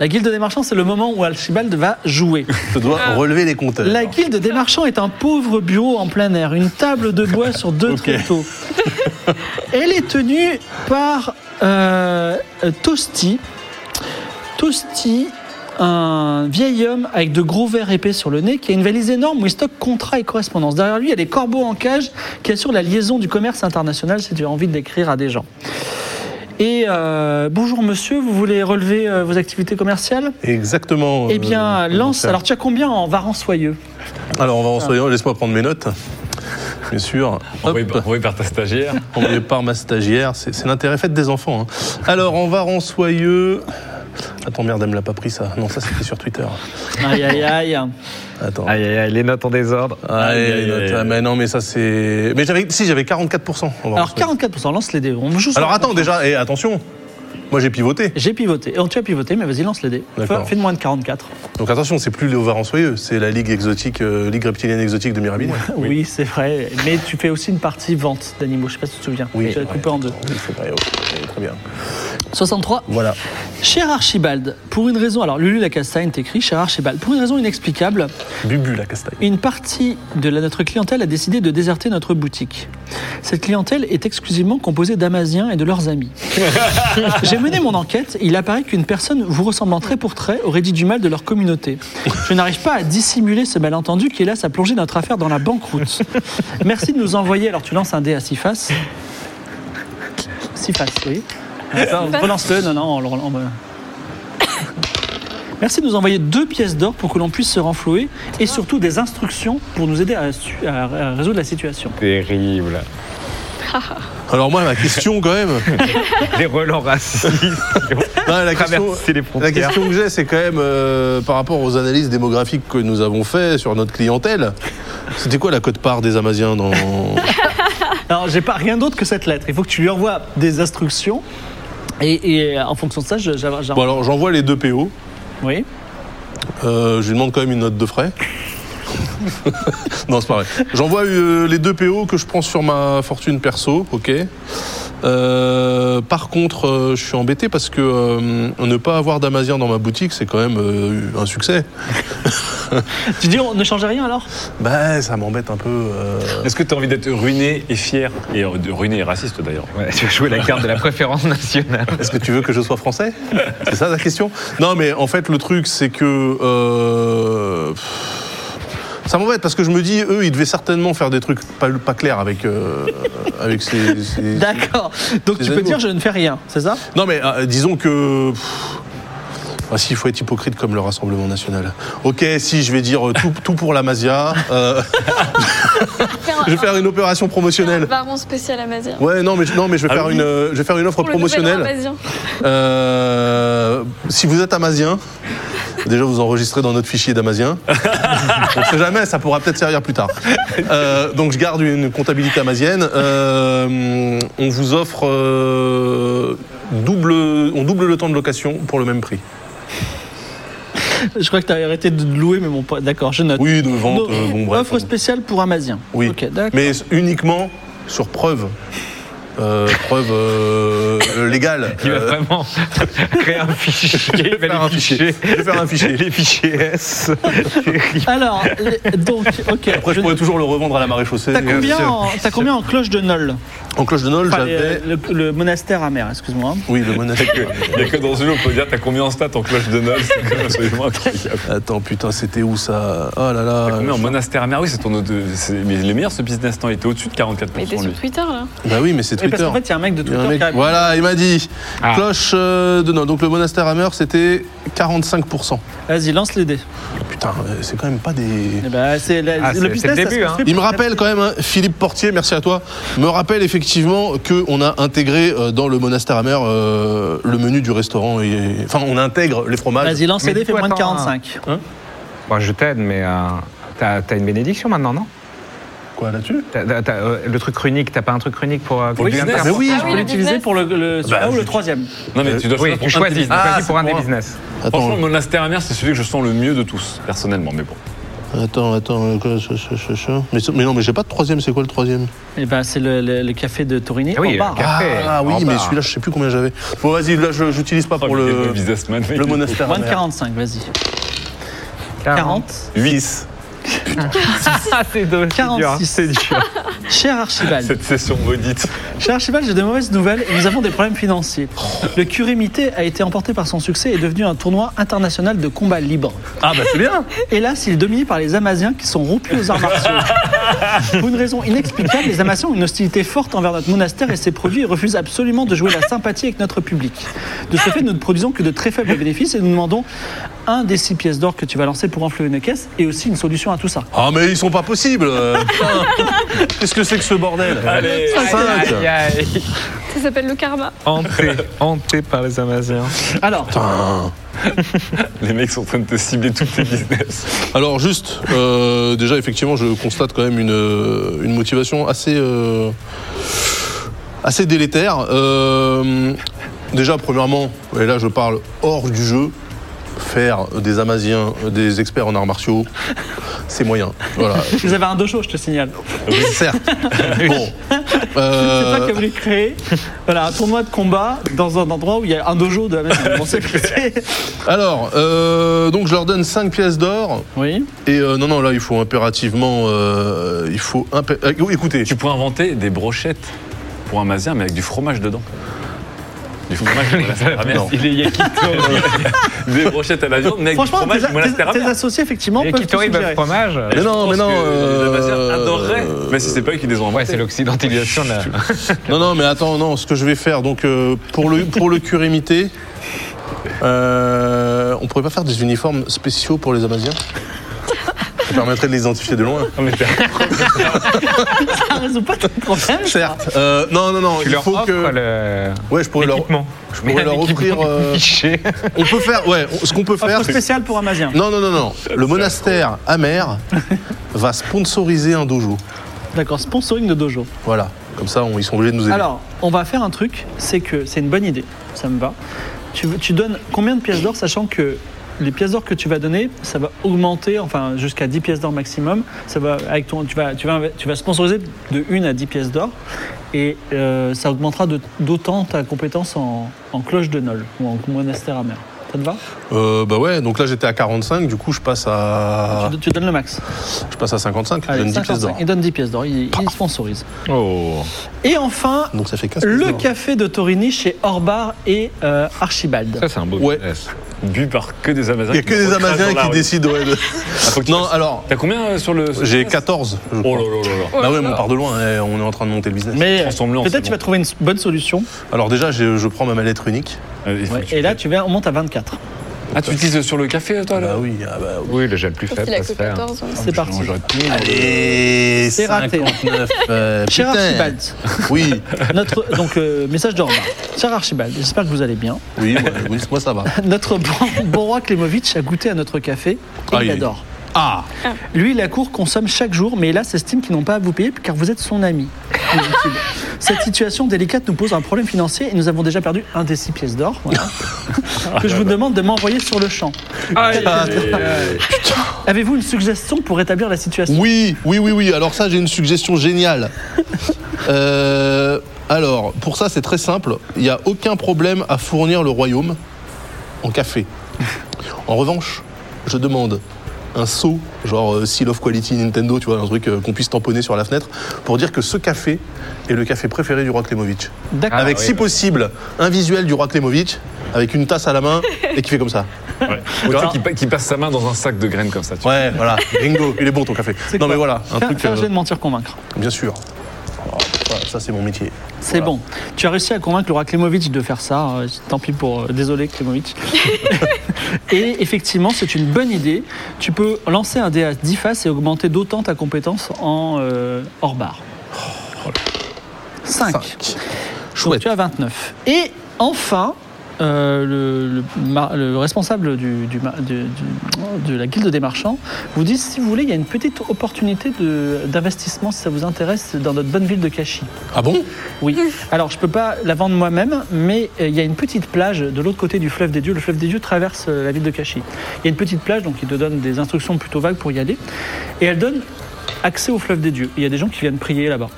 [SPEAKER 2] La guilde des marchands, c'est le moment où Archibald va jouer.
[SPEAKER 4] Je dois relever les compteurs.
[SPEAKER 2] Ah. La guilde des marchands est un pauvre bureau en plein air, une table de bois sur deux
[SPEAKER 4] Ok.
[SPEAKER 2] tréteaux. Elle est tenue par euh, euh, Tosti. Tosti, un vieil homme avec de gros verres épais sur le nez, qui a une valise énorme où il stocke contrats et correspondances. Derrière lui, il y a des corbeaux en cage qui assurent la liaison du commerce international si tu as envie d'écrire à des gens. Et euh, bonjour monsieur, vous voulez relever euh, vos activités commerciales
[SPEAKER 4] Exactement.
[SPEAKER 2] Eh
[SPEAKER 4] euh,
[SPEAKER 2] bien,
[SPEAKER 4] comment
[SPEAKER 2] lance. Ah.
[SPEAKER 4] faire
[SPEAKER 2] Alors, tu as combien en varan soyeux
[SPEAKER 4] Alors, on va en soyons. Laisse-moi prendre mes notes. Bien sûr. Hop.
[SPEAKER 3] Envoyé par- envoyé par ta stagiaire.
[SPEAKER 4] Envoyé par ma stagiaire. C'est c'est l'intérêt fait des enfants. hein. Alors, en Varan-Soyeux. Attends, merde, elle me l'a pas pris ça. Non, ça c'était sur Twitter.
[SPEAKER 2] Aïe, aïe, aïe.
[SPEAKER 4] Attends.
[SPEAKER 6] Aïe, aïe, aïe, les notes en désordre.
[SPEAKER 4] Allez, les notes.
[SPEAKER 3] aïe,
[SPEAKER 4] Ah,
[SPEAKER 3] aïe.
[SPEAKER 4] mais non, mais ça c'est. Mais j'avais. Si, j'avais 44%. en
[SPEAKER 2] Alors,
[SPEAKER 4] Varan-Soyeux.
[SPEAKER 2] 44%, lance les dés. On joue sur
[SPEAKER 4] Alors,
[SPEAKER 2] la
[SPEAKER 4] attends,
[SPEAKER 2] confiance.
[SPEAKER 4] déjà, et attention. Moi, j'ai pivoté.
[SPEAKER 2] J'ai pivoté. Oh, tu as pivoté, mais vas-y, lance les dés.
[SPEAKER 4] D'accord.
[SPEAKER 2] Fais- Fais de moins de 44.
[SPEAKER 4] Donc, attention, c'est plus les Varan-Soyeux. C'est la ligue exotique, euh, ligue reptilienne exotique de Mirabine.
[SPEAKER 2] Oui, c'est vrai. Mais tu fais aussi une partie vente d'animaux. Je sais pas si tu te souviens.
[SPEAKER 4] Oui,
[SPEAKER 2] tu
[SPEAKER 4] c'est
[SPEAKER 2] l'as
[SPEAKER 4] vrai.
[SPEAKER 2] coupé en deux.
[SPEAKER 4] Oui, c'est vrai, ok, oh, eh, très bien.
[SPEAKER 2] 63.
[SPEAKER 4] Voilà.
[SPEAKER 2] Cher Archibald, pour une raison. Alors, Lulu la Castagne t'écrit Cher Archibald, pour une raison inexplicable,
[SPEAKER 4] Bubu, la castagne.
[SPEAKER 2] Une partie de la- notre clientèle a décidé de déserter notre boutique. Cette clientèle est exclusivement composée d'Amasiens et de leurs amis. J'ai mené mon enquête. Il apparaît qu'une personne vous ressemblant trait pour trait aurait dit du mal de leur communauté. Je n'arrive pas à dissimuler ce malentendu qui, hélas, a plongé notre affaire dans la banqueroute. Merci de nous envoyer. Alors, tu lances un dé à six faces. Six faces, oui. Attends, Relance-le. Non, non, on le relance. Merci de nous envoyer deux pièces d'or pour que l'on puisse se renflouer et surtout des instructions pour nous aider à, su- à- à résoudre la situation.
[SPEAKER 6] Terrible.
[SPEAKER 4] Alors moi, ma question quand même,
[SPEAKER 6] Les relents racistes.
[SPEAKER 4] Non, la, question,
[SPEAKER 6] Traverser les
[SPEAKER 4] la
[SPEAKER 6] frontières.
[SPEAKER 4] question que j'ai, c'est quand même euh, par rapport aux analyses démographiques que nous avons fait sur notre clientèle. C'était quoi la cote-part des Amasiens dans...
[SPEAKER 2] Alors, j'ai pas rien d'autre que cette lettre. Il faut que tu lui envoies des instructions. Et, et en fonction de ça, je- j'a- j'a-
[SPEAKER 4] Bon alors j'envoie les deux PO,
[SPEAKER 2] oui.
[SPEAKER 4] Euh, je lui demande quand même une note de frais. non c'est pas vrai. J'envoie euh, les deux PO que je prends sur ma fortune perso, ok. Euh, par contre, euh, je suis embêté parce que euh, ne pas avoir d'Amasiens dans ma boutique, c'est quand même euh, un succès.
[SPEAKER 2] Tu dis, on ne change rien alors
[SPEAKER 4] Bah ça m'embête un peu. euh,
[SPEAKER 3] Est-ce que tu as envie d'être ruiné et fier Et euh, de- ruiné et raciste d'ailleurs.
[SPEAKER 6] Ouais, tu as joué la carte de la préférence nationale.
[SPEAKER 4] Est-ce que tu veux que je sois français C'est ça la question Non, mais en fait, le truc, c'est que. euh, ça m'embête parce que je me dis, eux, ils devaient certainement faire des trucs pas, pas clairs avec, euh, avec ces. ces-
[SPEAKER 2] D'accord. Donc,
[SPEAKER 4] Des
[SPEAKER 2] tu peux
[SPEAKER 4] animaux.
[SPEAKER 2] dire, je ne fais rien, c'est ça
[SPEAKER 4] Non, mais euh, disons que. pff, Ah, S'il faut être hypocrite comme le Rassemblement National. Ok, si, je vais dire euh, tout, tout pour la Masia. euh, je vais faire une opération
[SPEAKER 5] Un
[SPEAKER 4] promotionnelle.
[SPEAKER 5] baron spécial à Mazir.
[SPEAKER 4] Ouais, non, mais, je- non, mais je, vais faire une, euh, je vais faire une offre
[SPEAKER 5] bah. Ah Pour le nouvel an
[SPEAKER 4] promotionnelle.
[SPEAKER 5] amazien.
[SPEAKER 4] Euh, si vous êtes amazien, déjà vous enregistrez dans notre fichier d'amazien. On sait jamais, ça pourra peut-être servir plus tard. Euh, donc je garde une comptabilité amazienne. Euh, on vous offre euh, double, on double le temps de location pour le même prix.
[SPEAKER 2] Je crois que tu as arrêté de louer, mais bon, pas- d'accord, je note.
[SPEAKER 4] Oui, de vente.
[SPEAKER 2] Donc,
[SPEAKER 4] euh, bon, bref.
[SPEAKER 2] offre spéciale pour Amazien.
[SPEAKER 4] Oui,
[SPEAKER 2] Ok, d'accord.
[SPEAKER 4] mais uniquement sur preuve. Euh, preuve euh, légale.
[SPEAKER 6] Il va
[SPEAKER 4] Euh,
[SPEAKER 6] vraiment créer un fichier. Il va
[SPEAKER 4] faire un fichier. Je vais faire un fichier.
[SPEAKER 6] Les fichiers S.
[SPEAKER 2] Alors, les- donc, ok.
[SPEAKER 4] Après, je
[SPEAKER 2] je-
[SPEAKER 4] pourrais toujours le revendre à la maréchaussée.
[SPEAKER 2] T'as
[SPEAKER 4] Euh,
[SPEAKER 2] combien,
[SPEAKER 4] c'est-
[SPEAKER 2] en- t'as combien en cloche de Nol
[SPEAKER 4] En cloche de Nol,
[SPEAKER 2] Enfin,
[SPEAKER 4] j'avais.
[SPEAKER 2] le, le- le monastère amer, excuse-moi.
[SPEAKER 4] Oui, le monastère.
[SPEAKER 3] Il n'y a que dans ce jeu, on peut dire t'as combien en stats en cloche de Nol C'est quand même absolument incroyable.
[SPEAKER 4] Attends, putain, c'était où ça Oh là là.
[SPEAKER 3] Combien en monastère amer Oui, c'est ton autre. c'est- Mais les meilleurs, ce business temps, il était au-dessus de 44%.
[SPEAKER 5] Mais t'es sur
[SPEAKER 3] lui.
[SPEAKER 5] Twitter là.
[SPEAKER 4] Bah oui, mais c'est
[SPEAKER 2] Et parce
[SPEAKER 4] Twitter.
[SPEAKER 2] qu'en fait, il y a un mec de
[SPEAKER 4] Il y a
[SPEAKER 2] Twitter
[SPEAKER 4] un mec-
[SPEAKER 2] qui a-
[SPEAKER 4] Voilà, il m'a dit.
[SPEAKER 6] Ah.
[SPEAKER 4] Cloche euh, de Nol. Donc le monastère Hammer, c'était 45%.
[SPEAKER 2] Vas-y, lance les dés.
[SPEAKER 4] Putain, euh, c'est quand même pas des.
[SPEAKER 2] Eh ben, c'est la-
[SPEAKER 6] Ah, c'est-
[SPEAKER 2] le business,
[SPEAKER 6] c'est le
[SPEAKER 2] ça
[SPEAKER 6] début,
[SPEAKER 2] se construit
[SPEAKER 4] Il me
[SPEAKER 2] petit à
[SPEAKER 4] rappelle
[SPEAKER 2] petit.
[SPEAKER 4] quand même, hein, Philippe Portier, merci à toi, me rappelle effectivement qu'on a intégré euh, dans le monastère Hammer euh, le menu du restaurant. et- Enfin, on intègre les fromages.
[SPEAKER 2] Vas-y, lance
[SPEAKER 6] Mais
[SPEAKER 2] les dés,
[SPEAKER 6] du
[SPEAKER 2] fais
[SPEAKER 6] coup,
[SPEAKER 2] moins de
[SPEAKER 6] attends, hein.
[SPEAKER 2] 45.
[SPEAKER 6] Bon, je t'aide, mais euh, t'as t'as une bénédiction maintenant, non
[SPEAKER 4] Quoi là-dessus
[SPEAKER 6] T'as- t'as- t'as, euh, Le truc chronique, t'as pas un truc chronique pour. euh,
[SPEAKER 3] Pour le
[SPEAKER 6] quelqu'un
[SPEAKER 3] business.
[SPEAKER 6] de
[SPEAKER 3] Mais
[SPEAKER 6] faire-
[SPEAKER 2] oui,
[SPEAKER 5] Ah
[SPEAKER 2] je
[SPEAKER 5] oui,
[SPEAKER 2] peux
[SPEAKER 5] le
[SPEAKER 2] l'utiliser
[SPEAKER 5] business.
[SPEAKER 2] pour le,
[SPEAKER 6] Euh,
[SPEAKER 2] le- Euh, celui-là Ah,
[SPEAKER 6] bah,
[SPEAKER 2] ou le troisième.
[SPEAKER 3] Non, mais tu dois
[SPEAKER 6] Oui,
[SPEAKER 3] choisir pour
[SPEAKER 6] tu
[SPEAKER 3] un
[SPEAKER 6] choisis, tu
[SPEAKER 3] business. Ah,
[SPEAKER 6] choisis pour un des
[SPEAKER 4] Euh, Ah, moi.
[SPEAKER 6] business.
[SPEAKER 3] Franchement,
[SPEAKER 4] Attends,
[SPEAKER 3] le monastère amer, c'est celui que je sens le mieux de tous, personnellement, mais bon.
[SPEAKER 4] attends, attends. euh, quoi, ça, ça, ça, ça. Mais, ça- mais non, mais j'ai pas de troisième, c'est quoi le troisième
[SPEAKER 2] Et ben, c'est le, le- le café de Torini.
[SPEAKER 6] Ah oui,
[SPEAKER 2] en barre.
[SPEAKER 6] le café. Parfait.
[SPEAKER 4] Ah oui,
[SPEAKER 6] En
[SPEAKER 4] mais
[SPEAKER 6] barre.
[SPEAKER 4] celui-là, je sais plus combien j'avais. Bon, vas-y, là, je- j'utilise
[SPEAKER 3] Oh,
[SPEAKER 4] pas pour le,
[SPEAKER 3] businessman.
[SPEAKER 4] le monastère.
[SPEAKER 2] Moins de
[SPEAKER 4] amer.
[SPEAKER 2] 45, vas-y. 40.
[SPEAKER 3] 8.
[SPEAKER 6] Ah, c'est dur. c'est dur,
[SPEAKER 2] 46.
[SPEAKER 6] C'est dur.
[SPEAKER 2] Cher Archibald,
[SPEAKER 3] Cette session maudite.
[SPEAKER 2] cher Archibald, j'ai de mauvaises nouvelles et nous avons des problèmes financiers. Le Curimité a été emporté par son succès et est devenu un tournoi international de combat libre.
[SPEAKER 4] Ah bah c'est bien
[SPEAKER 2] Hélas, il est dominé par les Amaziens qui sont rompus aux arts martiaux. Pour une raison inexplicable, les Amaziens ont une hostilité forte envers notre monastère et ses produits et refusent absolument de jouer la sympathie avec notre public. De ce fait, nous ne produisons que de très faibles bénéfices et nous demandons un des six pièces d'or que tu vas lancer pour enfler une caisse et aussi une solution à tout ça.
[SPEAKER 4] Ah mais ils sont pas possibles euh, putain. Qu'est-ce que c'est que ce bordel
[SPEAKER 3] Allez.
[SPEAKER 4] Cinq.
[SPEAKER 6] Aïe, aïe.
[SPEAKER 5] Ça s'appelle le karma.
[SPEAKER 6] Hanté, hanté par les Amaziens.
[SPEAKER 2] Alors,
[SPEAKER 3] Les mecs sont en train de te cibler tous tes business.
[SPEAKER 4] Alors juste, euh, déjà effectivement je constate quand même une, euh, une motivation assez, euh, assez délétère. Euh, déjà premièrement, et là je parle hors du jeu, faire des Amaziens euh, des experts en arts martiaux, c'est moyen. Voilà,
[SPEAKER 2] vous avez un deux show, je te signale.
[SPEAKER 4] certes. Bon.
[SPEAKER 2] C'est
[SPEAKER 4] Euh,
[SPEAKER 2] toi qui as voulu créer voilà, un tournoi de combat dans un endroit où il y a un dojo de Amazon. Bon, c'est- c'est-
[SPEAKER 4] alors, euh, donc je leur donne 5 pièces d'or.
[SPEAKER 2] Oui.
[SPEAKER 4] Et euh, non, non, là, il faut impérativement. euh, il faut. impé- euh, écoutez,
[SPEAKER 3] Tu pourrais inventer des brochettes pour un mazien, mais avec du fromage dedans. Du fromage au monastère amer.
[SPEAKER 4] Non.
[SPEAKER 6] Il est Yakito.
[SPEAKER 3] Des brochettes à la viande, mais avec du
[SPEAKER 2] Franchement,
[SPEAKER 3] fromage
[SPEAKER 2] tes,
[SPEAKER 3] du monastère
[SPEAKER 2] tes- tes
[SPEAKER 4] hein.
[SPEAKER 3] amer.
[SPEAKER 2] associés, effectivement, peuvent tout
[SPEAKER 6] Yakitori, bœuf
[SPEAKER 2] suggérer.
[SPEAKER 6] fromage.
[SPEAKER 4] Mais non, mais non.
[SPEAKER 3] Les Amaziens
[SPEAKER 4] euh,
[SPEAKER 3] adoreraient. Mais si c'est pas eux qui les ont
[SPEAKER 6] Ouais,
[SPEAKER 3] inventés.
[SPEAKER 6] c'est l'occidentalisation. là.
[SPEAKER 4] Non, non, mais attends, non, ce que je vais faire, donc, euh, pour le, pour le curémité, euh, on pourrait pas faire des uniformes spéciaux pour les Amaziens Ça permettrait de les identifier de loin.
[SPEAKER 3] Non, mais t'es-
[SPEAKER 2] Ça Ah, résout pas ton problème.
[SPEAKER 4] Certes. Euh, non, non, non,
[SPEAKER 6] Tu
[SPEAKER 4] il
[SPEAKER 6] leur
[SPEAKER 4] faut
[SPEAKER 6] offres
[SPEAKER 4] que.
[SPEAKER 6] le-
[SPEAKER 4] Ouais, je pourrais leur.
[SPEAKER 6] l'équipement.
[SPEAKER 4] Je
[SPEAKER 6] Mais
[SPEAKER 4] pourrais leur
[SPEAKER 6] un équipement
[SPEAKER 4] offrir. euh,
[SPEAKER 6] fiché.
[SPEAKER 4] on peut faire. Ouais, on- ce qu'on
[SPEAKER 6] Ah,
[SPEAKER 4] peut faire.
[SPEAKER 2] Offre spéciale pour Amazien.
[SPEAKER 4] Non, non, non, non. Le monastère amer va sponsoriser un dojo.
[SPEAKER 2] D'accord, sponsoring de dojo.
[SPEAKER 4] Voilà. Comme ça, on- ils sont obligés de nous aider.
[SPEAKER 2] Alors, on va faire un truc, c'est que c'est une bonne idée, ça me va. Tu, veux- tu donnes combien de pièces d'or, sachant que les pièces d'or que tu vas donner, ça va augmenter, enfin jusqu'à 10 pièces d'or maximum. Ça va, avec ton, tu, vas, tu, vas, tu vas sponsoriser de 1 à 10 pièces d'or et euh, ça augmentera de- d'autant ta compétence en, en cloche de Nol ou en monastère amer. Ça te va
[SPEAKER 4] Euh, bah ouais, donc là j'étais à 45, du coup je passe à,
[SPEAKER 2] Ah, tu, tu donnes le max.
[SPEAKER 4] je passe à 55, je
[SPEAKER 2] Allez,
[SPEAKER 4] Ah. donne 10 pièces
[SPEAKER 2] 55.
[SPEAKER 4] d'or. Ah.
[SPEAKER 2] Il donne 10 pièces d'or, il, il sponsorise.
[SPEAKER 6] Oh.
[SPEAKER 2] Et enfin,
[SPEAKER 4] Donc ça fait 15 pièces
[SPEAKER 2] le
[SPEAKER 4] d'or.
[SPEAKER 2] café de Torini chez Orbar et euh, Archibald.
[SPEAKER 6] Ça, c'est un beau
[SPEAKER 4] Ouais.
[SPEAKER 6] business.
[SPEAKER 3] bu par que des Amaziens.
[SPEAKER 4] Il y a que des Amaziens qui décident. ouais, de-
[SPEAKER 3] Ah,
[SPEAKER 4] Non, alors
[SPEAKER 3] T'as combien euh, sur le. sur le
[SPEAKER 4] j'ai
[SPEAKER 3] business
[SPEAKER 4] 14. je
[SPEAKER 3] Oh
[SPEAKER 4] crois.
[SPEAKER 3] là là là là.
[SPEAKER 4] Bah ouais, mais on part de loin, eh, on est en train de monter le business.
[SPEAKER 2] Mais euh,
[SPEAKER 3] Transforme-le en
[SPEAKER 2] peut-être
[SPEAKER 3] second.
[SPEAKER 2] tu vas trouver une bonne solution.
[SPEAKER 4] Alors déjà, je, je prends ma mallette runique.
[SPEAKER 3] Allez, il faut
[SPEAKER 2] Ouais,
[SPEAKER 3] que tu-
[SPEAKER 2] Et là, tu viens, on monte à 24.
[SPEAKER 3] Ah, tu utilises sur le café, toi, là
[SPEAKER 4] Bah oui, ah bah oui.
[SPEAKER 6] Oui, le gel plus
[SPEAKER 5] Parce
[SPEAKER 6] faible,
[SPEAKER 5] qu'il a
[SPEAKER 6] ça
[SPEAKER 5] que
[SPEAKER 6] se fait.
[SPEAKER 5] 14. ouais.
[SPEAKER 2] C'est parti.
[SPEAKER 3] J'aurais tout.
[SPEAKER 4] Allez,
[SPEAKER 2] C'est raté.
[SPEAKER 4] 59, euh,
[SPEAKER 2] Cher
[SPEAKER 4] putain.
[SPEAKER 2] Archibald,
[SPEAKER 4] Oui,
[SPEAKER 2] notre, donc euh, message de Romain. Cher Archibald, j'espère que vous allez bien.
[SPEAKER 4] oui, moi, oui, moi ça va.
[SPEAKER 2] Notre bon, bon roi Klemovic a goûté à notre café et
[SPEAKER 4] Aïe.
[SPEAKER 2] il adore.
[SPEAKER 4] Ah,
[SPEAKER 2] Lui, la cour consomme chaque jour, mais hélas, estime qu'ils n'ont pas à vous payer car vous êtes son ami. Inutile. Cette situation délicate nous pose un problème financier et nous avons déjà perdu un des six pièces d'or, voilà, que je vous demande de m'envoyer sur le champ. Avez-vous une suggestion pour rétablir la situation
[SPEAKER 4] oui, oui, oui, oui. Alors ça, j'ai une suggestion géniale. Euh, alors, pour ça, c'est très simple. Il n'y a aucun problème à fournir le royaume en café. En revanche, je demande un saut, genre euh, Seal of Quality Nintendo, tu vois, un truc euh, qu'on puisse tamponner sur la fenêtre, pour dire que ce café est le café préféré du roi Klemovic.
[SPEAKER 2] D'accord.
[SPEAKER 4] avec,
[SPEAKER 6] oui,
[SPEAKER 4] si
[SPEAKER 6] bah.
[SPEAKER 4] possible, un visuel du roi Klemovic, avec une tasse à la main, et qui fait comme ça.
[SPEAKER 3] Ouais. Ou alors qui, pa- qui passe sa main dans un sac de graines comme ça. tu vois.
[SPEAKER 4] Ouais, voilà, bingo, il est bon ton café.
[SPEAKER 2] C'est
[SPEAKER 4] Non
[SPEAKER 2] quoi
[SPEAKER 4] mais voilà, un
[SPEAKER 2] Fais-
[SPEAKER 4] truc,
[SPEAKER 2] fais
[SPEAKER 4] euh,
[SPEAKER 2] jet de mentir convaincre.
[SPEAKER 4] bien sûr. Oh, ça, ça, c'est mon métier.
[SPEAKER 2] C'est bon. Tu as réussi à convaincre le roi Klemovic de faire ça. euh, tant pis pour. euh, désolé, Klemovic. et effectivement, c'est une bonne idée. Tu peux lancer un dé à 10 faces et augmenter d'autant ta compétence en euh, hors barre. 5.
[SPEAKER 4] Cinq.
[SPEAKER 2] Donc tu as 29. Et enfin, euh, le, le mar- le responsable du, du ma- du- du- de la guilde des marchands vous dit si vous voulez, il y a une petite opportunité de- d'investissement si ça vous intéresse dans notre bonne ville de Kashi.
[SPEAKER 4] Ah bon
[SPEAKER 2] Oui. Alors, je peux pas la vendre moi-même, mais euh, il y a une petite plage de l'autre côté du fleuve des dieux. Le fleuve des dieux traverse euh, la ville de Kashi. Il y a une petite plage, donc il te donne des instructions plutôt vagues pour y aller. Et elle donne accès au fleuve des dieux. Il y a des gens qui viennent prier là-bas.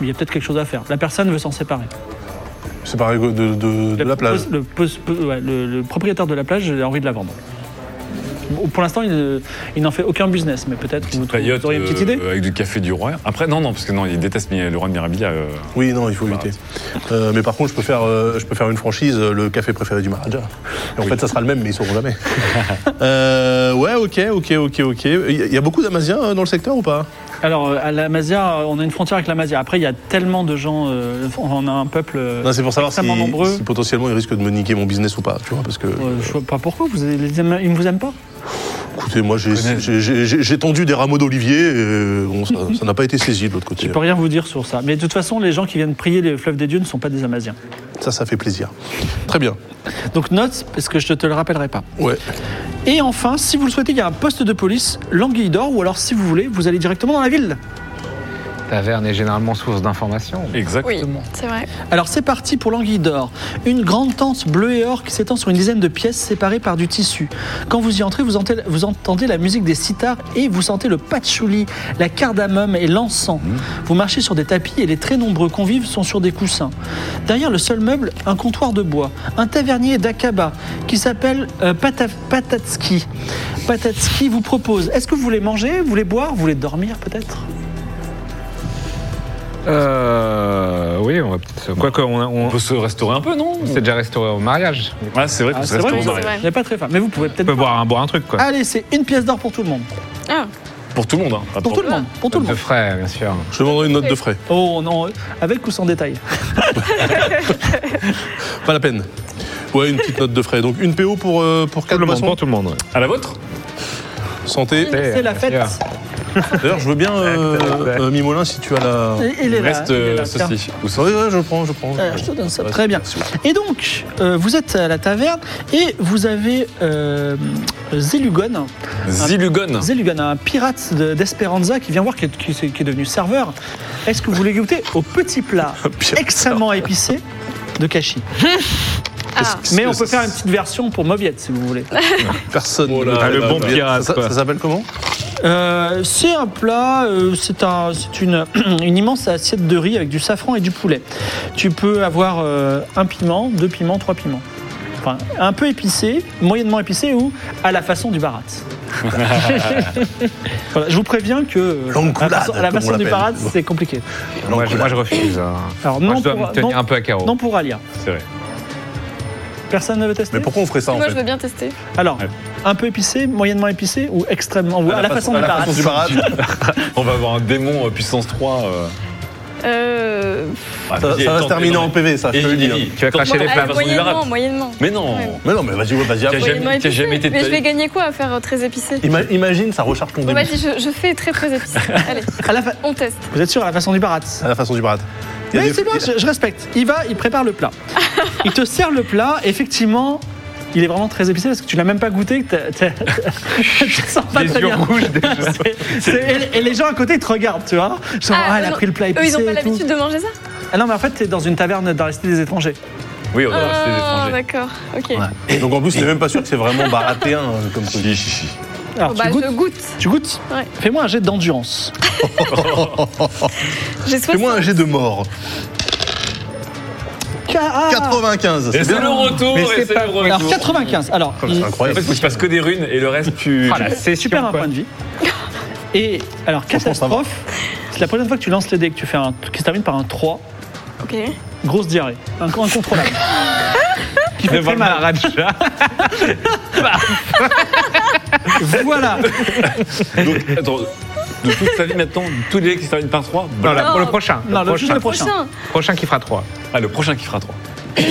[SPEAKER 2] Il y a peut-être quelque chose à faire. La personne veut s'en séparer.
[SPEAKER 4] C'est pareil de, de- de
[SPEAKER 2] Le
[SPEAKER 4] la plage.
[SPEAKER 2] pos- Le, pos- po- ouais, le- le propriétaire de la plage a envie de la vendre. Bon, Pour l'instant, il, ne- il n'en fait aucun business, mais peut-être que vous, trou-
[SPEAKER 3] Paillote,
[SPEAKER 2] vous auriez une petite idée
[SPEAKER 3] euh, avec du café du roi. Après, non, non, parce que non, il déteste mais le roi Mirabilia. euh,
[SPEAKER 4] Oui, non, il faut éviter.
[SPEAKER 2] Bah.
[SPEAKER 4] Euh, mais par contre, je peux faire, euh, je peux faire une franchise, euh, le café préféré du Maharaja. Et en fait, ça sera le même, mais ils sauront jamais. Euh, ouais, ok, ok, ok, ok. Il y a- il y a beaucoup d'Amaziens euh, dans le secteur ou pas
[SPEAKER 2] Alors, euh, à la Mazia, euh, on a une frontière avec la Mazia. Après, il y a tellement de gens. euh, on a un peuple. euh,
[SPEAKER 4] Non, c'est pour savoir si,
[SPEAKER 2] extrêmement nombreux.
[SPEAKER 4] si potentiellement ils risquent de me niquer mon business ou pas, tu vois, parce que.
[SPEAKER 2] euh, je vois pas pourquoi. Vous avez- les aime- ils ne vous aiment pas
[SPEAKER 4] Écoutez, moi j'ai-
[SPEAKER 3] connais.
[SPEAKER 4] j'ai j'ai- j'ai tendu des rameaux d'olivier et euh, bon, ça ça n'a pas été saisi de l'autre côté.
[SPEAKER 2] Je peux rien vous dire sur ça. Mais de toute façon, les gens qui viennent prier les fleuves des dieux ne sont pas des Amaziens.
[SPEAKER 4] Ça, ça fait plaisir. Très bien.
[SPEAKER 2] Donc note, parce que je te le rappellerai pas.
[SPEAKER 4] Ouais.
[SPEAKER 2] Et enfin, si vous le souhaitez, il y a un poste de police, l'anguille d'or, ou alors si vous voulez, vous allez directement dans la ville.
[SPEAKER 6] Taverne hein. est généralement source d'informations.
[SPEAKER 3] Exact.
[SPEAKER 5] Oui, c'est vrai.
[SPEAKER 2] Alors c'est parti pour l'anguille d'or. Une grande tente bleue et or qui s'étend sur une dizaine de pièces séparées par du tissu. Quand vous y entrez, vous entez- vous entendez, la musique des sitars et vous sentez le patchouli, la cardamome et l'encens. Vous marchez sur des tapis et les très nombreux convives sont sur des coussins. Derrière le seul meuble, un comptoir de bois, un tavernier d'Akaba qui s'appelle euh, Pata- Patatski. Patatski vous propose, est-ce que vous voulez manger, vous voulez boire, vous voulez dormir peut-être
[SPEAKER 6] Euh, oui, on va peut-être. se- Quoique, on, a- on,
[SPEAKER 3] On peut se restaurer un peu, non
[SPEAKER 6] on s'est déjà restauré au mariage.
[SPEAKER 3] Ah, c'est vrai, on peut
[SPEAKER 2] Ah,
[SPEAKER 3] se
[SPEAKER 2] c'est vrai,
[SPEAKER 3] restaurer
[SPEAKER 2] oui,
[SPEAKER 3] au
[SPEAKER 2] c'est
[SPEAKER 3] mariage.
[SPEAKER 5] vrai.
[SPEAKER 2] Il n'y a pas très faim, mais vous pouvez
[SPEAKER 6] On
[SPEAKER 2] peut-être...
[SPEAKER 6] peut boire un, boire un truc, quoi.
[SPEAKER 2] Allez, c'est une pièce d'or pour tout le monde.
[SPEAKER 5] Ah,
[SPEAKER 3] Pour tout le monde. hein. Pas
[SPEAKER 2] Pour tout le monde, pour tout le
[SPEAKER 6] De
[SPEAKER 2] monde.
[SPEAKER 6] frais, bien sûr.
[SPEAKER 4] Je demanderai une note de frais.
[SPEAKER 2] Oh non, avec ou sans détail
[SPEAKER 4] Pas la peine. Ouais, une petite note de frais. Donc une PO pour, euh, pour
[SPEAKER 6] Tout
[SPEAKER 4] 4
[SPEAKER 6] le monde,
[SPEAKER 4] boissons.
[SPEAKER 6] pour tout le monde. ouais.
[SPEAKER 3] À la vôtre
[SPEAKER 4] Santé.
[SPEAKER 2] C'est la
[SPEAKER 6] bien
[SPEAKER 2] fête.
[SPEAKER 6] sûr.
[SPEAKER 4] D'ailleurs, je veux bien, euh, euh, Mimolin, si tu as la.
[SPEAKER 2] Et- Il est là.
[SPEAKER 3] Reste
[SPEAKER 2] il est
[SPEAKER 3] euh,
[SPEAKER 2] là, tiens.
[SPEAKER 3] ceci. Ou
[SPEAKER 4] Oui,
[SPEAKER 3] ceci.
[SPEAKER 4] ouais, je prends, je prends.
[SPEAKER 2] Euh, je te donne ça. Très bien. Et donc, euh, vous êtes à la taverne et vous avez euh, Zelugon,
[SPEAKER 3] Zilugon.
[SPEAKER 2] Zelugon, un pirate de- d'Esperanza qui vient voir, qui est, qui s'est- qui est devenu serveur. Est-ce que vous voulez goûter au petit plat extrêmement épicé de Kashi
[SPEAKER 5] ah.
[SPEAKER 2] Mais on peut faire une petite version pour Mobiette si vous voulez.
[SPEAKER 4] Personne.
[SPEAKER 3] Oh là
[SPEAKER 4] ne
[SPEAKER 3] là,
[SPEAKER 4] le
[SPEAKER 3] le
[SPEAKER 4] bon
[SPEAKER 3] bon
[SPEAKER 6] pirate,
[SPEAKER 4] Ça, ça-
[SPEAKER 6] quoi.
[SPEAKER 4] ça s'appelle comment
[SPEAKER 2] Euh, c'est un plat, euh, c'est un, c'est une, une immense assiette de riz avec du safran et du poulet. Tu peux avoir euh, un piment, deux piments, trois piments. Enfin, un peu épicé, moyennement épicé ou à la façon du barat. Voilà, je vous préviens que euh, à
[SPEAKER 4] L'enculade,
[SPEAKER 2] la façon, à la
[SPEAKER 4] comme on
[SPEAKER 2] façon du
[SPEAKER 4] l'appelle.
[SPEAKER 2] barat, c'est compliqué.
[SPEAKER 6] Moi, je, moi, je refuse. hein.
[SPEAKER 2] Alors
[SPEAKER 6] Moi,
[SPEAKER 2] non,
[SPEAKER 6] je dois
[SPEAKER 2] pour,
[SPEAKER 6] me
[SPEAKER 2] non-
[SPEAKER 6] tenir un peu à carreau.
[SPEAKER 2] non pour Alia.
[SPEAKER 3] C'est vrai.
[SPEAKER 2] Personne ne veut tester.
[SPEAKER 4] Mais pourquoi on ferait ça en
[SPEAKER 5] Moi, je veux
[SPEAKER 4] fait
[SPEAKER 5] bien tester.
[SPEAKER 2] Alors,
[SPEAKER 3] Ouais.
[SPEAKER 2] un peu épicé, moyennement épicé ou extrêmement ou à, la façon,
[SPEAKER 4] à
[SPEAKER 2] du
[SPEAKER 4] la
[SPEAKER 2] barat.
[SPEAKER 4] façon du barat.
[SPEAKER 3] On va avoir un démon euh, puissance 3. euh,
[SPEAKER 5] Euh,
[SPEAKER 3] Ah,
[SPEAKER 4] Ça,
[SPEAKER 3] vas-y,
[SPEAKER 4] ça va se
[SPEAKER 3] tente,
[SPEAKER 4] terminer
[SPEAKER 3] tente.
[SPEAKER 4] en PV, ça, je te le
[SPEAKER 3] Eddie,
[SPEAKER 4] dis. hein.
[SPEAKER 3] Eddie,
[SPEAKER 6] Tu vas
[SPEAKER 3] tente
[SPEAKER 6] cracher
[SPEAKER 3] pas
[SPEAKER 6] les
[SPEAKER 3] de
[SPEAKER 5] ah,
[SPEAKER 3] faire
[SPEAKER 6] flammes.
[SPEAKER 3] façon
[SPEAKER 5] moyennement,
[SPEAKER 3] libérale.
[SPEAKER 5] moyennement.
[SPEAKER 3] Mais non
[SPEAKER 5] Ouais.
[SPEAKER 4] Mais non, mais vas-y, ouais, vas-y.
[SPEAKER 3] T'as
[SPEAKER 4] après.
[SPEAKER 3] jamais,
[SPEAKER 5] Moyennement
[SPEAKER 3] t'as
[SPEAKER 5] épicé.
[SPEAKER 3] jamais été de
[SPEAKER 5] Mais
[SPEAKER 3] ta
[SPEAKER 5] je vais
[SPEAKER 3] vie.
[SPEAKER 5] gagner quoi à faire euh, très épicé
[SPEAKER 4] Ima- imagine, ça recharge ton
[SPEAKER 5] Bon,
[SPEAKER 4] début.
[SPEAKER 5] Vas-y, je, je fais très très épicé. Allez,
[SPEAKER 2] À la fa-
[SPEAKER 5] on teste.
[SPEAKER 2] Vous êtes sûr, à la façon du barat
[SPEAKER 4] À la façon du barat. Il y a
[SPEAKER 2] Oui,
[SPEAKER 4] des-
[SPEAKER 2] c'est bon, je, je respecte. Il va, il prépare le plat. Il te sert le plat, effectivement. Il est vraiment très épicé parce que tu l'as même pas goûté. que t'as- t'as- Tu sens pas
[SPEAKER 6] Les
[SPEAKER 2] très
[SPEAKER 6] yeux
[SPEAKER 2] bien.
[SPEAKER 6] rouges, des
[SPEAKER 2] C'est- c'est- et, et les gens à côté ils te regardent, tu vois. Genre, ah, elle
[SPEAKER 5] eux
[SPEAKER 2] a
[SPEAKER 5] non-
[SPEAKER 2] pris le plat
[SPEAKER 5] Eux,
[SPEAKER 2] épicé.
[SPEAKER 5] ils n'ont pas
[SPEAKER 2] et tout.
[SPEAKER 5] l'habitude de manger ça
[SPEAKER 2] Ah non, mais en fait, t'es dans une taverne dans la cité des étrangers.
[SPEAKER 3] Oui, on a resté des
[SPEAKER 5] Ah,
[SPEAKER 3] étrangers.
[SPEAKER 5] d'accord, ok.
[SPEAKER 4] Et Donc en plus, t'es même pas sûr que c'est vraiment baratéen euh, comme truc.
[SPEAKER 3] Si, si, si.
[SPEAKER 2] Alors,
[SPEAKER 5] Bon, bah,
[SPEAKER 2] tu goûtes.
[SPEAKER 5] je goûte.
[SPEAKER 2] Tu goûtes
[SPEAKER 5] Ouais.
[SPEAKER 2] Fais-moi un jet d'endurance.
[SPEAKER 5] J'ai soif.
[SPEAKER 4] Fais-moi un jet de mort.
[SPEAKER 2] Ah
[SPEAKER 4] 95.
[SPEAKER 3] Et
[SPEAKER 4] c'est
[SPEAKER 3] c'est
[SPEAKER 4] bien.
[SPEAKER 3] le retour,
[SPEAKER 6] Mais
[SPEAKER 3] et
[SPEAKER 6] c'est
[SPEAKER 3] c'est
[SPEAKER 6] pas-
[SPEAKER 3] le
[SPEAKER 2] Alors
[SPEAKER 3] retour.
[SPEAKER 2] 95. Alors,
[SPEAKER 4] Oh, C'est
[SPEAKER 2] il-
[SPEAKER 3] En fait,
[SPEAKER 4] incroyable.
[SPEAKER 3] il se passe que des runes et le reste, tu.
[SPEAKER 6] Ah, la
[SPEAKER 2] c'est
[SPEAKER 6] session,
[SPEAKER 2] super un
[SPEAKER 6] quoi.
[SPEAKER 2] point de vie. Et alors,
[SPEAKER 4] Franchement, ça va.
[SPEAKER 2] catastrophe, c'est la première fois que tu lances les dés que tu fais un. qui se termine par un 3.
[SPEAKER 5] Ok.
[SPEAKER 2] Grosse diarrhée, Un- incontrôlable. Qui fait très
[SPEAKER 6] Devant le
[SPEAKER 2] mal.
[SPEAKER 6] Maharaja.
[SPEAKER 2] Voilà.
[SPEAKER 3] Donc, attends, de toute sa vie maintenant, tous les mecs qui se terminent par 3,
[SPEAKER 6] Non, là, pour le
[SPEAKER 5] Non.
[SPEAKER 6] prochain.
[SPEAKER 2] Non, le- juste
[SPEAKER 6] prochain.
[SPEAKER 2] le prochain.
[SPEAKER 5] Prochain.
[SPEAKER 6] Prochain qui fera 3.
[SPEAKER 3] ah, le prochain qui fera 3.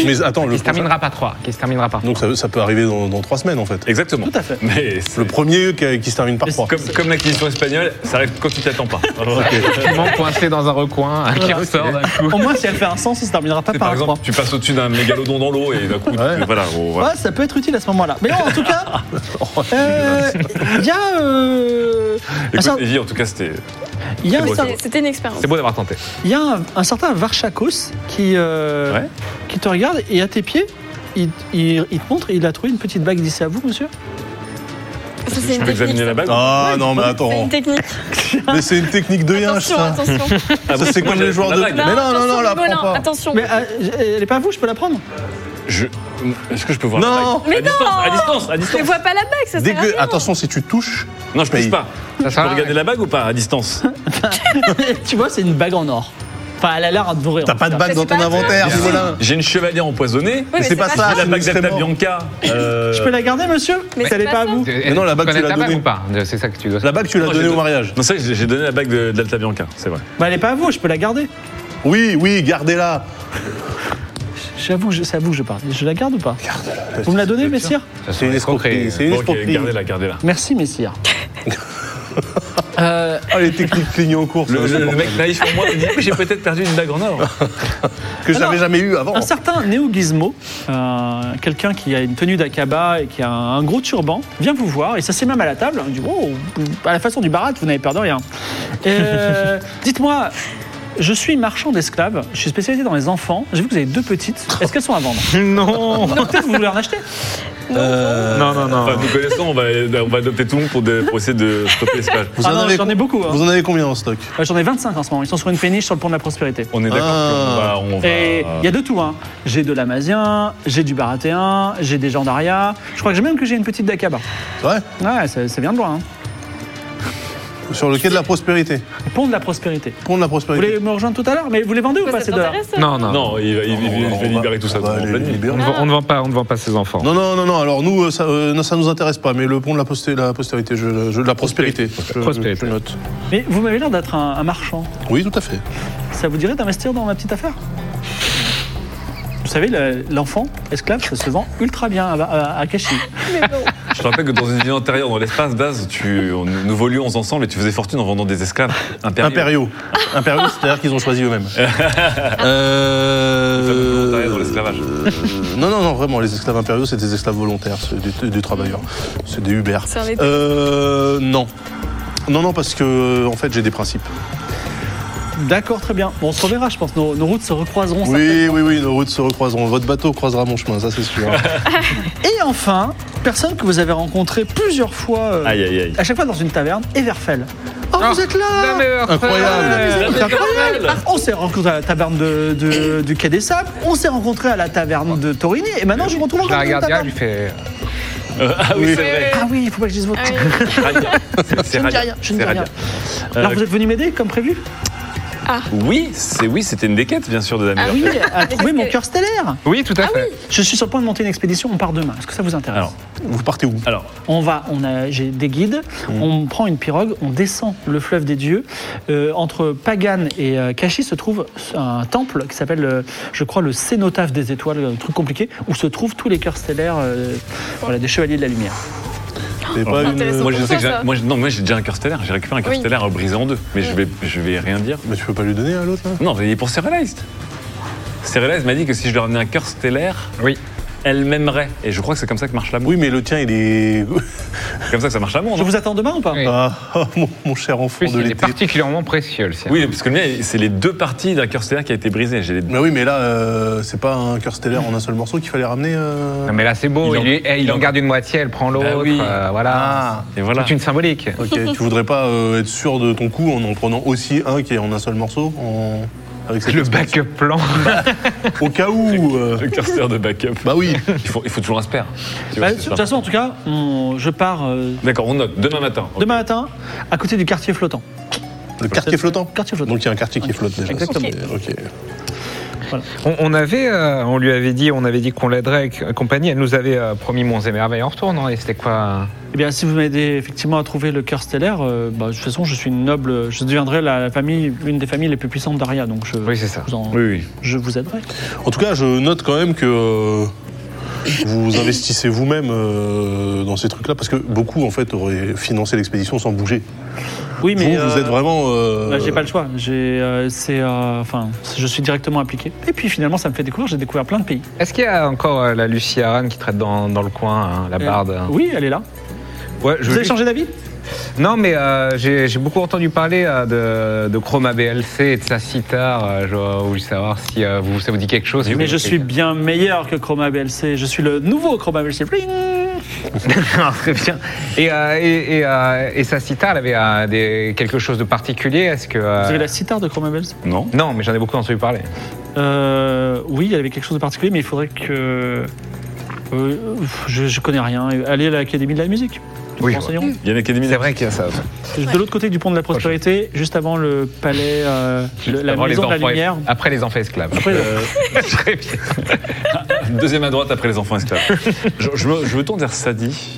[SPEAKER 4] Mais attends, le
[SPEAKER 6] Qui se terminera par 3. Qui se terminera par 3.
[SPEAKER 4] Donc ça, ça peut arriver dans, dans trois semaines en fait.
[SPEAKER 3] Exactement.
[SPEAKER 2] Tout à fait.
[SPEAKER 3] Mais c'est-
[SPEAKER 4] Le premier qui, qui se termine par
[SPEAKER 2] Mais
[SPEAKER 4] trois.
[SPEAKER 3] comme, comme l'acquisition espagnole, ça arrive quand tu t'attends pas.
[SPEAKER 6] Effectivement, pointé dans un recoin, un qui ressort d'un coup.
[SPEAKER 2] Au moins, si elle fait un sens, ça se terminera pas
[SPEAKER 3] C'est
[SPEAKER 2] par
[SPEAKER 3] Par
[SPEAKER 2] un 3.
[SPEAKER 3] exemple, tu passes au-dessus d'un mégalodon dans l'eau et d'un coup, tu-
[SPEAKER 4] Ouais.
[SPEAKER 3] voilà. on- voilà.
[SPEAKER 2] Ouais, ça peut être utile à ce moment-là. Mais non, en tout cas, euh, il y a, euh,
[SPEAKER 4] Ah,
[SPEAKER 2] un
[SPEAKER 3] Écoute,
[SPEAKER 2] cer-
[SPEAKER 3] Evie, en tout cas, c'était.
[SPEAKER 2] il y a, un
[SPEAKER 3] beau,
[SPEAKER 2] cer-
[SPEAKER 5] C'était- C'était une expérience.
[SPEAKER 6] C'est beau d'avoir tenté.
[SPEAKER 2] il y a un, un certain Varchakos qui, euh,
[SPEAKER 3] Ouais.
[SPEAKER 2] qui te regarde et à tes pieds, il, il- il te montre, il a trouvé une petite bague d'ici à vous, monsieur.
[SPEAKER 5] Ça, c'est une
[SPEAKER 3] Tu
[SPEAKER 5] technique.
[SPEAKER 3] peux examiner
[SPEAKER 5] ça.
[SPEAKER 3] la bague
[SPEAKER 4] Ah non mais
[SPEAKER 5] C'est
[SPEAKER 4] attends,
[SPEAKER 5] une technique.
[SPEAKER 4] mais c'est une technique de yinche
[SPEAKER 5] Attention,
[SPEAKER 4] ça.
[SPEAKER 5] attention.
[SPEAKER 3] Ah bon,
[SPEAKER 4] Ça c'est
[SPEAKER 3] moi,
[SPEAKER 4] comme les
[SPEAKER 3] j'avais
[SPEAKER 4] joueurs
[SPEAKER 3] la
[SPEAKER 4] de. Mais
[SPEAKER 3] bague.
[SPEAKER 4] non non non,
[SPEAKER 5] Attention,
[SPEAKER 4] la
[SPEAKER 5] Golin,
[SPEAKER 4] prends pas.
[SPEAKER 5] Attention.
[SPEAKER 2] Mais euh, elle est pas à vous, je peux la prendre
[SPEAKER 3] Je- Est-ce que je peux voir
[SPEAKER 4] Non.
[SPEAKER 3] la bague
[SPEAKER 5] Mais
[SPEAKER 3] à distance, à distance,
[SPEAKER 5] Je
[SPEAKER 3] à
[SPEAKER 5] ne
[SPEAKER 3] distance.
[SPEAKER 5] vois pas la bague, ça
[SPEAKER 4] Dès
[SPEAKER 5] sert à
[SPEAKER 4] que, Ah,
[SPEAKER 5] rien.
[SPEAKER 4] attention, si tu touches,
[SPEAKER 3] Non, je
[SPEAKER 4] Mais
[SPEAKER 3] pèse
[SPEAKER 4] il-
[SPEAKER 3] pas.
[SPEAKER 6] Ça
[SPEAKER 3] Je peux regarder la bague ou pas à distance
[SPEAKER 2] Tu vois, c'est une bague en or. Enfin, elle a l'air de
[SPEAKER 4] t'as pas de bague
[SPEAKER 5] Mais
[SPEAKER 4] dans
[SPEAKER 5] c'est
[SPEAKER 4] ton
[SPEAKER 5] pas
[SPEAKER 4] inventaire.
[SPEAKER 3] Merci.
[SPEAKER 4] Voilà. Ah,
[SPEAKER 3] J'ai une chevalière empoisonnée.
[SPEAKER 5] Oui, mais
[SPEAKER 4] C'est pas
[SPEAKER 5] pas
[SPEAKER 4] ça.
[SPEAKER 3] La bague
[SPEAKER 4] c'est
[SPEAKER 3] d'Ata
[SPEAKER 4] vraiment-
[SPEAKER 3] Bianca. euh,
[SPEAKER 2] Je peux la garder, monsieur
[SPEAKER 5] Mais
[SPEAKER 2] Elle
[SPEAKER 5] c'est
[SPEAKER 2] est pas
[SPEAKER 5] pas
[SPEAKER 2] à
[SPEAKER 5] ça.
[SPEAKER 2] vous.
[SPEAKER 6] Mais
[SPEAKER 4] non, la bague, tu l'as
[SPEAKER 6] Euh, ta bague
[SPEAKER 4] donnée.
[SPEAKER 6] ou pas C'est ça que tu dois
[SPEAKER 4] La bague, tu l'as
[SPEAKER 3] Non, j'ai
[SPEAKER 4] donnée au
[SPEAKER 3] don-
[SPEAKER 4] mariage.
[SPEAKER 3] Non, c'est vrai, j'ai j'ai donné la bague de- d'Alta Bianca, c'est vrai.
[SPEAKER 2] Bah, elle est pas à vous, je peux la garder.
[SPEAKER 4] Oui, oui, gardez-la.
[SPEAKER 2] J'avoue, je- c'est à vous que je parle. Je la garde ou pas Vous me la donnez, messire
[SPEAKER 4] C'est une escroquerie. C'est une
[SPEAKER 3] Bon, ok,
[SPEAKER 4] escroquerie.
[SPEAKER 3] gardez-la, gardez-la.
[SPEAKER 2] Merci, messire. Euh,
[SPEAKER 4] Ah, les techniques clignons en cours, ça,
[SPEAKER 3] Le,
[SPEAKER 4] c'est
[SPEAKER 3] le- le
[SPEAKER 4] bon.
[SPEAKER 3] mec naïf pour moi il dit j'ai peut-être perdu une bague en or.
[SPEAKER 4] que j'avais
[SPEAKER 2] non.
[SPEAKER 4] jamais eu avant.
[SPEAKER 2] un certain Néo Gizmo, euh, quelqu'un qui a une tenue d'Akaba et qui a un, un gros turban, vient vous voir et ça c'est même à la table. Il dit Oh, à la façon du barat, vous n'avez peur de rien. Euh, Dites-moi, je suis marchand d'esclaves, je suis spécialisé dans les enfants. J'ai vu que vous avez deux petites. Est-ce qu'elles sont à vendre
[SPEAKER 6] Non
[SPEAKER 2] Non, peut-être vous voulez en acheter.
[SPEAKER 6] Non, non,
[SPEAKER 3] Enfin,
[SPEAKER 6] non.
[SPEAKER 3] nous connaissons, on va, on va adopter tout le monde pour, de- pour essayer de stopper l'escalade.
[SPEAKER 4] Vous
[SPEAKER 2] Ah
[SPEAKER 4] en
[SPEAKER 2] non,
[SPEAKER 4] avez
[SPEAKER 2] j'en ai
[SPEAKER 4] com-
[SPEAKER 2] beaucoup. hein.
[SPEAKER 4] Vous en avez combien en stock
[SPEAKER 2] Euh, J'en ai 25 en ce moment. Ils sont sur une péniche sur le pont de la prospérité.
[SPEAKER 3] On est d'accord
[SPEAKER 4] Ah.
[SPEAKER 3] qu'on va. On va...
[SPEAKER 2] Et il y a de tout. Hein. J'ai de l'amazien, j'ai du baratéen, j'ai des gendaria. Je crois que j'ai même que j'ai une petite d'Akaba.
[SPEAKER 4] C'est vrai
[SPEAKER 2] Ouais, ça, ça vient de loin. Hein.
[SPEAKER 4] Sur le quai de la prospérité.
[SPEAKER 2] Pont de la prospérité.
[SPEAKER 4] Pont de la
[SPEAKER 2] Vous
[SPEAKER 4] prospérité.
[SPEAKER 2] voulez me rejoindre tout à l'heure Mais vous les vendez ou
[SPEAKER 5] Toi,
[SPEAKER 2] pas
[SPEAKER 5] ça
[SPEAKER 2] ces dollars
[SPEAKER 5] t'intéresse, ça
[SPEAKER 6] Non, non.
[SPEAKER 3] Non, il va, il- il- il va
[SPEAKER 4] On va-
[SPEAKER 3] libérer tout
[SPEAKER 4] on
[SPEAKER 3] ça.
[SPEAKER 4] va
[SPEAKER 3] en
[SPEAKER 4] les
[SPEAKER 3] pleine nuit.
[SPEAKER 4] libérer.
[SPEAKER 6] On ne vend- on ne vend pas, on ne vend pas ses enfants.
[SPEAKER 4] Non, non, non, non. Alors nous, euh, ça, euh, ça nous intéresse pas, mais le pont de la, posté- la postérité, je, je- la prospérité. Je-
[SPEAKER 6] Prospérité.
[SPEAKER 4] je note.
[SPEAKER 2] Mais vous m'avez l'air d'être un, un marchand.
[SPEAKER 4] Oui, tout à fait.
[SPEAKER 2] Ça vous dirait d'investir dans ma petite affaire Vous savez, le- l'enfant esclave, ça se vend ultra bien à, à, à Kashi.
[SPEAKER 3] Je te rappelle que dans une vie antérieure, dans l'espace d'Az, tu, on- nous volions ensemble et tu faisais fortune en vendant des esclaves impériaux.
[SPEAKER 4] Impériaux. Impériaux, c'est-à-dire qu'ils ont choisi eux-mêmes.
[SPEAKER 3] Le fameux volontariat dans
[SPEAKER 4] Euh...
[SPEAKER 3] l'esclavage.
[SPEAKER 4] euh, Non, non, non, vraiment, les esclaves impériaux, c'est des esclaves volontaires, c'est des, des travailleurs, c'est des Uber.
[SPEAKER 5] C'est un été.
[SPEAKER 4] Euh, non. Non, non, parce que, euh, en fait, j'ai des principes.
[SPEAKER 2] D'accord, très bien. Bon, on se reverra, je pense. Nos, nos routes se recroiseront. certainement.
[SPEAKER 4] Oui, oui, oui, nos routes se recroiseront. Votre bateau croisera mon chemin, ça c'est sûr.
[SPEAKER 2] Et enfin, personne que vous avez rencontré plusieurs fois, euh,
[SPEAKER 3] Aïe, aïe, Ah. aïe.
[SPEAKER 2] à chaque fois dans une taverne, Everfell. Oh, vous êtes là
[SPEAKER 4] Incroyable.
[SPEAKER 2] Ah, C'est incroyable. Ah, On s'est rencontré à la taverne de, de- du Quai des Sables, on s'est rencontré à la taverne de Torini, et maintenant je vous retrouve
[SPEAKER 6] Je la
[SPEAKER 2] encore dans une
[SPEAKER 6] regarde bien, je
[SPEAKER 2] taverne.
[SPEAKER 6] lui euh, fais.
[SPEAKER 3] Ah oui, c'est vrai.
[SPEAKER 2] Ah oui, il faut pas que je dise votre
[SPEAKER 5] Ah oui.
[SPEAKER 3] Radia. C'est
[SPEAKER 2] Je ne dis
[SPEAKER 3] Radia.
[SPEAKER 2] rien, je ne
[SPEAKER 3] C'est
[SPEAKER 2] dis rien.
[SPEAKER 3] Radia.
[SPEAKER 2] Alors vous êtes venu m'aider comme prévu
[SPEAKER 3] Oui, c'est oui, c'était une des quêtes, bien sûr, de Damien.
[SPEAKER 5] Ah
[SPEAKER 2] Oui, à trouver mon cœur stellaire.
[SPEAKER 6] Oui, tout à fait.
[SPEAKER 2] Je suis sur le point de monter une expédition, on part demain. Est-ce que ça vous intéresse
[SPEAKER 3] Alors,
[SPEAKER 4] Vous partez où Mmh.
[SPEAKER 3] alors,
[SPEAKER 2] On va, on a, j'ai des guides, on prend une pirogue, on descend le fleuve des dieux. Euh, entre Pagan et euh, Kashi se trouve un temple qui s'appelle, euh, je crois, le Cénotaphe des étoiles, un truc compliqué, où se trouvent tous les cœurs stellaires euh, voilà, des chevaliers de la lumière.
[SPEAKER 4] C'est pas une-
[SPEAKER 5] intéressant.
[SPEAKER 3] moi je
[SPEAKER 5] pour
[SPEAKER 3] sais que
[SPEAKER 5] toi,
[SPEAKER 3] j'ai-
[SPEAKER 5] ça.
[SPEAKER 3] moi, je- non, moi j'ai déjà un cœur stellaire, j'ai récupéré un cœur
[SPEAKER 5] Oui.
[SPEAKER 3] stellaire brisé en deux, mais je vais je vais rien dire.
[SPEAKER 4] Mais tu peux pas lui donner à l'autre là
[SPEAKER 3] Non, il est pour Serialized. Serialized m'a dit que si je lui ramenais un cœur stellaire,
[SPEAKER 6] Oui.
[SPEAKER 3] elle m'aimerait. Et je crois que c'est comme ça que marche l'amour.
[SPEAKER 4] Oui, mais le tien, il est.
[SPEAKER 3] C'est comme ça que ça marche l'amour,
[SPEAKER 2] Je
[SPEAKER 3] non
[SPEAKER 2] vous attends demain ou pas
[SPEAKER 6] Oui.
[SPEAKER 4] Ah, ah, mon, mon cher enfant
[SPEAKER 6] En plus,
[SPEAKER 4] de
[SPEAKER 6] il est
[SPEAKER 4] l'été.
[SPEAKER 6] particulièrement précieux, le sien.
[SPEAKER 3] Oui, parce que le mien, c'est les deux parties d'un cœur stellaire qui a été brisé. J'ai les deux.
[SPEAKER 4] Mais oui, mais là, euh, c'est pas un cœur stellaire en un seul morceau qu'il fallait ramener. euh,
[SPEAKER 6] Non, mais là, c'est beau.
[SPEAKER 3] Il
[SPEAKER 6] Il,
[SPEAKER 3] en-
[SPEAKER 6] lui- eh, il
[SPEAKER 3] il en-
[SPEAKER 6] en garde une moitié, elle
[SPEAKER 4] Bah
[SPEAKER 6] prend l'autre.
[SPEAKER 3] oui.
[SPEAKER 6] euh,
[SPEAKER 4] Ah.
[SPEAKER 6] voilà.
[SPEAKER 3] Et voilà.
[SPEAKER 6] C'est une symbolique.
[SPEAKER 4] Ok, tu voudrais pas euh, être sûr de ton coup en en prenant aussi un qui est en un seul morceau en- avec cette
[SPEAKER 6] Le
[SPEAKER 4] expansion
[SPEAKER 6] backup plan.
[SPEAKER 4] Au cas où. euh,
[SPEAKER 3] Le cœur stellaire de backup.
[SPEAKER 4] Bah oui.
[SPEAKER 3] Il faut, il faut toujours un spare. Tu vois,
[SPEAKER 2] Bah,
[SPEAKER 3] c'est
[SPEAKER 2] De toute
[SPEAKER 3] ça.
[SPEAKER 2] façon, en tout cas, on- je pars euh,
[SPEAKER 3] D'accord, on note. Demain matin. Ok.
[SPEAKER 2] demain matin à côté du quartier flottant.
[SPEAKER 4] Le quartier flottant.
[SPEAKER 2] Quartier flottant.
[SPEAKER 4] Donc il y a un quartier qui flotte déjà.
[SPEAKER 2] Exactement.
[SPEAKER 4] Ok.
[SPEAKER 6] On, on avait, euh, on lui avait dit, on avait dit qu'on l'aiderait et compagnie. Elle nous avait euh, promis Monts et Merveilles en retour, non Et c'était quoi
[SPEAKER 2] Eh bien, si vous m'aidez effectivement à trouver le cœur stellaire, euh, bah, de toute façon, je suis une noble, je deviendrai la famille, l'une des familles les plus puissantes d'Aria, donc je,
[SPEAKER 6] euh, Oui, c'est ça.
[SPEAKER 2] vous en-
[SPEAKER 3] Oui, oui.
[SPEAKER 2] je vous aiderai.
[SPEAKER 4] En tout cas, je note quand même que euh, vous investissez vous-même euh, dans ces trucs-là parce que beaucoup en fait auraient financé l'expédition sans bouger.
[SPEAKER 2] Oui, mais
[SPEAKER 4] vous, vous
[SPEAKER 2] euh,
[SPEAKER 4] êtes vraiment. euh,
[SPEAKER 2] bah, j'ai pas le choix. J'ai, euh, c'est, euh, enfin, je suis directement impliqué. Et puis finalement, ça me fait découvrir. J'ai découvert plein de pays.
[SPEAKER 6] Est-ce qu'il y a encore euh, la Lucie Aran qui traite dans, dans le coin, hein, la
[SPEAKER 2] Euh,
[SPEAKER 6] barde hein
[SPEAKER 2] Oui, elle est là.
[SPEAKER 6] Ouais, je
[SPEAKER 2] vous
[SPEAKER 6] veux
[SPEAKER 2] avez
[SPEAKER 6] juste-
[SPEAKER 2] changé d'avis
[SPEAKER 6] Non, mais euh, j'ai j'ai beaucoup entendu parler euh, de, de Chroma BLC et de sa sitar. Euh, J'aurais voulu savoir si euh, vous, ça vous dit quelque chose.
[SPEAKER 2] Mais je suis bien meilleur que Chroma BLC. Je suis le nouveau Chroma BLC. Pling
[SPEAKER 6] Ah, Très bien. Et, euh, et, et, euh, et sa sitar, elle avait euh, des, quelque chose de particulier Est-ce que. euh,
[SPEAKER 2] Vous avez la sitar de Chroma BLC
[SPEAKER 3] Non
[SPEAKER 6] Non, mais j'en ai beaucoup entendu parler.
[SPEAKER 2] Euh, oui, il y avait quelque chose de particulier, mais il faudrait que. Euh, je, je connais rien. Allez à l'Académie de la musique. Ils vous
[SPEAKER 6] Oui,
[SPEAKER 2] renseigneront.
[SPEAKER 3] Il y a une académie
[SPEAKER 6] C'est vrai qu'il y a ça.
[SPEAKER 2] De l'autre côté du pont de la prospérité, juste avant le palais, euh, le- la
[SPEAKER 6] Avant les
[SPEAKER 2] maison de la
[SPEAKER 6] enfants-
[SPEAKER 2] lumière.
[SPEAKER 6] Après les enfants esclaves.
[SPEAKER 2] Après, euh,
[SPEAKER 6] Très bien.
[SPEAKER 3] Deuxième à droite après les enfants esclaves. je, je me, je me tourne vers Sadi.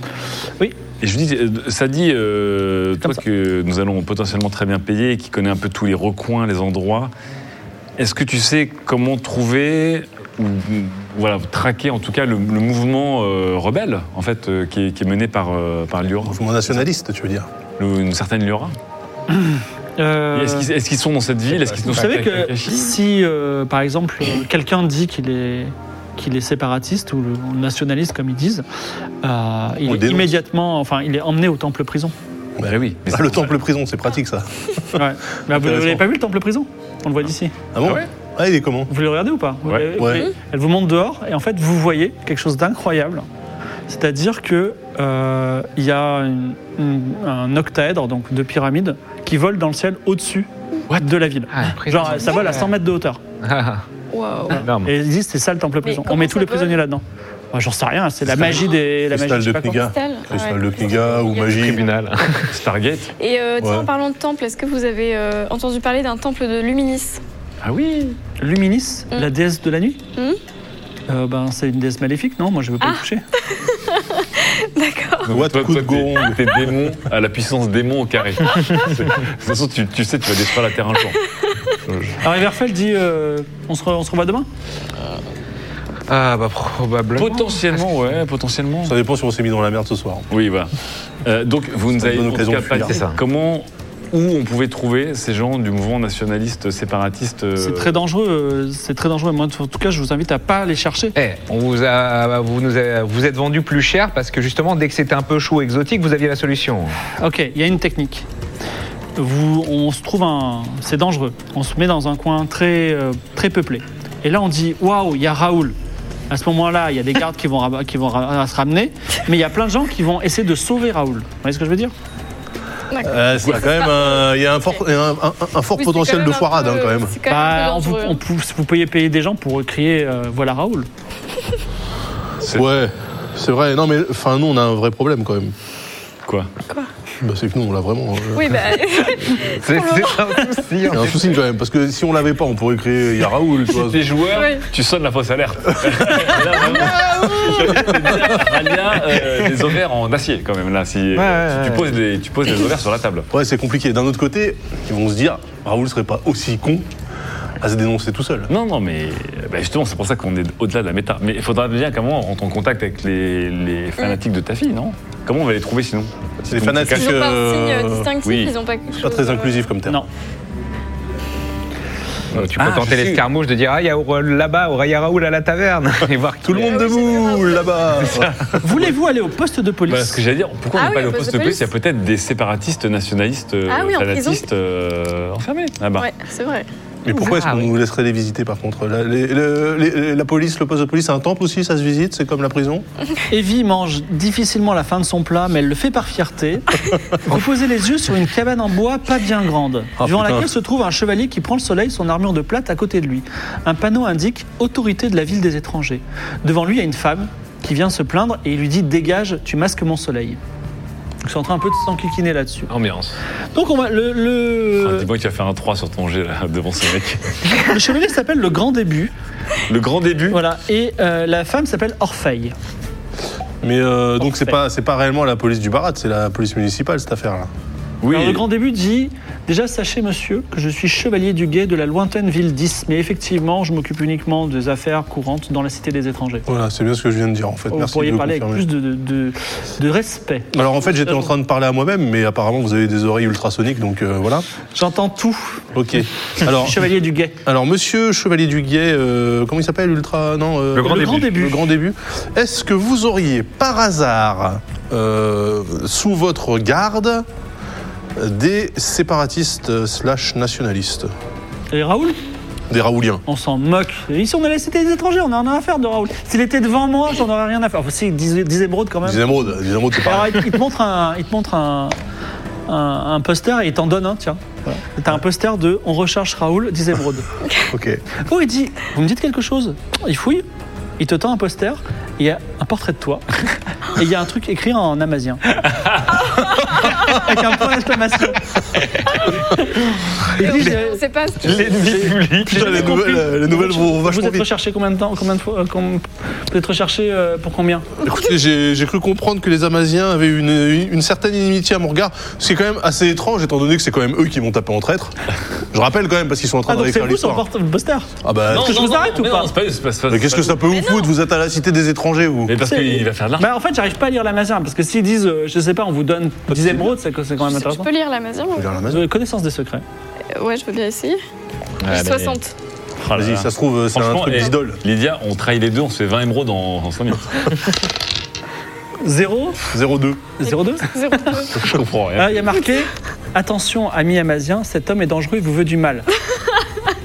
[SPEAKER 2] Oui.
[SPEAKER 3] Et je lui dis, euh, Sadi, euh, toi
[SPEAKER 2] ça.
[SPEAKER 3] que nous allons potentiellement très bien payer et qui connaît un peu tous les recoins, les endroits, est-ce que tu sais comment trouver ou ou, voilà, traquer en tout cas le, le mouvement euh, rebelle en fait euh, qui, est, qui est mené par, euh, par Liora,
[SPEAKER 4] Mouvement nationaliste, tu veux dire
[SPEAKER 3] le- une certaine Liora
[SPEAKER 2] euh,
[SPEAKER 3] Et Est-ce qu'ils est-ce qu'ils sont dans cette ville Est-ce qu'ils
[SPEAKER 4] Bah,
[SPEAKER 3] sont
[SPEAKER 2] vous savez
[SPEAKER 3] avec
[SPEAKER 2] que
[SPEAKER 3] Kakashi
[SPEAKER 2] si, euh, par exemple, euh, quelqu'un dit qu'il est qu'il est séparatiste ou le- ou nationaliste comme ils disent, euh,
[SPEAKER 4] On
[SPEAKER 2] il est
[SPEAKER 4] dénonce.
[SPEAKER 2] immédiatement, enfin, il est emmené au temple prison.
[SPEAKER 3] Bah oui. mais
[SPEAKER 4] Ah,
[SPEAKER 3] c'est-
[SPEAKER 4] Le temple prison, c'est pratique ça.
[SPEAKER 2] Ouais. Mais vous
[SPEAKER 4] Intéressant.
[SPEAKER 2] l'avez pas vu le temple prison On le voit d'ici.
[SPEAKER 4] Ah bon
[SPEAKER 3] Ah ouais
[SPEAKER 4] Ah, il est comment
[SPEAKER 2] Vous le regardez ou pas Vous
[SPEAKER 3] Ouais.
[SPEAKER 2] l'avez-
[SPEAKER 4] Ouais.
[SPEAKER 2] vous- Elle vous montre dehors et en fait vous voyez quelque chose d'incroyable. C'est-à-dire que euh, il y a une- une- un octaèdre, donc deux pyramides, qui volent dans le ciel au-dessus de la ville.
[SPEAKER 6] Ah, après,
[SPEAKER 2] Genre ça vole à
[SPEAKER 6] Ouais.
[SPEAKER 2] 100 mètres de hauteur.
[SPEAKER 6] Ah,
[SPEAKER 5] Waouh.
[SPEAKER 6] énorme.
[SPEAKER 2] Et ils disent c'est ça le temple prison. On
[SPEAKER 5] comment
[SPEAKER 2] met tous
[SPEAKER 5] ça
[SPEAKER 2] les
[SPEAKER 5] peut
[SPEAKER 2] prisonniers là-dedans. Bah, J'en sais rien, c'est la magie des. La magie,
[SPEAKER 4] Cristal
[SPEAKER 2] je
[SPEAKER 4] de
[SPEAKER 2] sais pas quoi.
[SPEAKER 4] Kniga.
[SPEAKER 5] Cristal,
[SPEAKER 4] Cristal
[SPEAKER 5] ouais.
[SPEAKER 4] de Kniga ou magie.
[SPEAKER 6] Tribunal.
[SPEAKER 3] Stargate
[SPEAKER 5] Et euh, tiens,
[SPEAKER 4] Ouais.
[SPEAKER 5] en parlant de temple, est-ce que vous avez euh, entendu parler d'un temple de Luminis
[SPEAKER 3] Ah oui
[SPEAKER 2] Luminis,
[SPEAKER 5] Mm.
[SPEAKER 2] la déesse de la nuit
[SPEAKER 5] Mm. Ah.
[SPEAKER 2] Euh, ben, c'est une déesse maléfique, non Moi je veux pas y toucher.
[SPEAKER 3] Donc,
[SPEAKER 4] What could
[SPEAKER 3] t'es-
[SPEAKER 4] go wrong
[SPEAKER 3] T'es démon à la puissance démon au carré. C'est- De toute façon, tu, tu sais, tu vas détruire la Terre un jour.
[SPEAKER 2] Alors Everfell dit euh, on, se re- on se revoit demain
[SPEAKER 6] Ah, bah probablement.
[SPEAKER 3] Potentiellement, ouais, potentiellement.
[SPEAKER 4] Ça dépend si on s'est mis dans la merde ce soir.
[SPEAKER 3] Oui, voilà. Euh, donc, vous nous
[SPEAKER 4] C'est
[SPEAKER 3] avez
[SPEAKER 4] une bonne
[SPEAKER 3] en tout
[SPEAKER 4] occasion
[SPEAKER 3] cas
[SPEAKER 4] de
[SPEAKER 3] pas
[SPEAKER 4] fuir.
[SPEAKER 3] dit
[SPEAKER 6] C'est ça.
[SPEAKER 3] comment, où on pouvait trouver ces gens du mouvement nationaliste séparatiste. euh,
[SPEAKER 2] C'est très dangereux, euh, c'est très dangereux. Moi, en tout cas, je vous invite à pas aller chercher.
[SPEAKER 6] Eh, on vous a, vous nous a- vous êtes vendu plus cher parce que justement dès que c'était un peu chaud exotique, vous aviez la solution.
[SPEAKER 2] Ok, il y a une technique. Vous, on se trouve un, c'est dangereux. On se met dans un coin très euh, très peuplé. Et là, on dit waouh, il y a Raoul. À ce moment-là, il y a des gardes qui vont raba- qui vont ra- se ramener, mais il y a plein de gens qui vont essayer de sauver Raoul. Vous voyez ce que je veux dire
[SPEAKER 4] Euh, c'est quand même un- Il y a un fort, un, un- un fort
[SPEAKER 5] Oui, c'est
[SPEAKER 4] potentiel
[SPEAKER 5] quand
[SPEAKER 4] de
[SPEAKER 5] même un
[SPEAKER 4] foirade
[SPEAKER 5] peu-
[SPEAKER 4] hein, quand même.
[SPEAKER 5] C'est quand
[SPEAKER 2] Bah,
[SPEAKER 5] même un peu
[SPEAKER 2] on vous,
[SPEAKER 5] dangereux.
[SPEAKER 2] on pou- vous pouvez payer des gens pour crier euh, voilà Raoul.
[SPEAKER 4] Ouais, c'est vrai. Non, mais enfin, nous, on a un vrai problème quand même.
[SPEAKER 3] Quoi
[SPEAKER 4] Bah, c'est que nous, on l'a vraiment. euh.
[SPEAKER 5] Oui, bah,
[SPEAKER 6] C'est c'est un souci. en
[SPEAKER 4] Il y a un
[SPEAKER 6] fait.
[SPEAKER 4] souci quand même, parce que si on l'avait pas, on pourrait créer il y a Raoul, tu vois.
[SPEAKER 3] T'es joueur,
[SPEAKER 5] Ouais.
[SPEAKER 3] tu sonnes la fausse alerte. Là, vraiment, Ralia, euh, les ovaires en acier quand même là. Si, euh,
[SPEAKER 6] ouais,
[SPEAKER 3] tu,
[SPEAKER 6] ouais.
[SPEAKER 3] poses les, tu poses les ovaires sur la table.
[SPEAKER 4] Ouais, c'est compliqué. D'un autre côté, ils vont se dire, Raoul serait pas aussi con à se dénoncer tout seul.
[SPEAKER 3] Non, non, mais euh, bah, justement, c'est pour ça qu'on est au-delà de la méta. Mais il faudra bien qu'à un moment on rentre en contact avec les, les fanatiques de ta fille, non Comment on va les trouver sinon
[SPEAKER 4] les
[SPEAKER 3] Donc,
[SPEAKER 4] fanatiques,
[SPEAKER 5] ils
[SPEAKER 3] cache-
[SPEAKER 5] n'ont pas un signe
[SPEAKER 4] euh,
[SPEAKER 5] euh, distinctif,
[SPEAKER 3] oui.
[SPEAKER 5] ils n'ont pas quelque chose.
[SPEAKER 4] C'est pas très
[SPEAKER 5] euh,
[SPEAKER 4] inclusif comme terme.
[SPEAKER 2] Non.
[SPEAKER 6] Euh, Tu
[SPEAKER 3] Ah,
[SPEAKER 6] peux
[SPEAKER 3] je
[SPEAKER 6] tenter
[SPEAKER 3] sais.
[SPEAKER 6] l'escarmouche de dire Ah, il y a Raoul là-bas, Aurélien Raoul à la taverne. Et voir
[SPEAKER 4] Tout le monde debout, là-bas.
[SPEAKER 2] Voulez-vous aller au poste de police
[SPEAKER 3] Voilà ce que j'allais dire, pourquoi
[SPEAKER 5] Ah
[SPEAKER 3] on
[SPEAKER 5] oui,
[SPEAKER 3] n'est pas allé
[SPEAKER 5] au
[SPEAKER 3] au
[SPEAKER 5] poste
[SPEAKER 3] poste
[SPEAKER 5] de
[SPEAKER 3] de police Il y a
[SPEAKER 5] police.
[SPEAKER 3] peut-être des séparatistes nationalistes, euh,
[SPEAKER 5] Ah oui, en prison.
[SPEAKER 3] fanatistes euh, enfermés
[SPEAKER 4] hein.
[SPEAKER 3] là-bas.
[SPEAKER 5] Ouais, c'est vrai.
[SPEAKER 4] Mais pourquoi est-ce
[SPEAKER 6] Ah,
[SPEAKER 4] qu'on
[SPEAKER 6] oui.
[SPEAKER 4] nous laisserait les visiter par contre la, les- le- les- la police, le poste de police, c'est un temple aussi, ça se visite, c'est comme la prison
[SPEAKER 2] Evie mange difficilement la fin de son plat, mais elle le fait par fierté. Reposez les yeux sur une cabane en bois pas bien grande,
[SPEAKER 4] Ah,
[SPEAKER 2] devant
[SPEAKER 4] putain.
[SPEAKER 2] laquelle se trouve un chevalier qui prend le soleil, son armure de plate à côté de lui. Un panneau indique Autorité de la ville des étrangers. Devant lui, il y a une femme qui vient se plaindre et il lui dit Dégage, tu masques mon soleil. Ils sont en train un peu de s'enquiquiner là-dessus.
[SPEAKER 3] Ambiance.
[SPEAKER 2] Donc on va, le, le-
[SPEAKER 3] Ah, Dis-moi que tu as fait un 3 sur ton jet là, devant ce mec.
[SPEAKER 2] le chevalier s'appelle le Grand Début,
[SPEAKER 3] Le grand début.
[SPEAKER 2] voilà, et euh, la femme s'appelle Orfeille.
[SPEAKER 4] Mais euh, donc c'est
[SPEAKER 2] Parfait.
[SPEAKER 4] pas, c'est pas réellement la police du Barat, c'est la police municipale cette affaire-là.
[SPEAKER 3] Oui.
[SPEAKER 2] Alors, le grand début dit Déjà, sachez, monsieur, que je suis chevalier du guet de la lointaine ville 10, mais effectivement, je m'occupe uniquement des affaires courantes dans la cité des étrangers.
[SPEAKER 4] Voilà, c'est bien ce que je viens de dire en fait.
[SPEAKER 2] Oh, Vous
[SPEAKER 4] Oh, Merci
[SPEAKER 2] pourriez
[SPEAKER 4] de le
[SPEAKER 2] parler avec
[SPEAKER 4] confirmer.
[SPEAKER 2] plus de, de- de- de respect.
[SPEAKER 4] Alors en fait, j'étais en train de parler à moi-même, mais apparemment vous avez des oreilles ultrasoniques, donc euh, voilà.
[SPEAKER 2] J'entends tout.
[SPEAKER 4] Ok.
[SPEAKER 2] Je
[SPEAKER 4] Alors,
[SPEAKER 2] suis chevalier du guet.
[SPEAKER 4] alors Monsieur Chevalier du Guet, euh, comment il s'appelle Ultra Non. euh,
[SPEAKER 6] Le Grand
[SPEAKER 2] Début.
[SPEAKER 4] Le Grand Début. Est-ce que vous auriez par hasard euh, sous votre garde euh, des séparatistes euh, slash nationalistes,
[SPEAKER 2] Et Raoul
[SPEAKER 4] des Raouliens
[SPEAKER 2] On s'en moque. Ici, on est la cité des étrangers, on en a rien à faire de Raoul. S'il était devant moi, j'en aurais rien à faire. Enfin, si, 10, émeraudes quand même.
[SPEAKER 4] Des émeraudes, des émeraudes, c'est
[SPEAKER 2] Alors,
[SPEAKER 4] pareil.
[SPEAKER 2] il te montre un, il te montre un, un- un poster et il t'en donne un, tiens. Voilà. T'as un poster de On recherche Raoul, 10 émeraudes.
[SPEAKER 4] Ok.
[SPEAKER 2] Oh, il dit, vous me dites quelque chose Il fouille, il te tend un poster, il y a un portrait de toi, et il y a un truc écrit en amazien. Avec un point d'exclamation. Il dit,
[SPEAKER 5] On ne
[SPEAKER 2] j'ai-
[SPEAKER 5] sait pas ce que.
[SPEAKER 6] L'ennemi public.
[SPEAKER 4] Putain, les
[SPEAKER 2] compris.
[SPEAKER 4] nouvelles, euh, les nouvelles vont
[SPEAKER 2] vous
[SPEAKER 4] vachement
[SPEAKER 2] êtes
[SPEAKER 4] vite.
[SPEAKER 2] recherché combien de temps combien de fois, euh, com- Vous êtes recherché euh, pour combien
[SPEAKER 4] Écoutez, j'ai j'ai cru comprendre que les Amaziens avaient une, une- une certaine inimitié à mon regard, ce qui est quand même assez étrange, étant donné que c'est quand même eux qui m'ont tapé en traître. Je rappelle quand même, parce qu'ils sont en train
[SPEAKER 2] Ah, donc c'est
[SPEAKER 4] d'écrire
[SPEAKER 2] vous sur le
[SPEAKER 4] l'histoire.
[SPEAKER 2] porte- le poster
[SPEAKER 4] Ah bah,
[SPEAKER 2] que je vous arrête ou
[SPEAKER 3] mais
[SPEAKER 2] pas
[SPEAKER 3] non, c'est pas- c'est pas- c'est pas-
[SPEAKER 4] mais qu'est-ce
[SPEAKER 3] c'est
[SPEAKER 4] que
[SPEAKER 3] pas-
[SPEAKER 4] ça peut vous foutre Vous êtes à la cité des étrangers, vous
[SPEAKER 3] Mais parce
[SPEAKER 2] C'est-
[SPEAKER 3] qu'il va faire de l'argent.
[SPEAKER 2] Bah en fait, j'arrive pas à lire l'amazien, parce que s'ils disent, euh, je sais pas, on vous donne 10 émeraudes, c'est c'est quand même
[SPEAKER 5] Je
[SPEAKER 2] intéressant.
[SPEAKER 5] peux lire la masure
[SPEAKER 4] Je veux dire, l'Amazon.
[SPEAKER 2] Euh, Connaissance des secrets.
[SPEAKER 5] Ouais, je peux bien essayer.
[SPEAKER 4] Ah,
[SPEAKER 3] Ouais, mais-
[SPEAKER 5] 60.
[SPEAKER 3] Oh là
[SPEAKER 4] Vas-y,
[SPEAKER 3] là.
[SPEAKER 4] ça se trouve, c'est un
[SPEAKER 3] Franchement,
[SPEAKER 4] truc
[SPEAKER 3] eh,
[SPEAKER 4] d'idole.
[SPEAKER 3] Lydia, on trahit les deux, on se fait 20 émeraudes en, 5 minutes.
[SPEAKER 2] 0
[SPEAKER 4] 02.
[SPEAKER 2] 02
[SPEAKER 5] Zéro.
[SPEAKER 3] Je comprends rien.
[SPEAKER 2] Ah, Il y a marqué Attention, ami amazien, cet homme est dangereux, il vous veut du mal.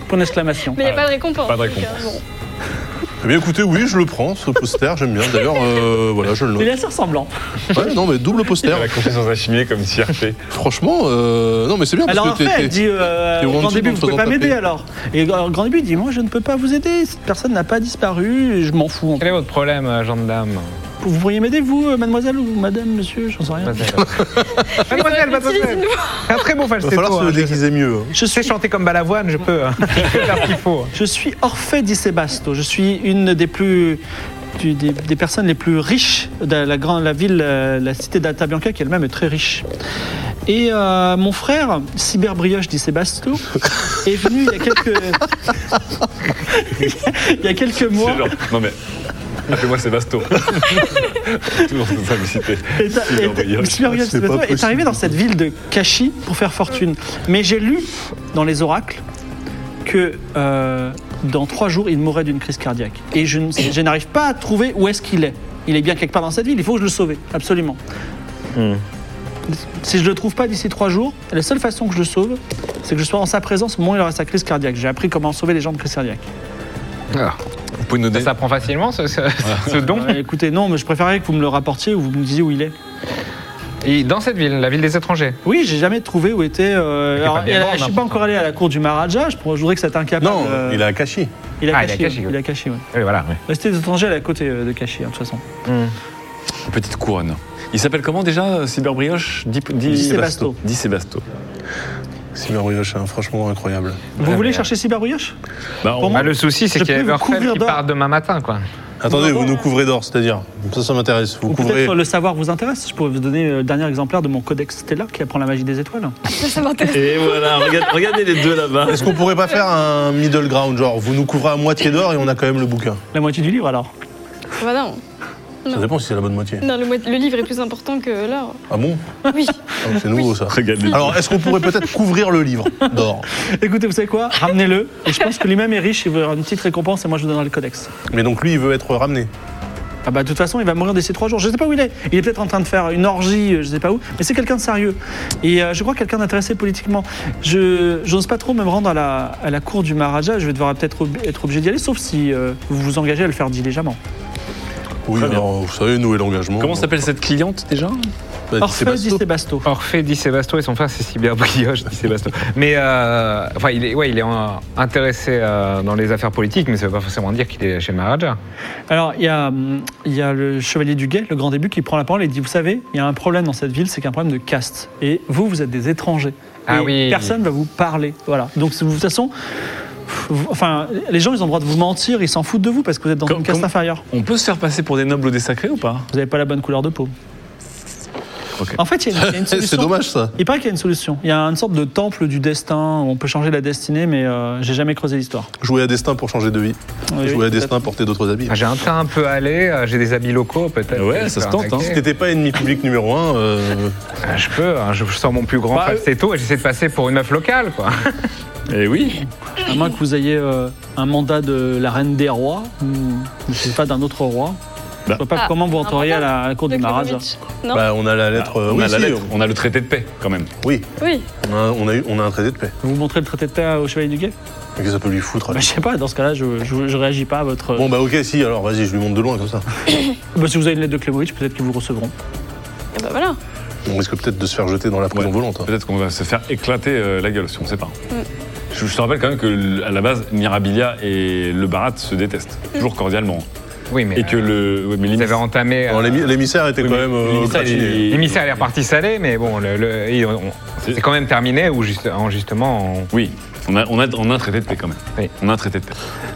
[SPEAKER 2] Point d'exclamation.
[SPEAKER 5] Mais il n'y a pas de récompense.
[SPEAKER 3] Pas de
[SPEAKER 5] donc,
[SPEAKER 3] récompense.
[SPEAKER 5] euh, bon.
[SPEAKER 4] Eh bien, écoutez, oui, je le prends, ce poster, j'aime bien. D'ailleurs, euh, voilà, je le
[SPEAKER 2] Il est
[SPEAKER 4] note.
[SPEAKER 2] assez ressemblant.
[SPEAKER 4] Ah, Ouais, non, mais double poster.
[SPEAKER 3] Elle a confiance dans un chimier comme Circe.
[SPEAKER 4] Franchement, euh, non, mais c'est bien parce
[SPEAKER 2] Alors
[SPEAKER 4] que
[SPEAKER 2] après,
[SPEAKER 4] t'es-
[SPEAKER 2] elle
[SPEAKER 4] t'es-
[SPEAKER 2] dit euh,
[SPEAKER 4] t'es au
[SPEAKER 2] au grand
[SPEAKER 4] rendez-vous
[SPEAKER 2] début,
[SPEAKER 4] en
[SPEAKER 2] vous pouvez
[SPEAKER 4] faisant
[SPEAKER 2] pas
[SPEAKER 4] taper.
[SPEAKER 2] m'aider alors. Et au grand début, il dit Moi, je ne peux pas vous aider, cette personne n'a pas disparu, et je m'en fous.
[SPEAKER 6] Quel est votre problème, euh, gendarme
[SPEAKER 2] Vous pourriez m'aider, vous, euh, mademoiselle ou madame, monsieur J'en sais rien.
[SPEAKER 6] Mademoiselle, mademoiselle, mademoiselle. C'est un très bon
[SPEAKER 4] va
[SPEAKER 6] falsetto.
[SPEAKER 4] falloir
[SPEAKER 6] hein,
[SPEAKER 4] se
[SPEAKER 6] je sais.
[SPEAKER 4] déguiser mieux. hein.
[SPEAKER 2] Je
[SPEAKER 6] Je sais
[SPEAKER 2] suis,
[SPEAKER 6] chanter comme Balavoine, je peux, hein. je peux faire ce qu'il faut.
[SPEAKER 2] je suis Orphée di Sebasto, je suis une des plus. du- Des, des personnes les plus riches de la, grande, la ville, euh, la cité d'Atabianca, qui elle-même est très riche. Et euh, mon frère, Cyberbrioche dit Sébasto, est venu il y a quelques, il y a quelques mois.
[SPEAKER 3] C'est genre, non mais, appelez-moi Sébasto. Toujours dans sa publicité.
[SPEAKER 2] Et t'as- et t'as-
[SPEAKER 3] Cyberbrioche.
[SPEAKER 2] Cyberbrioche
[SPEAKER 4] C'est pas
[SPEAKER 2] Sébasto est
[SPEAKER 4] possible.
[SPEAKER 2] arrivé dans cette ville de Kashi pour faire fortune. Mais j'ai lu dans les oracles que euh, dans trois jours, il mourrait d'une crise cardiaque. Et je, ne- je n'arrive pas à trouver où est-ce qu'il est. Il est bien quelque part dans cette ville, il faut que je le sauve, absolument.
[SPEAKER 4] Hmm.
[SPEAKER 2] Si je le trouve pas d'ici trois jours, la seule façon que je le sauve, c'est que je sois en sa présence au moment où il aura sa crise cardiaque. J'ai appris comment sauver les gens de crise cardiaque.
[SPEAKER 4] Ah.
[SPEAKER 3] Vous pouvez nous
[SPEAKER 6] Ça
[SPEAKER 3] donner
[SPEAKER 6] s'apprend facilement, ce, ce- ce don.
[SPEAKER 2] Euh, écoutez, non, mais je préférerais que vous me le rapportiez ou vous me disiez où il est.
[SPEAKER 6] Et dans cette ville, la ville des étrangers.
[SPEAKER 2] Oui, j'ai jamais trouvé où était. euh,
[SPEAKER 6] T'es
[SPEAKER 2] alors,
[SPEAKER 6] pas bien
[SPEAKER 2] et, euh,
[SPEAKER 6] mort,
[SPEAKER 2] je suis pas
[SPEAKER 6] n'importe
[SPEAKER 2] encore allé à la cour du Maharaja. Je, pourrais- je voudrais que ça t'incapable. euh,
[SPEAKER 4] Non, il a caché.
[SPEAKER 2] il a
[SPEAKER 6] Ah,
[SPEAKER 2] caché. ouais, Bah, Il a caché. ouais.
[SPEAKER 6] Oui, voilà. oui.
[SPEAKER 2] La cité des étrangers, elle est à côté euh, de caché, hein, de toute façon.
[SPEAKER 3] en petite couronne. Il s'appelle comment déjà, Cyberbrioche Di, Di,
[SPEAKER 2] Di Sébasto.
[SPEAKER 3] Di Sébasto.
[SPEAKER 4] Cyberbrioche, hein, franchement incroyable.
[SPEAKER 2] Vous voulez chercher Cyberbrioche
[SPEAKER 3] Bah, on-
[SPEAKER 2] Pour moi,
[SPEAKER 6] Bah, le souci, c'est
[SPEAKER 2] je
[SPEAKER 6] qu'il y a
[SPEAKER 2] peux vous
[SPEAKER 6] Everfell
[SPEAKER 2] couvrir
[SPEAKER 6] qui
[SPEAKER 2] d'or.
[SPEAKER 6] part demain matin, quoi.
[SPEAKER 4] Attendez, vous nous couvrez d'or, c'est-à-dire Ça, ça m'intéresse. Vous
[SPEAKER 2] Ou
[SPEAKER 4] couvrez.
[SPEAKER 2] peut-être euh, le savoir vous intéresse. Je pourrais vous donner euh, le dernier exemplaire de mon codex Stella qui apprend la magie des étoiles.
[SPEAKER 5] Ça, ça m'intéresse.
[SPEAKER 3] Et voilà, regarde- regardez les deux là-bas.
[SPEAKER 4] Est-ce qu'on pourrait pas faire un middle ground Genre, vous nous couvrez à moitié d'or et on a quand même le bouquin.
[SPEAKER 2] La moitié du livre alors.
[SPEAKER 5] Bah non.
[SPEAKER 4] Ça dépend si c'est la bonne moitié.
[SPEAKER 5] Non, le, mo- le livre est plus important que l'or.
[SPEAKER 4] Ah bon
[SPEAKER 5] Oui.
[SPEAKER 4] Ah, C'est nouveau ça.
[SPEAKER 3] Regardez.
[SPEAKER 4] Alors, est-ce qu'on pourrait peut-être couvrir le livre d'or
[SPEAKER 2] Écoutez, vous savez quoi Ramenez-le. Et je pense que lui-même est riche, il veut avoir une petite récompense et moi je vous donnerai le codex.
[SPEAKER 4] Mais donc, lui, il veut être ramené.
[SPEAKER 2] Ah bah de toute façon, il va mourir d'ici trois jours. Je sais pas où il est. Il est peut-être en train de faire une orgie, euh, je sais pas où. Mais c'est quelqu'un de sérieux. Et euh, je crois quelqu'un d'intéressé politiquement. Je j'ose pas trop me rendre à la, à la cour du Maharaja. Je vais devoir peut-être ob- être obligé d'y aller, sauf si euh, vous vous engagez à le faire diligemment.
[SPEAKER 4] Oui,
[SPEAKER 3] Très bien.
[SPEAKER 4] alors, vous savez, nous et l'engagement.
[SPEAKER 3] Comment s'appelle cette cliente déjà
[SPEAKER 4] Bah, c'est
[SPEAKER 2] Orphée
[SPEAKER 4] pas
[SPEAKER 2] dit
[SPEAKER 4] stop.
[SPEAKER 2] Sébasto.
[SPEAKER 6] Orphée dit Sébasto et son frère c'est Cyberbrioche dit Sébasto. Mais euh, enfin, il est, ouais, il est euh, intéressé euh, dans les affaires politiques, mais ça veut pas forcément dire qu'il est chez le Maharaja.
[SPEAKER 2] Alors il y a hum, il y a le chevalier du guet, le grand début, qui prend la parole et dit vous savez, il y a un problème dans cette ville, c'est qu'un problème de caste. Et vous, vous êtes des étrangers.
[SPEAKER 6] Ah
[SPEAKER 2] Et
[SPEAKER 6] oui.
[SPEAKER 2] Personne va vous parler. Voilà. Donc de toute façon. vous- Enfin, les gens, ils ont le droit de vous mentir, ils s'en foutent de vous parce que vous êtes dans
[SPEAKER 3] Comme-
[SPEAKER 2] une caste
[SPEAKER 3] comme-
[SPEAKER 2] inférieure.
[SPEAKER 3] On peut se faire passer pour des nobles ou des sacrés ou pas
[SPEAKER 2] Vous n'avez pas la bonne couleur de peau.
[SPEAKER 3] Ok.
[SPEAKER 2] En fait, il y, a une- il y a une solution.
[SPEAKER 4] C'est dommage ça.
[SPEAKER 2] Il paraît qu'il y a une solution. Il y a une sorte de temple du destin où on peut changer la destinée, mais euh, j'ai jamais creusé l'histoire.
[SPEAKER 4] Jouer à destin pour changer de vie.
[SPEAKER 2] Oui,
[SPEAKER 4] Jouer
[SPEAKER 2] oui,
[SPEAKER 4] à destin, porter d'autres habits.
[SPEAKER 6] Ah, J'ai un teint un peu allé, euh, j'ai des habits locaux peut-être.
[SPEAKER 3] Ouais,
[SPEAKER 6] Je
[SPEAKER 3] ça
[SPEAKER 6] peux
[SPEAKER 3] se tente,
[SPEAKER 6] attaquer.
[SPEAKER 3] hein.
[SPEAKER 4] Si t'étais pas ennemi public numéro un, euh,
[SPEAKER 6] Ah, Je peux, hein, je sors mon plus grand
[SPEAKER 2] Bah,
[SPEAKER 6] falsetto et j'essaie de passer pour une meuf locale, quoi.
[SPEAKER 3] Eh oui.
[SPEAKER 2] À moins que vous ayez euh, un mandat de la reine des rois, ou je sais pas, d'un autre roi. Je
[SPEAKER 3] Bah.
[SPEAKER 2] vois pas
[SPEAKER 5] Ah,
[SPEAKER 2] comment vous
[SPEAKER 5] un
[SPEAKER 2] rentreriez à la, à la cour
[SPEAKER 5] De
[SPEAKER 2] du Maharaja.
[SPEAKER 5] Klemovic. Non
[SPEAKER 4] bah, on a la lettre. euh,
[SPEAKER 3] on
[SPEAKER 4] oui,
[SPEAKER 3] a la
[SPEAKER 4] si,
[SPEAKER 3] lettre, on a le traité de paix quand même.
[SPEAKER 4] on- Oui,
[SPEAKER 5] Oui.
[SPEAKER 4] on a, on a eu, on a un traité de paix.
[SPEAKER 2] Vous montrez le traité de paix au chevalier du guet
[SPEAKER 4] Mais Qu'est-ce que ça peut lui foutre
[SPEAKER 2] bah, Je sais pas, dans ce cas-là, je, je, je réagis pas à votre.
[SPEAKER 4] Bon, bah, ok, si, alors vas-y, je lui montre de loin comme ça.
[SPEAKER 2] Bah, si vous avez une lettre de Klemovic, peut-être qu'ils vous recevront.
[SPEAKER 5] Et bah voilà.
[SPEAKER 4] On risque peut-être de se faire jeter dans la prison
[SPEAKER 3] Ouais.
[SPEAKER 4] volante. hein.
[SPEAKER 3] Peut-être qu'on va se faire éclater euh, la gueule si on ne sait pas. Je, je te rappelle quand même que l- à la base, Mirabilia et le Barat se détestent toujours cordialement.
[SPEAKER 6] Oui, mais
[SPEAKER 3] Et que
[SPEAKER 6] euh,
[SPEAKER 3] le, ouais, mais
[SPEAKER 6] ils
[SPEAKER 3] l'émis-
[SPEAKER 6] avaient entamé. euh,
[SPEAKER 4] Alors, l'émi- L'émissaire était
[SPEAKER 3] oui,
[SPEAKER 4] quand
[SPEAKER 3] mais
[SPEAKER 4] même. euh,
[SPEAKER 3] l'émissaire, il-
[SPEAKER 4] gratiné.
[SPEAKER 3] il-
[SPEAKER 6] L'émissaire est reparti salé, mais bon, le, le- il- on-
[SPEAKER 3] C'est-
[SPEAKER 6] c'est quand même terminé où juste- en- justement. on-
[SPEAKER 3] Oui, on a, on, a, on a un traité de paix quand même.
[SPEAKER 6] Oui.
[SPEAKER 3] On a un traité de paix.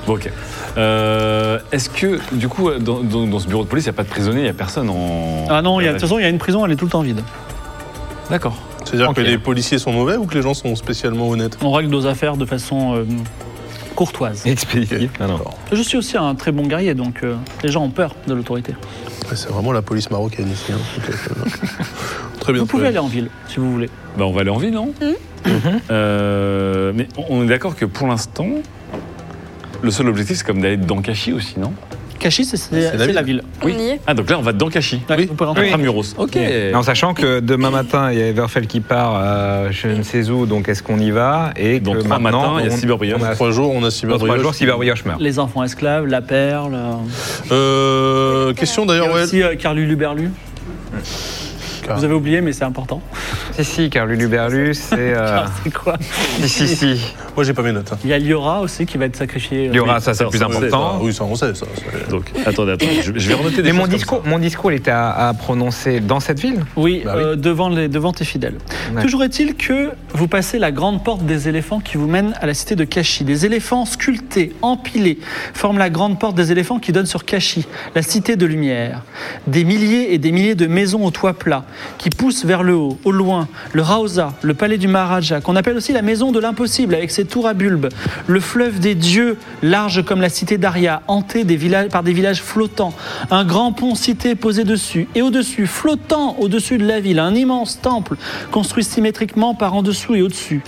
[SPEAKER 3] Bon, ok. Euh, Est-ce que, du coup, dans, dans- dans ce bureau de police, il n'y a pas de prisonnier, il n'y a personne en.
[SPEAKER 2] Ah non, il y a- de toute façon, il y a une prison, elle est tout le temps vide.
[SPEAKER 3] D'accord.
[SPEAKER 4] C'est-à-dire
[SPEAKER 6] Ok.
[SPEAKER 4] que les policiers sont mauvais ou que les gens sont spécialement honnêtes
[SPEAKER 2] On règle nos affaires de façon euh, courtoise.
[SPEAKER 6] Expédié.
[SPEAKER 3] Ah non.
[SPEAKER 2] Je suis aussi un très bon guerrier, donc euh, les gens ont peur de l'autorité.
[SPEAKER 4] Ouais, C'est vraiment la police marocaine ici. hein. Ok, très bien. Très bien.
[SPEAKER 2] Vous pouvez
[SPEAKER 4] très
[SPEAKER 2] aller
[SPEAKER 4] bien.
[SPEAKER 2] en ville, si vous voulez.
[SPEAKER 3] Bah, on va aller en ville, non Euh, Mais on, on est d'accord que pour l'instant, le seul objectif, c'est comme d'aller dans Kashi aussi, non
[SPEAKER 2] Cachis, c'est c'est
[SPEAKER 4] la
[SPEAKER 2] la, ville.
[SPEAKER 5] On y est.
[SPEAKER 3] Ah, donc là, on va dans Kashi.
[SPEAKER 2] Là, vous pouvez rentrer.
[SPEAKER 3] Intramuros. Ok.
[SPEAKER 6] En sachant que demain matin, il y a Everfell qui part, euh, je ne sais où, donc est-ce qu'on y va Et
[SPEAKER 3] Dans
[SPEAKER 6] que
[SPEAKER 3] trois
[SPEAKER 6] maintenant,
[SPEAKER 3] matins, il y a
[SPEAKER 6] on-
[SPEAKER 3] Cyberbrioche.
[SPEAKER 6] on a-
[SPEAKER 4] Trois jours, on a
[SPEAKER 6] Dans trois
[SPEAKER 4] cyberbrioche.
[SPEAKER 6] jours, Cyberbrioche meurt.
[SPEAKER 2] Les enfants esclaves, la perle. euh,
[SPEAKER 4] Euh, question
[SPEAKER 2] il y
[SPEAKER 4] d'ailleurs,
[SPEAKER 2] a
[SPEAKER 4] ouais.
[SPEAKER 2] aussi euh, Carlulu Berlu.
[SPEAKER 4] Car-
[SPEAKER 2] Vous avez oublié, mais c'est important.
[SPEAKER 6] Si, si, car Lulu Berlu, c'est. euh,
[SPEAKER 2] Ah, c'est quoi
[SPEAKER 6] si, si, si.
[SPEAKER 4] Moi, j'ai pas mes notes. hein.
[SPEAKER 2] Il y a Liora aussi qui va être sacrifiée. euh,
[SPEAKER 6] Il y aura, ça, c'est
[SPEAKER 3] ça,
[SPEAKER 6] le plus
[SPEAKER 3] ça, c'est-
[SPEAKER 6] important.
[SPEAKER 4] Oui, ça, on sait, ça. c'est-
[SPEAKER 3] Ah, Donc, attendez, attendez, je, je vais renoter des
[SPEAKER 6] Mais mon
[SPEAKER 3] choses comme
[SPEAKER 6] discours, mon discours, il était à, à prononcer dans cette ville.
[SPEAKER 2] Oui,
[SPEAKER 4] Bah oui.
[SPEAKER 2] euh, devant, les, devant tes fidèles.
[SPEAKER 6] Ouais.
[SPEAKER 2] Toujours est-il que vous passez la grande porte des éléphants qui vous mène à la cité de Kashi. Des éléphants sculptés, empilés, forment la grande porte des éléphants qui donne sur Kashi, la cité de lumière. Des milliers et des milliers de maisons au toit plat qui poussent vers le haut, au loin, le Raosa, le palais du Maharaja, qu'on appelle aussi la maison de l'impossible avec ses tours à bulbes, le fleuve des dieux, large comme la cité d'Aria, hanté des villages, par des villages flottants, un grand pont cité posé dessus, et au-dessus, flottant au-dessus de la ville, un immense temple construit symétriquement par en dessous et au-dessus.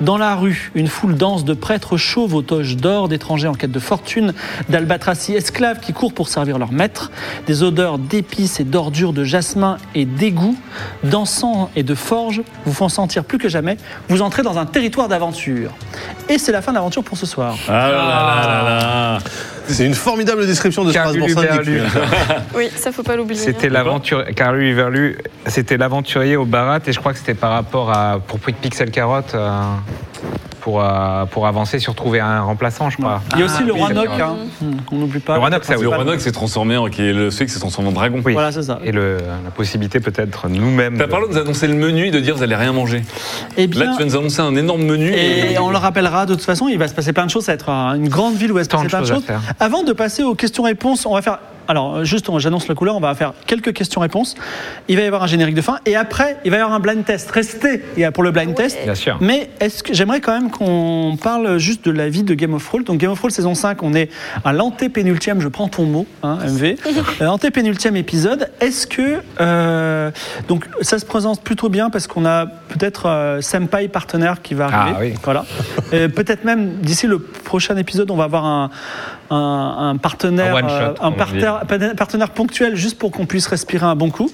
[SPEAKER 2] Dans la rue, une foule dense de prêtres chauves aux toges d'or, d'étrangers en quête de fortune, d'albatracis esclaves qui courent pour servir leur maître, des odeurs d'épices et d'ordures de jasmin et d'égout, d'encens et de forge vous font sentir plus que jamais, vous entrez dans un territoire d'aventure. Et c'est la fin de l'aventure pour ce soir.
[SPEAKER 3] ça. Ah là là là là là.
[SPEAKER 4] C'est une formidable description de
[SPEAKER 6] Car
[SPEAKER 4] Strasbourg
[SPEAKER 6] Lulu Berlu.
[SPEAKER 4] Saint-Denis.
[SPEAKER 5] Oui, ça faut pas l'oublier.
[SPEAKER 6] C'était l'aventure. Car Lulu Berlu, c'était l'aventurier au Barat, et je crois que c'était par rapport à Pourpris de Pixel Carotte. euh, pour, euh, pour avancer, sur trouver un remplaçant, je crois.
[SPEAKER 2] Il y a aussi
[SPEAKER 6] Ah,
[SPEAKER 2] le
[SPEAKER 6] oui,
[SPEAKER 2] Roanoke,
[SPEAKER 6] d'accord.
[SPEAKER 2] hein. Hmm, on n'oublie pas.
[SPEAKER 6] Le Roanoke, ça, oui.
[SPEAKER 3] Le Roanoke s'est transformé en qui est le celui qui s'est transformé en dragon.
[SPEAKER 6] Oui.
[SPEAKER 2] Voilà, c'est ça.
[SPEAKER 6] Et le- la possibilité peut-être nous-mêmes.
[SPEAKER 3] T'as
[SPEAKER 6] Bah, de-
[SPEAKER 3] parlé de nous annoncer le menu et de dire vous allez rien manger.
[SPEAKER 2] Et Eh
[SPEAKER 3] Là,
[SPEAKER 2] bien,
[SPEAKER 3] tu viens de nous annoncer un énorme menu.
[SPEAKER 2] et on le rappellera de toute façon, il va se passer plein de choses. Ça va être euh, une grande ville où il va se
[SPEAKER 6] Tant
[SPEAKER 2] passer
[SPEAKER 6] de
[SPEAKER 2] plein de
[SPEAKER 6] choses à
[SPEAKER 2] choses.
[SPEAKER 6] faire.
[SPEAKER 2] Avant de passer aux questions-réponses, on va faire. Alors, euh, juste, on- j'annonce la couleur, on va faire quelques questions-réponses. Il va y avoir un générique de fin. Et après, il va y avoir un blind test. Restez il y a pour le blind test.
[SPEAKER 6] Bien sûr.
[SPEAKER 2] Mais est-ce que j'aimerais quand même qu'on parle juste de la vie de Game of Thrones. Donc Game of Thrones saison 5, on est à l'antépénultième, je prends ton mot, hein, MV, à l'antépénultième épisode. Est-ce que euh, donc ça se présente plutôt bien parce qu'on a peut-être euh, Senpai partenaire qui va
[SPEAKER 6] Ah,
[SPEAKER 2] arriver.
[SPEAKER 6] oui.
[SPEAKER 2] Voilà. Euh, peut-être même d'ici le prochain épisode, on va avoir un, un, un partenaire,
[SPEAKER 6] Un one shot,
[SPEAKER 2] euh,
[SPEAKER 6] comme on dit.
[SPEAKER 2] partenaire, partenaire- partenaire ponctuel juste pour qu'on puisse respirer un bon coup.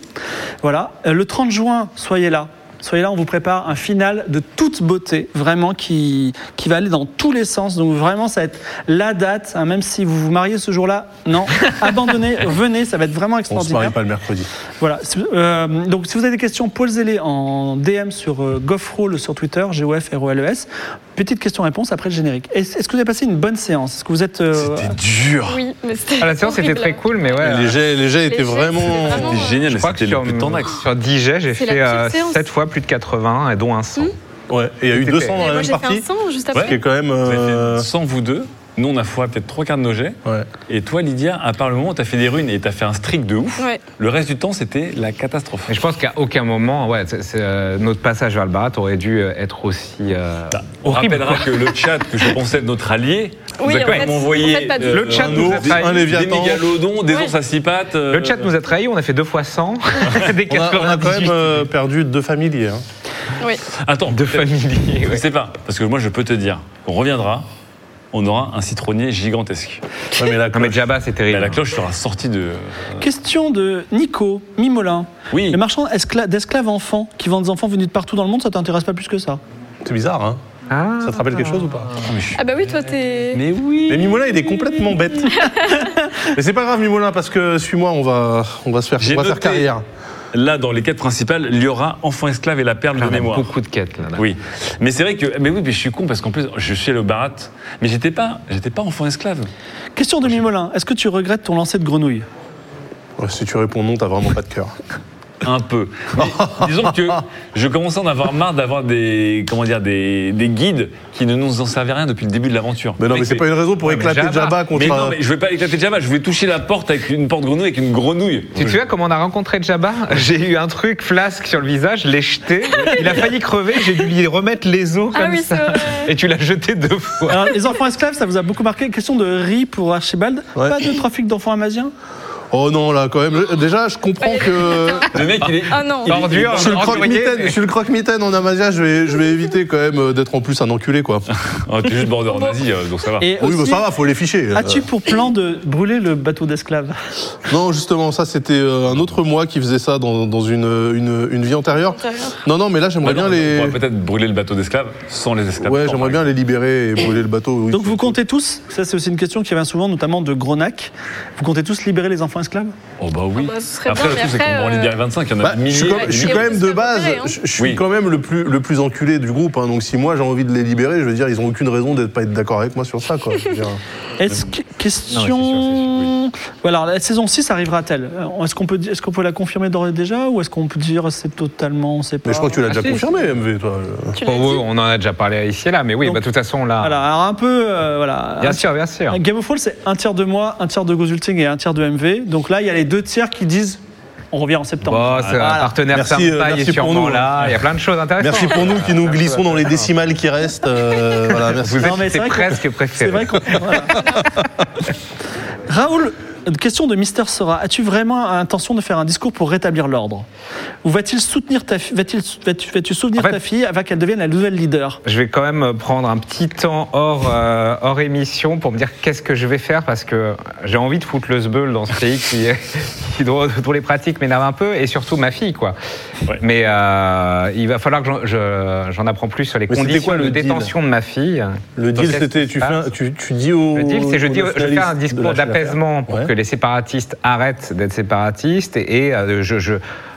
[SPEAKER 2] Voilà. Euh, Le 30 juin, soyez là. Soyez là, on vous prépare un final de toute beauté, vraiment qui, qui va aller dans tous les sens. Donc vraiment, ça va être la date, hein, même si vous vous mariez ce jour-là, non, abandonnez, venez, ça va être vraiment
[SPEAKER 4] On se marie
[SPEAKER 2] extraordinaire.
[SPEAKER 4] pas le mercredi.
[SPEAKER 2] Voilà. Si- euh, donc, si vous avez des questions, posez-les en DM sur euh, Goffrol sur Twitter, g o f r o l e s Petite question-réponse après le générique. Est-ce est-ce que vous avez passé une bonne séance Est-ce que vous êtes euh,
[SPEAKER 4] C'était dur.
[SPEAKER 5] hein. Oui, mais c'était.
[SPEAKER 6] Ah, la séance était
[SPEAKER 5] horrible.
[SPEAKER 6] très cool, mais ouais.
[SPEAKER 4] Les
[SPEAKER 6] euh,
[SPEAKER 4] jets, les jets
[SPEAKER 5] Les
[SPEAKER 4] étaient
[SPEAKER 5] jets,
[SPEAKER 4] vraiment.
[SPEAKER 5] c'était vraiment-
[SPEAKER 3] C'est génial,
[SPEAKER 6] Je crois que
[SPEAKER 3] c'était
[SPEAKER 6] sur,
[SPEAKER 3] le plus de ton axe.
[SPEAKER 6] sur 10 jets, j'ai
[SPEAKER 5] C'est la
[SPEAKER 6] fait
[SPEAKER 5] petite
[SPEAKER 6] euh,
[SPEAKER 5] séance. Hum.
[SPEAKER 6] 7 fois plus de 80 et dont un 100.
[SPEAKER 4] Ouais. Et il y a eu
[SPEAKER 6] C'était-
[SPEAKER 4] 200
[SPEAKER 5] Mais
[SPEAKER 4] dans la
[SPEAKER 5] moi,
[SPEAKER 4] même
[SPEAKER 5] j'ai fait un
[SPEAKER 4] partie.
[SPEAKER 5] sang juste
[SPEAKER 4] Ce qui
[SPEAKER 5] après.
[SPEAKER 4] est quand même.
[SPEAKER 3] Vous avez fait
[SPEAKER 4] euh,
[SPEAKER 3] Sans vous deux, nous on a foiré peut-être trois quarts de nos jets.
[SPEAKER 4] Ouais.
[SPEAKER 3] Et toi, Lydia, à part le moment où t'as fait des runes et t'as fait un streak de ouf,
[SPEAKER 5] Ouais.
[SPEAKER 3] le reste du temps c'était la catastrophe.
[SPEAKER 6] Mais je pense qu'à aucun moment, ouais, c'est- c'est, euh, notre passage vers le barat aurait dû euh, être aussi euh,
[SPEAKER 3] On
[SPEAKER 6] horrible.
[SPEAKER 3] rappellera que le chat que je pensais être notre allié,
[SPEAKER 5] Oui,
[SPEAKER 3] vous a
[SPEAKER 5] en
[SPEAKER 3] quand
[SPEAKER 5] fait,
[SPEAKER 3] même
[SPEAKER 5] en fait,
[SPEAKER 3] envoyé
[SPEAKER 5] pas de-
[SPEAKER 3] euh,
[SPEAKER 6] Le chat
[SPEAKER 3] un
[SPEAKER 6] nous
[SPEAKER 3] ours,
[SPEAKER 6] a trahi.
[SPEAKER 3] un des
[SPEAKER 4] Léviathan.
[SPEAKER 3] mégalodons, des
[SPEAKER 5] Ouais.
[SPEAKER 3] ours à six pattes. euh,
[SPEAKER 6] Le chat nous a trahis, on a fait deux fois 100, des
[SPEAKER 4] On a, on a quand
[SPEAKER 6] 98
[SPEAKER 4] même euh, perdu deux familiers. hein.
[SPEAKER 5] Oui.
[SPEAKER 3] euh, Attends,
[SPEAKER 6] de famille.
[SPEAKER 3] Je sais pas, parce que moi je peux te dire, on reviendra, on aura un citronnier gigantesque.
[SPEAKER 4] Ouais, mais la
[SPEAKER 6] Non mais
[SPEAKER 4] cloche-
[SPEAKER 6] Jabba, c'est
[SPEAKER 3] Et
[SPEAKER 6] terrible.
[SPEAKER 3] la cloche sera sortie de.
[SPEAKER 2] Question de Nico Mimolin.
[SPEAKER 3] Oui.
[SPEAKER 2] Le marchand escla- d'esclaves enfants qui vend des enfants venus de partout dans le monde, ça t'intéresse pas plus que ça
[SPEAKER 4] C'est bizarre, hein
[SPEAKER 6] Ah.
[SPEAKER 4] Ça te rappelle quelque chose ou pas
[SPEAKER 5] Ah bah oui, toi t'es.
[SPEAKER 3] Mais oui
[SPEAKER 4] Mais Mimolin, il est complètement bête. Mais c'est pas grave, Mimolin, parce que suis-moi, on va, on va se faire,
[SPEAKER 3] J'ai
[SPEAKER 4] on va faire
[SPEAKER 3] noté.
[SPEAKER 4] carrière.
[SPEAKER 3] Là, dans les quêtes principales, il y aura Enfant esclave et la perle
[SPEAKER 6] On
[SPEAKER 4] Ah,
[SPEAKER 3] de
[SPEAKER 6] a
[SPEAKER 3] mémoire.
[SPEAKER 6] beaucoup de quêtes là.
[SPEAKER 3] Oui, mais c'est vrai que, mais oui, mais je suis con parce qu'en plus je suis allé au barat, mais j'étais pas, j'étais pas enfant esclave.
[SPEAKER 2] Question de Mimolin. Est-ce que tu regrettes ton lancer de grenouille
[SPEAKER 4] Ouais, si tu réponds non, t'as vraiment pas de cœur.
[SPEAKER 3] Un peu. Mais disons que je commençais à en avoir marre d'avoir des, comment dire, des, des guides qui ne nous en servaient à rien depuis le début de l'aventure.
[SPEAKER 4] Mais non, mais c'est pas une raison pour
[SPEAKER 6] Ouais, mais
[SPEAKER 4] éclater
[SPEAKER 6] Jabba.
[SPEAKER 4] Jabba contre
[SPEAKER 3] Mais non,
[SPEAKER 4] un.
[SPEAKER 3] mais je vais pas éclater Java, je voulais toucher la porte avec une porte grenouille, avec une grenouille.
[SPEAKER 6] Tu te souviens comment on a rencontré Jabba J'ai eu un truc flasque sur le visage, je l'ai jeté, il a failli crever, j'ai dû lui remettre les os comme
[SPEAKER 5] Ah oui, c'est
[SPEAKER 6] ça.
[SPEAKER 5] vrai.
[SPEAKER 6] Et tu l'as jeté deux fois.
[SPEAKER 2] Alors, les enfants esclaves, ça vous a beaucoup marqué. Question de Ri pour Archibald.
[SPEAKER 4] Ouais.
[SPEAKER 2] Pas de trafic d'enfants amasiens
[SPEAKER 4] Oh non, là, quand même. Déjà, je comprends que.
[SPEAKER 3] Le mec, il est.
[SPEAKER 5] Ah non.
[SPEAKER 6] Il- Ordure,
[SPEAKER 4] Je suis le
[SPEAKER 6] enculé,
[SPEAKER 4] croque-mitaine,
[SPEAKER 6] mais-
[SPEAKER 4] je suis le croque-mitaine en Amasia, je vais, je vais éviter quand même euh, d'être en plus un enculé, quoi.
[SPEAKER 3] Oh, t'es juste bordé en Asie, euh, donc ça va.
[SPEAKER 2] Et
[SPEAKER 4] Oui, bah,
[SPEAKER 2] aussi,
[SPEAKER 4] ça va, faut les ficher.
[SPEAKER 2] As-tu pour plan de brûler le bateau d'esclaves
[SPEAKER 4] Euh, Non, justement, ça, c'était euh, un autre moi qui faisait ça dans, dans une, une, une vie antérieure. Non, non, mais là, j'aimerais
[SPEAKER 3] Ouais, Bah non,
[SPEAKER 4] bien
[SPEAKER 3] on
[SPEAKER 4] les.
[SPEAKER 3] pourrait peut-être brûler le bateau d'esclaves sans les esclaves.
[SPEAKER 4] Ouais, j'aimerais bien les libérer et brûler le bateau. oui.
[SPEAKER 2] Donc vous comptez tous, ça c'est aussi une question qui vient souvent, notamment de Gronac, vous comptez tous libérer les enfants esclaves
[SPEAKER 3] Oh bah oui.
[SPEAKER 5] Ah bah, ce serait
[SPEAKER 3] après,
[SPEAKER 5] bien,
[SPEAKER 3] le
[SPEAKER 5] mais
[SPEAKER 3] truc, c'est qu'on
[SPEAKER 5] après,
[SPEAKER 3] va en
[SPEAKER 5] euh,
[SPEAKER 3] libérer 25, il y en a
[SPEAKER 4] Bah, je suis
[SPEAKER 3] milliers.
[SPEAKER 4] quand, je suis
[SPEAKER 5] Et
[SPEAKER 4] quand
[SPEAKER 5] on
[SPEAKER 4] même
[SPEAKER 5] peut
[SPEAKER 4] de
[SPEAKER 5] se
[SPEAKER 4] base,
[SPEAKER 5] repérer, hein.
[SPEAKER 4] je, je suis
[SPEAKER 3] Oui.
[SPEAKER 4] quand même le plus, le plus enculé du groupe. hein. donc si moi j'ai envie de les libérer, je veux dire, ils ont aucune raison d'être pas être d'accord avec moi sur ça. Quoi. Je veux dire.
[SPEAKER 2] Est-ce que
[SPEAKER 3] Non,
[SPEAKER 2] question
[SPEAKER 3] mais c'est sûr, c'est sûr,
[SPEAKER 2] Voilà, la saison 6 arrivera-t-elle Euh, Est-ce qu'on peut di- est-ce qu'on peut la confirmer d'ores et déjà ou est-ce qu'on peut dire c'est totalement on sait pas
[SPEAKER 4] Mais je crois que tu l'as déjà
[SPEAKER 6] Ah, si.
[SPEAKER 4] confirmé, MV, toi.
[SPEAKER 5] Tu l'as
[SPEAKER 6] Bon,
[SPEAKER 5] dit.
[SPEAKER 6] ouais, Oh, on en a déjà parlé ici et là, mais oui,
[SPEAKER 2] Donc,
[SPEAKER 6] bah, de toute façon, là.
[SPEAKER 2] Voilà, alors un peu euh, voilà.
[SPEAKER 6] Bien sûr, bien sûr.
[SPEAKER 2] Game of Thrones, c'est un tiers de moi, un tiers de Gozulting et un tiers de MV. Donc là, il y a les deux tiers qui disent on revient en septembre.
[SPEAKER 6] Bon, Bah, c'est
[SPEAKER 2] Voilà.
[SPEAKER 6] un partenaire
[SPEAKER 4] Merci, euh,
[SPEAKER 6] sympa, il
[SPEAKER 4] merci
[SPEAKER 6] est
[SPEAKER 4] pour
[SPEAKER 6] sûrement
[SPEAKER 4] nous.
[SPEAKER 6] là. Il y a plein de choses intéressantes.
[SPEAKER 4] Merci pour nous qui nous
[SPEAKER 6] Plein de
[SPEAKER 4] glissons
[SPEAKER 6] choses
[SPEAKER 4] dans les
[SPEAKER 6] intéressantes.
[SPEAKER 4] décimales qui restent. euh, voilà, merci.
[SPEAKER 6] Vous
[SPEAKER 2] Non, mais
[SPEAKER 6] êtes
[SPEAKER 2] c'est
[SPEAKER 6] c'est
[SPEAKER 2] vrai qu'on-
[SPEAKER 6] presque
[SPEAKER 2] C'est vrai
[SPEAKER 6] préféré.
[SPEAKER 2] qu'on. voilà. Raoul, une question de Mister Sora. As-tu vraiment intention de faire un discours pour rétablir l'ordre Ou va-t-il soutenir ta fille Va-t-il vas-tu vas-tu soutenir
[SPEAKER 6] En fait-
[SPEAKER 2] ta fille afin qu'elle devienne la nouvelle leader
[SPEAKER 6] Je vais quand même prendre un petit temps hors, euh, hors émission pour me dire qu'est-ce que je vais faire parce que j'ai envie de foutre le sbeul dans ce pays qui, qui dont, dont les pratiques m'énervent un peu et surtout ma fille quoi.
[SPEAKER 3] Ouais.
[SPEAKER 6] Mais euh, il va falloir que j'en- je- j'en apprends plus sur les
[SPEAKER 4] Mais c'était
[SPEAKER 6] conditions
[SPEAKER 4] quoi le
[SPEAKER 6] de
[SPEAKER 4] deal
[SPEAKER 6] détention de ma fille.
[SPEAKER 4] Le deal,
[SPEAKER 6] Qu'est-ce
[SPEAKER 4] c'était
[SPEAKER 6] qui
[SPEAKER 4] tu,
[SPEAKER 6] se
[SPEAKER 4] fais un-
[SPEAKER 6] passe
[SPEAKER 4] tu, tu dis au.
[SPEAKER 6] Le deal, c'est je
[SPEAKER 4] au
[SPEAKER 6] dis, je
[SPEAKER 4] nationaliste
[SPEAKER 6] fais un
[SPEAKER 4] de
[SPEAKER 6] discours
[SPEAKER 4] lâcher l'affaire.
[SPEAKER 6] d'apaisement pour
[SPEAKER 4] Ouais.
[SPEAKER 6] que les séparatistes arrêtent d'être séparatistes et, et, euh, je, je,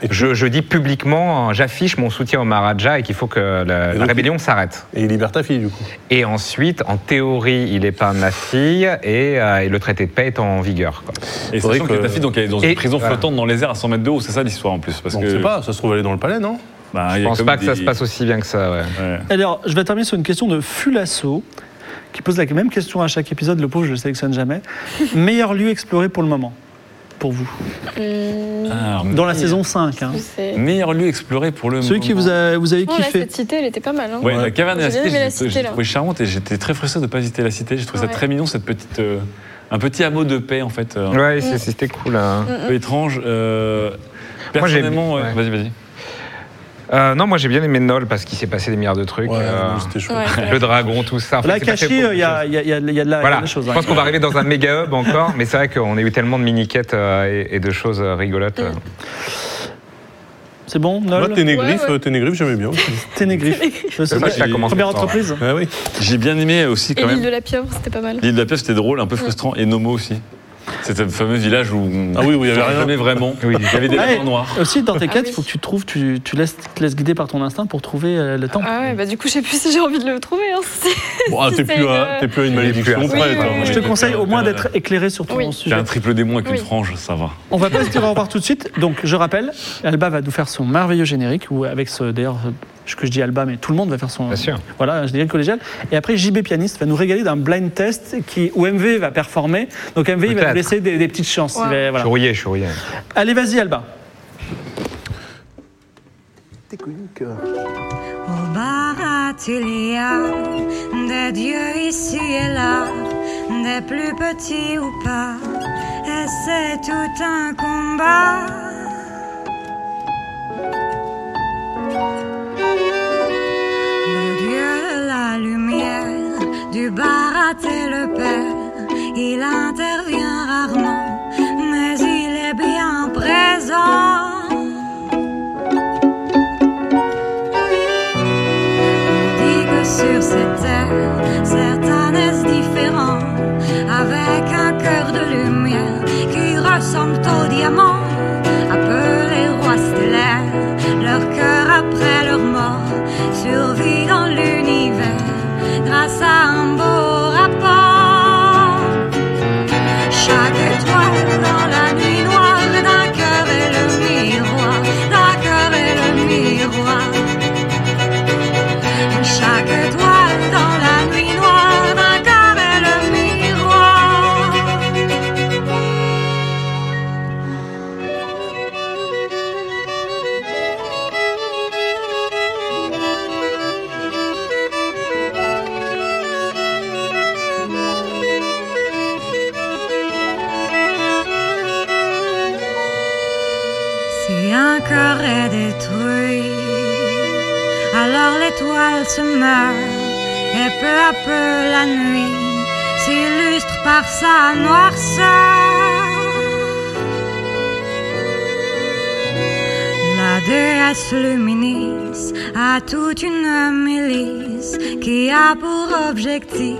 [SPEAKER 6] je, je dis publiquement, euh, j'affiche mon soutien au Maharaja et qu'il faut que la, la
[SPEAKER 4] donc-
[SPEAKER 6] rébellion s'arrête.
[SPEAKER 4] Et il libère ta fille, du coup.
[SPEAKER 6] Et ensuite, en théorie, il épargne ma fille et, euh, et le traité de paix est en vigueur. quoi.
[SPEAKER 3] Et
[SPEAKER 4] Faudrait
[SPEAKER 3] sachant que,
[SPEAKER 4] que-
[SPEAKER 3] ta fille, donc, elle est dans une
[SPEAKER 6] Et-
[SPEAKER 3] prison
[SPEAKER 6] voilà.
[SPEAKER 3] flottante dans les airs à 100 mètres de haut, c'est ça l'histoire en plus. Parce
[SPEAKER 4] On
[SPEAKER 3] que,
[SPEAKER 4] ne sait pas, ça se trouve, elle est dans le palais, non
[SPEAKER 3] Bah, il
[SPEAKER 6] Je
[SPEAKER 3] y a
[SPEAKER 6] pense
[SPEAKER 3] comme
[SPEAKER 6] pas que ça
[SPEAKER 3] des-
[SPEAKER 6] se passe aussi bien que ça. ouais.
[SPEAKER 3] Ouais.
[SPEAKER 2] Alors, je vais terminer sur une question de Fulasso, qui pose la même question à chaque épisode. Le pauvre, je le sélectionne jamais. Meilleur lieu exploré pour le moment, pour vous,
[SPEAKER 5] Hum,
[SPEAKER 3] Ah,
[SPEAKER 2] dans la
[SPEAKER 3] meilleur-
[SPEAKER 2] saison 5. hein.
[SPEAKER 5] je sais.
[SPEAKER 3] Meilleur lieu exploré pour le
[SPEAKER 2] Celui qui vous, a, vous avez
[SPEAKER 5] Oh, là,
[SPEAKER 2] kiffé.
[SPEAKER 5] cette cité, elle était pas mal. Hein.
[SPEAKER 3] Ouais, la caverne et
[SPEAKER 5] J'ai
[SPEAKER 3] la
[SPEAKER 5] bien
[SPEAKER 3] cité,
[SPEAKER 5] aimé la
[SPEAKER 3] j'ai-
[SPEAKER 5] cité,
[SPEAKER 3] j'ai
[SPEAKER 5] là.
[SPEAKER 3] trouvé charmante et j'étais très frustré de ne pas visiter la cité. J'ai trouvé ça
[SPEAKER 5] Ouais.
[SPEAKER 3] très mignon, cette petite. euh, un petit hameau de paix, en fait,
[SPEAKER 2] Ah.
[SPEAKER 3] euh,
[SPEAKER 6] Ouais, c'est- c'était cool. hein.
[SPEAKER 5] Mm,
[SPEAKER 3] un peu étrange. euh,
[SPEAKER 6] Moi, j'ai-
[SPEAKER 3] personnellement, ouais,
[SPEAKER 6] ouais.
[SPEAKER 3] vas-y, vas-y.
[SPEAKER 6] Euh, non, moi j'ai bien aimé Nol parce qu'il s'est passé des milliards de trucs.
[SPEAKER 4] Ouais,
[SPEAKER 6] euh,
[SPEAKER 4] non, c'était chouette.
[SPEAKER 5] Ouais, c'est
[SPEAKER 6] le
[SPEAKER 5] vrai.
[SPEAKER 6] dragon, tout ça. Enfin,
[SPEAKER 2] Là,
[SPEAKER 6] c'est pas fait
[SPEAKER 2] caché,
[SPEAKER 6] pour-
[SPEAKER 2] il euh, y a, il y a- il y a- il y a de la hein. il y a
[SPEAKER 6] Voilà,
[SPEAKER 2] des
[SPEAKER 6] je
[SPEAKER 2] choses.
[SPEAKER 6] pense qu'on va arriver dans un méga hub encore, mais c'est vrai qu'on a eu tellement de mini-quêtes euh, et, et de choses euh, rigolotes. euh.
[SPEAKER 2] C'est bon,
[SPEAKER 4] Moi,
[SPEAKER 2] Nol
[SPEAKER 4] Ténégriffe,
[SPEAKER 5] Ouais, ouais.
[SPEAKER 4] euh, Ténégriffe, j'aimais bien. aussi.
[SPEAKER 2] Ténégriffe. C'est
[SPEAKER 6] Dommage que ça commence
[SPEAKER 2] Première
[SPEAKER 6] pas.
[SPEAKER 2] entreprise.
[SPEAKER 4] ah oui.
[SPEAKER 3] J'ai bien aimé aussi,
[SPEAKER 5] Et
[SPEAKER 3] quand
[SPEAKER 5] l'île de
[SPEAKER 3] même.
[SPEAKER 5] la pieuvre, c'était pas mal.
[SPEAKER 3] L'île de la Piaf, c'était drôle, un
[SPEAKER 2] Mm.
[SPEAKER 3] peu frustrant. Et Nomo aussi. C'était le fameux village où. on-
[SPEAKER 4] Ah oui, où il y avait
[SPEAKER 3] on
[SPEAKER 4] rien.
[SPEAKER 3] jamais vraiment.
[SPEAKER 6] Oui.
[SPEAKER 3] Il y avait des
[SPEAKER 2] Ouais.
[SPEAKER 3] lapins noirs.
[SPEAKER 2] Aussi, dans tes
[SPEAKER 5] Ah
[SPEAKER 2] quêtes, il
[SPEAKER 5] oui.
[SPEAKER 2] faut que tu trouves, tu, tu laisses, te laisses guider par ton instinct pour trouver euh, le temple.
[SPEAKER 5] Ah ouais, bah du coup, je sais plus si j'ai envie de le trouver. Hein. C'est-
[SPEAKER 4] Bon, ah, t'es
[SPEAKER 5] Si
[SPEAKER 4] plus,
[SPEAKER 5] c'est
[SPEAKER 4] à-
[SPEAKER 5] une-
[SPEAKER 4] t'es plus à une malédiction
[SPEAKER 6] Oui,
[SPEAKER 4] près.
[SPEAKER 5] oui,
[SPEAKER 4] toi.
[SPEAKER 5] oui.
[SPEAKER 2] Je te conseille au moins d'être éclairé sur ton
[SPEAKER 5] Oui.
[SPEAKER 3] J'ai
[SPEAKER 2] sujet.
[SPEAKER 3] un triple démon avec une
[SPEAKER 5] Oui.
[SPEAKER 3] frange, ça va.
[SPEAKER 2] On va pas se dire au revoir tout de suite. Donc, je rappelle, Alba va nous faire son merveilleux générique, ou avec ce, d'ailleurs, ce que je dis Alba, mais tout le monde va faire son.
[SPEAKER 6] Bien sûr.
[SPEAKER 2] Voilà, un générique collégial. Et après, JB Pianiste va nous régaler d'un blind test qui, où MV va performer. Donc, MV, il va nous
[SPEAKER 6] Peut-être.
[SPEAKER 2] laisser des, des petites chances.
[SPEAKER 5] Ouais.
[SPEAKER 2] Il va-
[SPEAKER 6] Je
[SPEAKER 2] voilà.
[SPEAKER 6] suis rouillé, je suis rouillé.
[SPEAKER 2] Allez, vas-y, Alba.
[SPEAKER 7] Au barat, il y a des dieux ici et là, des plus petits ou pas, et c'est tout un combat. Le dieu de la lumière, du barat est le père, il intervient rarement, mais il est bien présent. dit que sur cette terre, certains naissent différents, avec un cœur de lumière qui ressemble au diamant, appelés rois stellaires. Leur cœur après leur mort survit dans l'univers grâce à un beau rapport. Chaque étoile dans la nuit noire d'un cœur est le miroir, d'un cœur est le miroir. Chaque étoile dans la nuit noire d'un cœur est le miroir. Si un cœur est détruit, alors l'étoile se meurt et peu à peu la nuit s'illustre par sa noirceur. La déesse Luminis a toute une milice qui a pour objectif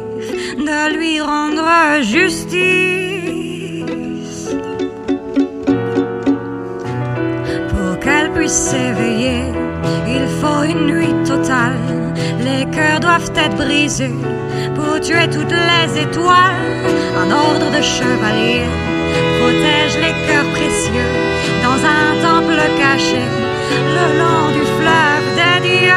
[SPEAKER 7] de lui rendre justice. Pour qu'elle puisse s'éveiller, il faut une nuit totale. Les cœurs doivent être brisés pour tuer toutes les étoiles. En ordre de chevalier, protège les cœurs précieux dans un temple caché le long du fleuve des dieux.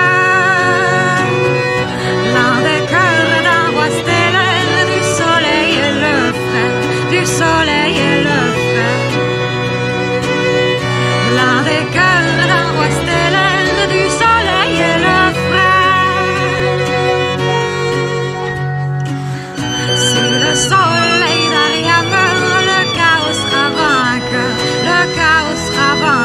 [SPEAKER 7] L'un des cœurs d'un roi stellaire, du soleil et le frère, du soleil et le frère. L'un des cœurs d'un roi stellaire, du soleil et le frère. Si le soleil d'Aria meurt, le chaos sera vainqueur, le chaos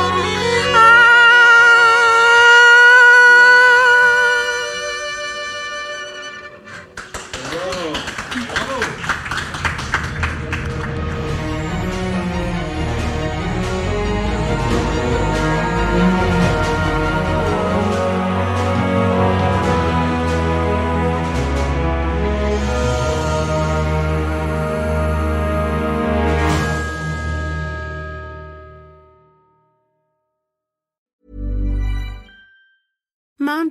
[SPEAKER 7] Ah. Mom